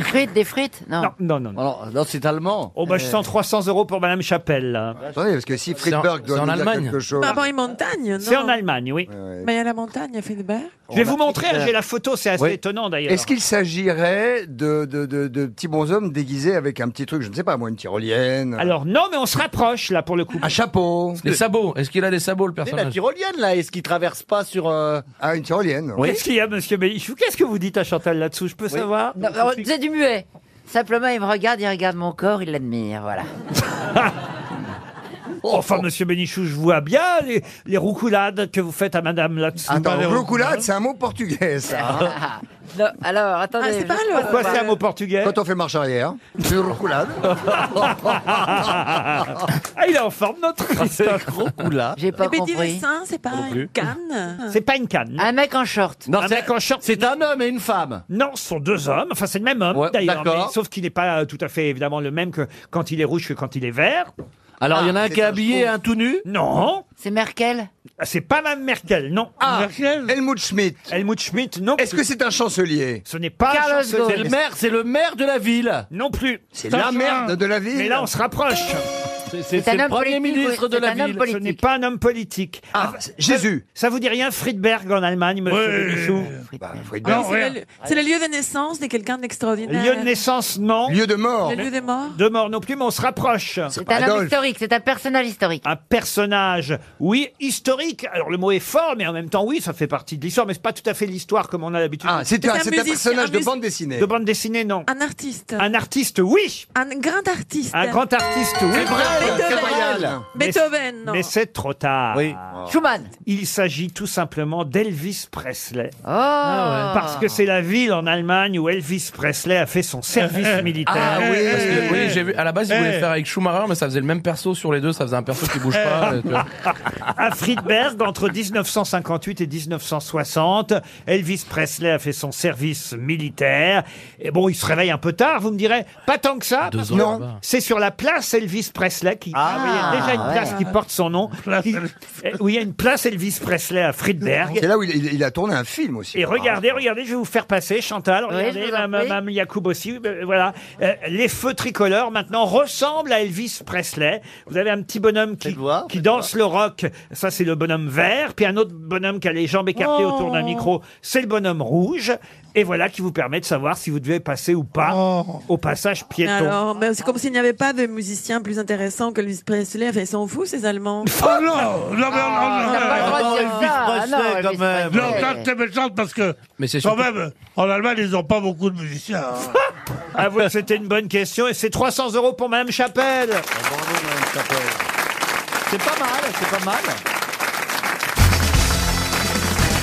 Frites, des frites Non.
non, non,
non. Non, c'est allemand.
Oh, bah, je sens 300 euros pour Madame Chapelle. là.
Attendez, parce que si Friedberg doit nous dire quelque chose...
Avant, il y a montagne, non
C'est en Allemagne, oui.
Mais il y a la montagne à Friedberg.
Je vais vous montrer, j'ai la photo, c'est assez
Oui.
étonnant d'ailleurs.
Est-ce qu'il s'agirait de, de, de, de petits bonshommes déguisés avec un petit truc, je ne sais pas moi, une tyrolienne
Alors non, mais on se rapproche là pour le coup.
Un chapeau.
Les sabots. Est-ce qu'il a des sabots, le
C'est la
personnage
tyrolienne là, est-ce qu'il traverse pas sur euh,
Ah, une tyrolienne.
Oui.
Qu'est-ce qu'il y a, monsieur Bélichou Qu'est-ce que vous dites à Chantal là-dessous Je peux savoir
Non, non, C'est du muet. Simplement, il me regarde, il regarde mon corps, il l'admire, voilà.
Ah. Enfin, monsieur Bénichou, je vois bien les, les roucoulades que vous faites à madame là-dessous.
Attends, roucoulade, c'est un mot portugais, ça. hein.
Non, alors, attendez. Ah, c'est pas je- le-
Pourquoi c'est un mot portugais
Quand on fait marche arrière, c'est une roucoulade.
ah, il est en forme, notre Christophe.
J'ai pas
Eh ben, dis
compris.
dessin,
c'est
Ah,
pas
Non plus. une
canne.
C'est pas une canne.
Un mec en short.
un mec en short. Ah,
C'est un homme et une femme.
Non, ce sont deux hommes. Enfin, c'est le même homme,
Ouais,
d'ailleurs.
d'accord.
mais Sauf qu'il n'est pas euh, tout à fait, évidemment, le même que quand il est rouge que quand il est vert.
Alors il y en a Ah, un qui est habillé et un tout nu
Non.
C'est Merkel.
Ah, C'est pas Mme Merkel, non.
Ah,
Merkel Helmut Schmidt.
Helmut Schmidt, non.
Est-ce que c'est un chancelier
Ce n'est pas
Carlos
chancelier.
Ghosn. C'est le maire, c'est le maire de la ville.
Non plus.
C'est la merde de la ville.
Mais là, on se rapproche.
C'est c'est un le homme premier politique, ministre oui, de c'est la un homme ville.
Ce
politique.
n'est pas un homme politique. Ah,
Jésus.
Ça vous dit rien, Friedberg en Allemagne, monsieur Bénichou
Bah,
Ah, c'est le- c'est le lieu de naissance de quelqu'un d'extraordinaire.
Lieu de naissance, non. Lieu
Euh, de mort.
Le lieu des morts.
De mort non plus, mais on se rapproche.
C'est un homme historique, c'est un personnage historique.
Un personnage, oui, historique. Alors le mot est fort, mais en même temps, oui, ça fait partie de l'histoire, mais c'est pas tout à fait l'histoire comme on a l'habitude.
Ah, c'est un- C'est un c'est un musicien, personnage un de mus- bande dessinée.
De bande dessinée, non.
Un artiste.
Un artiste, oui.
Un grand artiste.
Un grand artiste, oui.
C'est Brel, c'est Brel.
Mais-
Beethoven, non.
Mais c'est trop tard.
Oui.
Schumann.
Il s'agit tout simplement d'Elvis Presley.
Oh
Ah ouais.
Parce que c'est la ville en Allemagne où Elvis Presley a fait son service militaire.
Ah oui, parce que, oui, j'ai vu. À la base, ils voulaient
Eh.
le faire avec Schumacher, mais ça faisait le même perso sur les deux. Ça faisait un perso qui bouge pas. tu vois.
Eh. à Friedberg, entre 1958 et 1960, Elvis Presley a fait son service militaire. Et bon, il se réveille un peu tard, vous me direz. Pas tant que ça. parce que
heures
non,
là-bas.
c'est sur la place Elvis Presley qui. Ah, oui, il y a déjà une
ouais.
place qui porte son nom. qui- eh, oui, il y a une place Elvis Presley à Friedberg.
C'est là où il, il- il a tourné un film aussi.
Et regardez, regardez, je vais vous faire passer, Chantal.
Oui,
Regardez,
je vous en
Mme
prie.
Mme Yacoub aussi. euh, Voilà. Euh, les feux tricolores, maintenant, ressemblent à Elvis Presley. Vous avez un petit bonhomme qui, qui danse le rock. Ça, c'est le bonhomme vert. Puis un autre bonhomme qui a les jambes écartées
Oh.
autour d'un micro. C'est le bonhomme rouge. Et voilà qui vous permet de savoir si vous devez passer ou pas au passage piéton.
Alors, ben, c'est comme s'il n'y avait pas de musicien plus intéressant que Elvis Presley. Enfin, ils sont fous, ces Allemands.
Oh non Non, mais
Ah, t'as pas le droit de dire ça. Ah, non,
non,
Elvis Presley.
Non, ça, c'est méchante parce que,
c'est
quand
surtout-
même, en Allemagne, ils n'ont pas beaucoup de musiciens. hein.
Ah, vous, c'était une bonne question. Et c'est 300 euros pour Mme Chapelle.
C'est pas mal, c'est pas mal.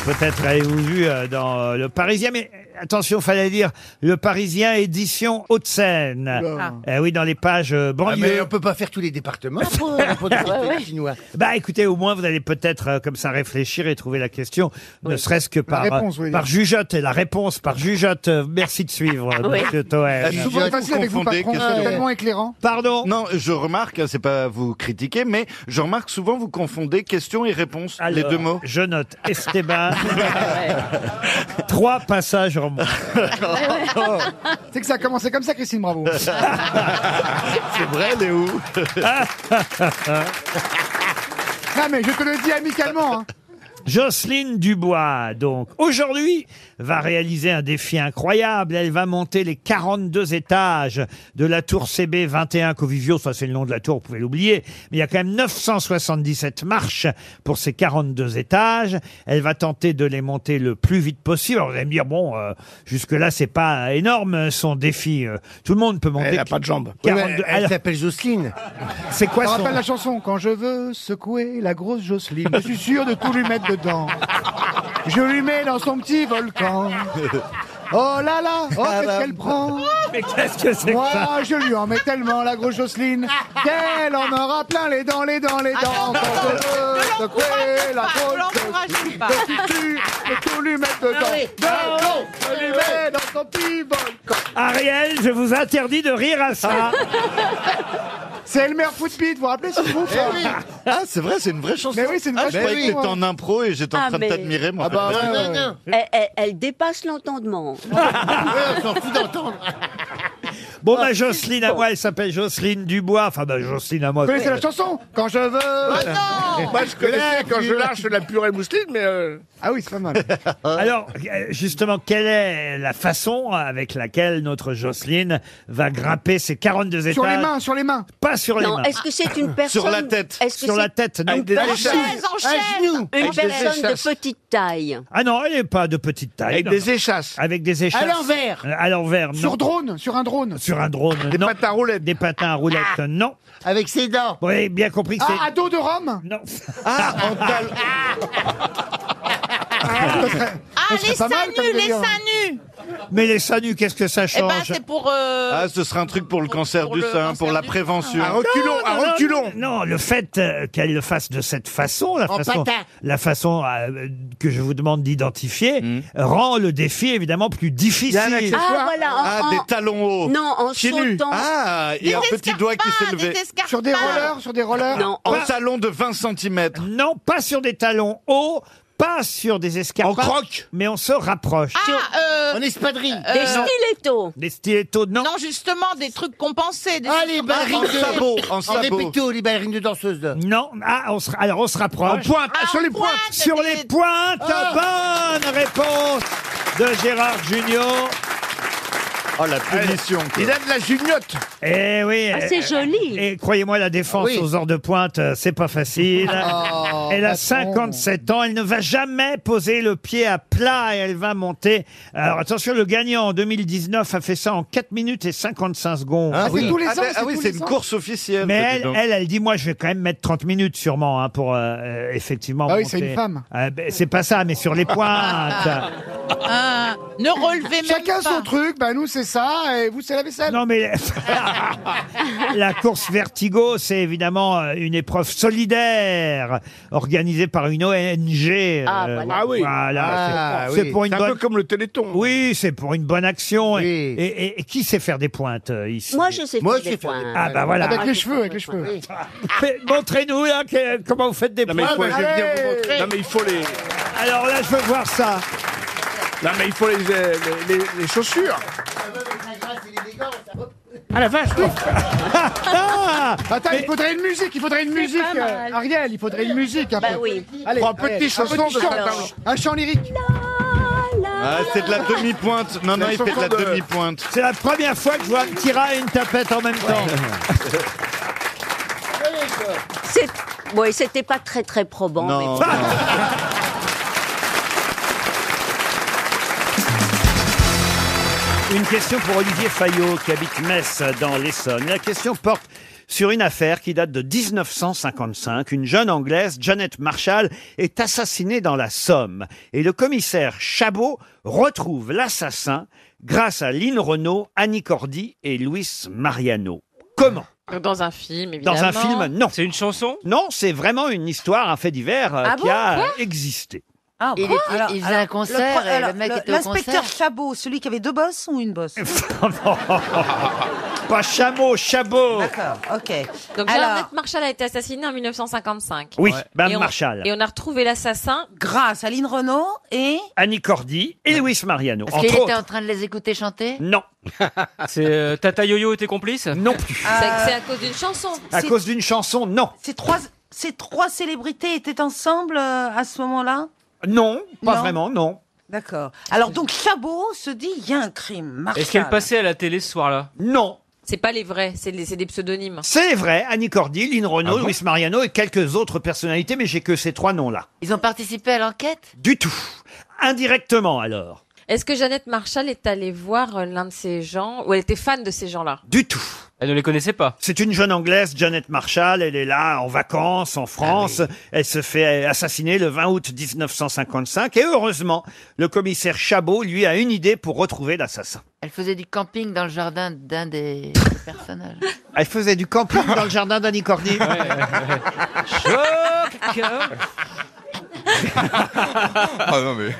Peut-être avez-vous vu euh, dans euh, Le Parisien, mais euh, attention, fallait dire Le Parisien édition Haute-Seine.
Oula.
Eh oui, dans les pages euh,
Ah, mais
banlieue.
on peut pas faire tous les départements pour répondre aux
Ouais, ouais.
chinois.
bah écoutez, au moins vous allez peut-être euh, comme ça réfléchir et trouver la question, ne serait-ce que par,
réponse,
euh,
oui.
par jugeote. Et la réponse par jugeote, euh, merci de suivre,
Ah,
euh,
Ah. Oui.
monsieur Toen.
Ah,
C'est souvent facile avec vous, patron, c'est tellement éclairant.
Pardon
Non, je remarque, hein, c'est pas vous critiquer, mais je remarque souvent vous confondez questions et réponses, les deux mots.
Je note Esteban. Trois passages en moins.
c'est que ça a commencé comme ça, Christine Bravo. C'est vrai, Léo
Ah.
non, mais je te le dis amicalement. hein.
Jocelyne Dubois, donc, aujourd'hui, va réaliser un défi incroyable. Elle va monter les 42 étages de la tour CB21 Covivio. Ça, c'est le nom de la tour, vous pouvez l'oublier. Mais il y a quand même 977 marches pour ces 42 étages. Elle va tenter de les monter le plus vite possible. Alors, vous allez me dire, bon, euh, jusque-là, c'est pas énorme, euh, son défi. Euh, Tout le monde peut monter.
Elle a pas de jambes.
Oui, mais elle
s'appelle Jocelyne. C'est quoi son...
Ça rappelle la chanson Quand je veux secouer la grosse Jocelyne. Je suis sûr de tout lui mettre dedans. Je lui mets dans son petit volcan. Oh là là, oh qu'est-ce qu'elle prend
Mais qu'est-ce que c'est que
Moi,
ça
je lui en mets tellement la grosse Jocelyne qu'elle en aura plein les dents, les dents, les dents. Quand je
ah,
veux secouer la grosse Jocelyne,
ah,
je suis sûr de tout lui mettre dedans. Dedans, je lui mets dans son petit volcan.
Ariel, je vous interdis de rire à ça.
C'est le maire Footbeat, vous vous rappelez ce groupe hein Ah, c'est vrai, c'est une vraie chanson. Mais oui, c'est une Ah, vraie je chanson. croyais que t'étais en impro et j'étais
en Ah, train de mais- t'admirer,
moi.
bah,
Elle, elle- elle dépasse l'entendement.
Ah, Bon,
Ah,
ma Jocelyne à moi, elle s'appelle Jocelyne Dubois. Enfin, bah, Jocelyne à moi.
Vous connaissez la chanson Quand je veux.
Moi, je connaissais quand je lâche la purée mousseline, mais. euh,
Ah oui, c'est pas mal.
Alors, euh, justement, quelle est la façon avec laquelle notre Jocelyne va grimper ces 42 étages
Sur les mains, sur les mains.
Pas sur les
Non,
mains.
est-ce que c'est une personne- Sur la tête. est-ce que
Sur
c'est-
la tête, non.
Avec des En échasses.
chaise, en chaise. Une
Avec des
personne de
échasses.
petite taille.
Ah non, elle n'est pas de petite taille.
Avec
non,
des
non.
échasses.
Avec des échasses.
À l'envers.
Euh, À l'envers, non.
Sur drone, sur un drone.
Sur un drone, Des patins à roulettes. Des patins à roulettes, non. Avec ses dents. Oui, bien compris que c'est...
Ah, à dos de Rome
Non.
Ah, en tal...
Ah,
serait
les
pas
seins
mal comme
nus, les
délire.
seins nus
Mais les seins nus, qu'est-ce que ça
Eh
change
ben, c'est pour... euh,
Ah, ce serait un truc pour le cancer
du sein,
pour la prévention.
Non, non, non, Non, le fait euh, qu'elle le fasse de cette façon, la
En
façon,
patin.
la façon euh, que je vous demande d'identifier, rend le défi évidemment plus difficile.
Ah, voilà, en- en- Non, en
Pieds
sautant.
nus. Ah,
Des
et un petit doigt qui s'est
Ah,
escarpins,
levé.
des escarpins.
Sur des rollers, sur des rollers.
Non,
En
en-
talon de 20 cm.
Oh Non, pas sur des talons hauts, pas sur des escarpins. En croque. Mais on se rapproche.
Ah, euh,
espadrille.
euh,
Des
non.
stilettos. Des stilettos, non.
Non, justement, des trucs compensés. Des
Ah, les
barils
ballerines de
sabot.
répéto, les ballerines de danseuses.
Non, ah, on se, alors on se rapproche.
En pointe,
Ah,
sur les
en
pointes.
Sur les pointes,
Ah.
bonne réponse de Gérard Junior.
Oh, la
punition, quoi.
Il a de la juniote.
Eh oui.
Ah,
eh,
c'est
eh,
joli.
Et croyez-moi, la défense
Ah oui.
aux heures de pointe, euh, c'est pas facile.
Ah,
Oh,
elle a
patron.
57 ans, elle ne va jamais poser le pied à plat et elle va monter. Alors attention, le gagnant en 2019 a fait ça en 4 minutes et 55 secondes.
Ah, c'est tous les ans, c'est tous les ans. officielle.
Mais elle, elle, elle dit, moi, je vais quand même mettre 30 minutes sûrement hein, pour euh, euh, effectivement.
Ah oui,
monter.
c'est une femme.
Euh, ben, c'est pas ça, mais sur les pointes.
Ah,
ne relevez même
Chacun
pas.
son truc, bah nous c'est ça, et vous c'est la vaisselle.
Non mais... La course Vertigo, c'est évidemment euh, une épreuve solidaire organisée par une ONG. euh,
Ah, voilà. Ah oui.
voilà,
Ah
c'est- c'est
oui.
pour une
C'est un peu
comme le Téléthon. Oui, c'est pour une bonne action. Et, et- et- et qui sait faire des pointes euh, ici
Moi, je sais faire des points.
Ah bah voilà.
Avec les cheveux, avec les cheveux.
Fais- Montrez-nous là, que- comment vous faites des
Non, mais il
pointes.
faut, je vais venir vous montrer. Non, mais il faut les.
Alors là, je veux voir ça.
Non, mais il faut les, euh, les, les- les chaussures.
Ah la vache, oui. Ah, Attends, il faudrait une musique, il faudrait une musique, euh, Ariel, il faudrait une musique un
Bah
peu.
oui.
Allez,
Prends un peu de
Ariel,
tes chansons
petit
de
chant,
Tintin.
Un chant lyrique.
Ah, c'est de la demi-pointe. Non, non, il fait de la demi-pointe.
C'est la première fois que je vois un petit rat et une tapette en même temps.
C'est... Oui, c'était pas très très probant.
Non.
mais-
Une question pour Olivier Fayot qui habite Metz dans l'Essonne. La question porte sur une affaire qui date de 1955. Une jeune Anglaise, Janet Marshall, est assassinée dans la Somme. Et le commissaire Chabot retrouve l'assassin grâce à Lynn Renault, Annie Cordy et Luis Mariano. Comment
Dans un film, évidemment.
Dans un film, non. C'est une chanson Non, c'est vraiment une histoire, un fait divers euh,
Ah
qui
bon
a
Quoi
existé.
Ah,
Il
quoi
était- il faisait un concert
pro-
et le mec
le-
était au
L'inspecteur
concert.
Chabot, celui qui avait deux bosses ou une bosse
Pas chameau, chabot.
D'accord, ok.
Donc
Alors,
Janet Marshall a été assassinée en 1955.
Oui, Ouais. Madame
Et on-
Marshall.
Et on a retrouvé l'assassin.
grâce à Lynn Renault et...
Annie Cordy et Luis Mariano.
Est-ce
Entre
qu'il était
autres.
en train de les écouter chanter
Non.
C'est euh, Tata Yo-Yo était complice
Non plus.
C'est c'est à cause d'une chanson.
À
euh, C'est-
cause d'une chanson, non.
Ces trois, ces trois célébrités étaient ensemble euh, à ce moment-là
Non, pas
Non.
vraiment, non.
D'accord. Alors donc Chabot se dit, il y a un crime. Marshall.
Est-ce qu'elle passait à la télé ce soir-là
Non.
C'est pas les vrais, c'est les- c'est des pseudonymes.
C'est vrai, Annie Cordy, Lynn
Ah
Renault, Luis Mariano et quelques autres personnalités, mais j'ai que ces trois noms-là.
Ils ont participé à l'enquête
Du tout. Indirectement alors.
Est-ce que Jeannette Marshall est allée voir euh, l'un de ces gens ou elle était fan de ces gens-là
Du tout.
Elle ne les connaissait pas.
C'est une jeune Anglaise, Janet Marshall. Elle est là en vacances en France.
Ah
Elle se fait assassiner le 20 août 1955. Et heureusement, le commissaire Chabot, lui, a une idée pour retrouver l'assassin.
Elle faisait du camping dans le jardin d'un des personnages.
Elle faisait du camping dans le jardin d'Annie Cordy.
Ah non, mais.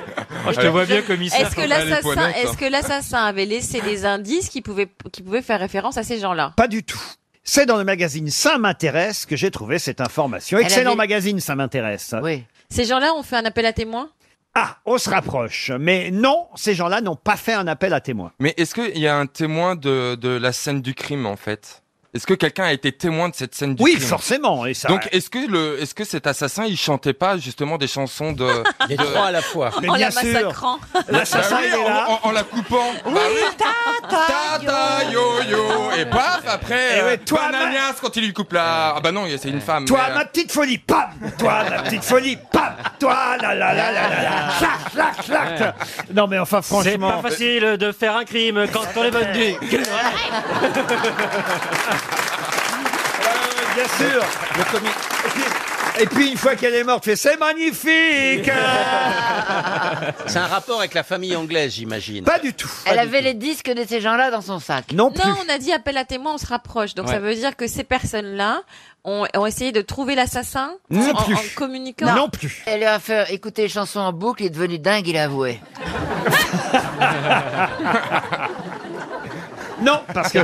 Oh, je te vois bien, commissaire.
Est-ce que l'assassin,
hein.
est-ce
hein.
que l'assassin avait laissé des indices qui pouvaient, qui pouvaient faire référence à ces gens-là
Pas du tout. C'est dans le magazine Ça m'intéresse que j'ai trouvé cette information.
Elle
Excellent
avait-
magazine, Ça m'intéresse.
Oui.
Ces gens-là ont fait un appel à témoins
Ah, on se rapproche. Mais non, ces gens-là n'ont pas fait un appel à témoins.
Mais est-ce qu'il y a un témoin de, de la scène du crime en fait Est-ce que quelqu'un a été témoin de cette scène du
Oui,
crime
forcément, et ça-
Donc est-ce que le est-ce que cet assassin il chantait pas justement des chansons de,
Les
de-
trois à la fois. Bah
Oh,
Mais
Oh,
en la
bien sûr.
massacrant.
L'assassin
il est là.
En, en la coupant. Bah oui. Tata yo yo et paf après.
Eh ouais,
euh,
toi,
Bananias, quand il lui coupe la ah bah non c'est une femme.
Toi,
mais, euh,
ma petite folie, pam Toi, ma petite folie, pam Toi, la la la la la la Clac, clac, clac Non, mais enfin, franchement...
C'est pas facile de faire un crime quand on est bonne nuit.
euh, Bien sûr Et puis, une fois qu'elle est morte, fait « C'est magnifique
C'est un rapport avec la famille anglaise, j'imagine.
Pas du tout.
Elle avait les disques de ces gens-là dans son sac.
Non
Non, on a dit appel à témoins, on se rapproche. Donc
Ouais.
ça veut dire que ces personnes-là ont, ont essayé de trouver l'assassin
Non
en,
plus.
en communiquant.
plus.
Elle lui a fait écouter les chansons en boucle, il est devenu dingue, il a avoué.
Non, parce que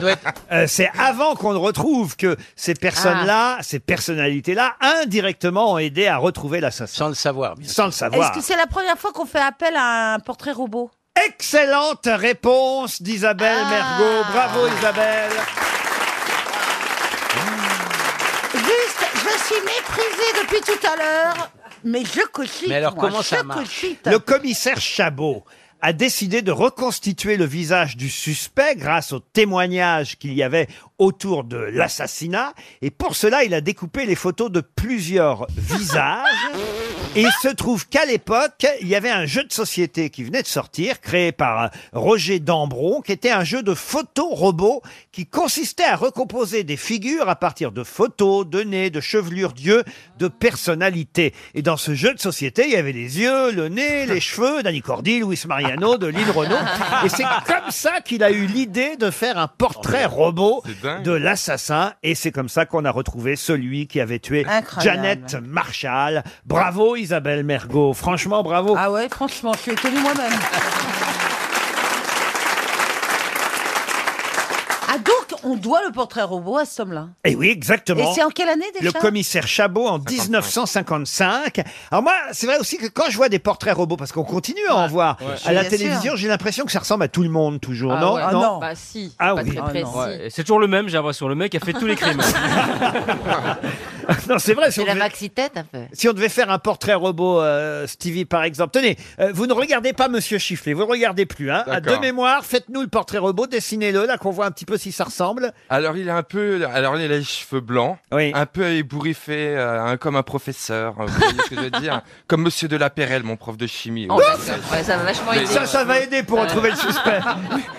euh, c'est avant qu'on le retrouve que ces personnes-là, ces personnalités-là, indirectement ont aidé à retrouver l'assassin. Sans le savoir. Sans le
Est-ce
savoir.
que c'est la première fois qu'on fait appel à un portrait robot
Excellente réponse d'Isabelle
Ah.
Mergot. Bravo Isabelle.
Juste, je suis méprisée depuis tout à l'heure, mais je cochite.
Mais alors,
moi,
comment ça
je
marche
cochite.
Le commissaire Chabot a décidé de reconstituer le visage du suspect grâce aux témoignages qu'il y avait autour de l'assassinat. Et pour cela, il a découpé les photos de plusieurs visages Et il se trouve qu'à l'époque, il y avait un jeu de société qui venait de sortir, créé par euh, Roger Dambron, qui était un jeu de photo-robot qui consistait à recomposer des figures à partir de photos, de nez, de chevelures d'yeux, de personnalités. Et dans ce jeu de société, il y avait les yeux, le nez, les cheveux d'Annie Cordy, Luis Mariano, de Lynn Renault. Et c'est comme ça qu'il a eu l'idée de faire un portrait robot de l'assassin. Et c'est comme ça qu'on a retrouvé celui qui avait tué
Incroyable.
Janet Marshall. Bravo Isabelle Mergot. Franchement, bravo.
Ah ouais, franchement, je suis étonnée moi-même. Ah donc, on doit le portrait robot à cet homme-là.
Et Eh oui, exactement.
Et c'est en quelle année déjà
Le commissaire Chabot en 1955. Alors moi, c'est vrai aussi que quand je vois des portraits robots, parce qu'on continue à en voir
Ouais.
à la
Bien sûr.
télévision, j'ai l'impression que ça ressemble à tout le monde toujours,
Ah
Ah
non
ouais.
Bah si,
Ah
pas
oui.
très
Ah non.
précis.
Ouais, et c'est toujours le même, j'ai l'impression. Le mec a fait tous les crimes.
Non, c'est vrai. Si
C'est
on,
la
devait,
maxi-tête un peu.
si on devait faire un portrait robot, euh, Stevie par exemple, tenez, euh, vous ne regardez pas Monsieur Chifflet, vous ne regardez plus. Hein, à
D'accord.
deux mémoires, faites-nous le portrait robot, dessinez-le là qu'on voit un petit peu si ça ressemble.
Alors il a un peu, alors il a les cheveux blancs, un peu ébouriffé, euh, hein, comme un professeur, euh, vous voyez ce que je veux dire, comme Monsieur de la Perrelle, mon prof de chimie.
Oh,
ouais.
bah, ça- ouais, ça va vachement
Mais-
aider.
Ça, ça va aider pour retrouver le
suspect.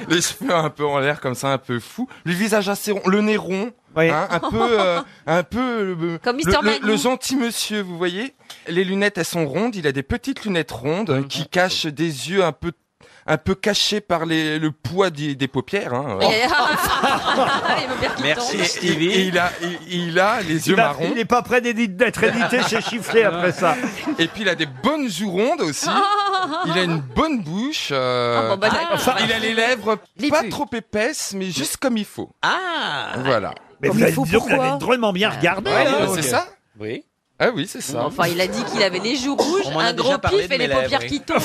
les cheveux un peu en l'air comme ça, un peu fou, le visage assez rond, le nez rond, hein, un peu, euh, un peu euh,
Comme
le,
Mr.
le-
Magoo.
le gentil monsieur, vous voyez. Les lunettes, elles sont rondes. Il a des petites lunettes rondes euh, qui cachent des yeux un peu, un peu cachés par les, le poids des, des paupières. hein.
Ah,
Oh.
Il veut bien qu'il tombe.
Stevie. il, a, il, il a les
Il
yeux
va-
marrons.
il n'est pas prêt d'édi- d'être édité chez Chifflet après ça.
Et puis il a des bonnes joues rondes aussi.
Oh.
Il a une bonne bouche. euh,
Ah, bon, bah, d'accord.
enfin, il a les lèvres pas trop épaisses, mais juste comme il faut.
Ah
Voilà.
Mais vous avez, dis donc, vous l'avez drôlement bien regardé.
Ouais,
hein.
bah, c'est ça Oui. Ah oui, c'est ça.
Enfin, il a dit qu'il avait les joues rouges,
On m'en a
un
déjà
gros
parlé
pif
de
et les
mes lèvres,
paupières
oui.
qui tombent.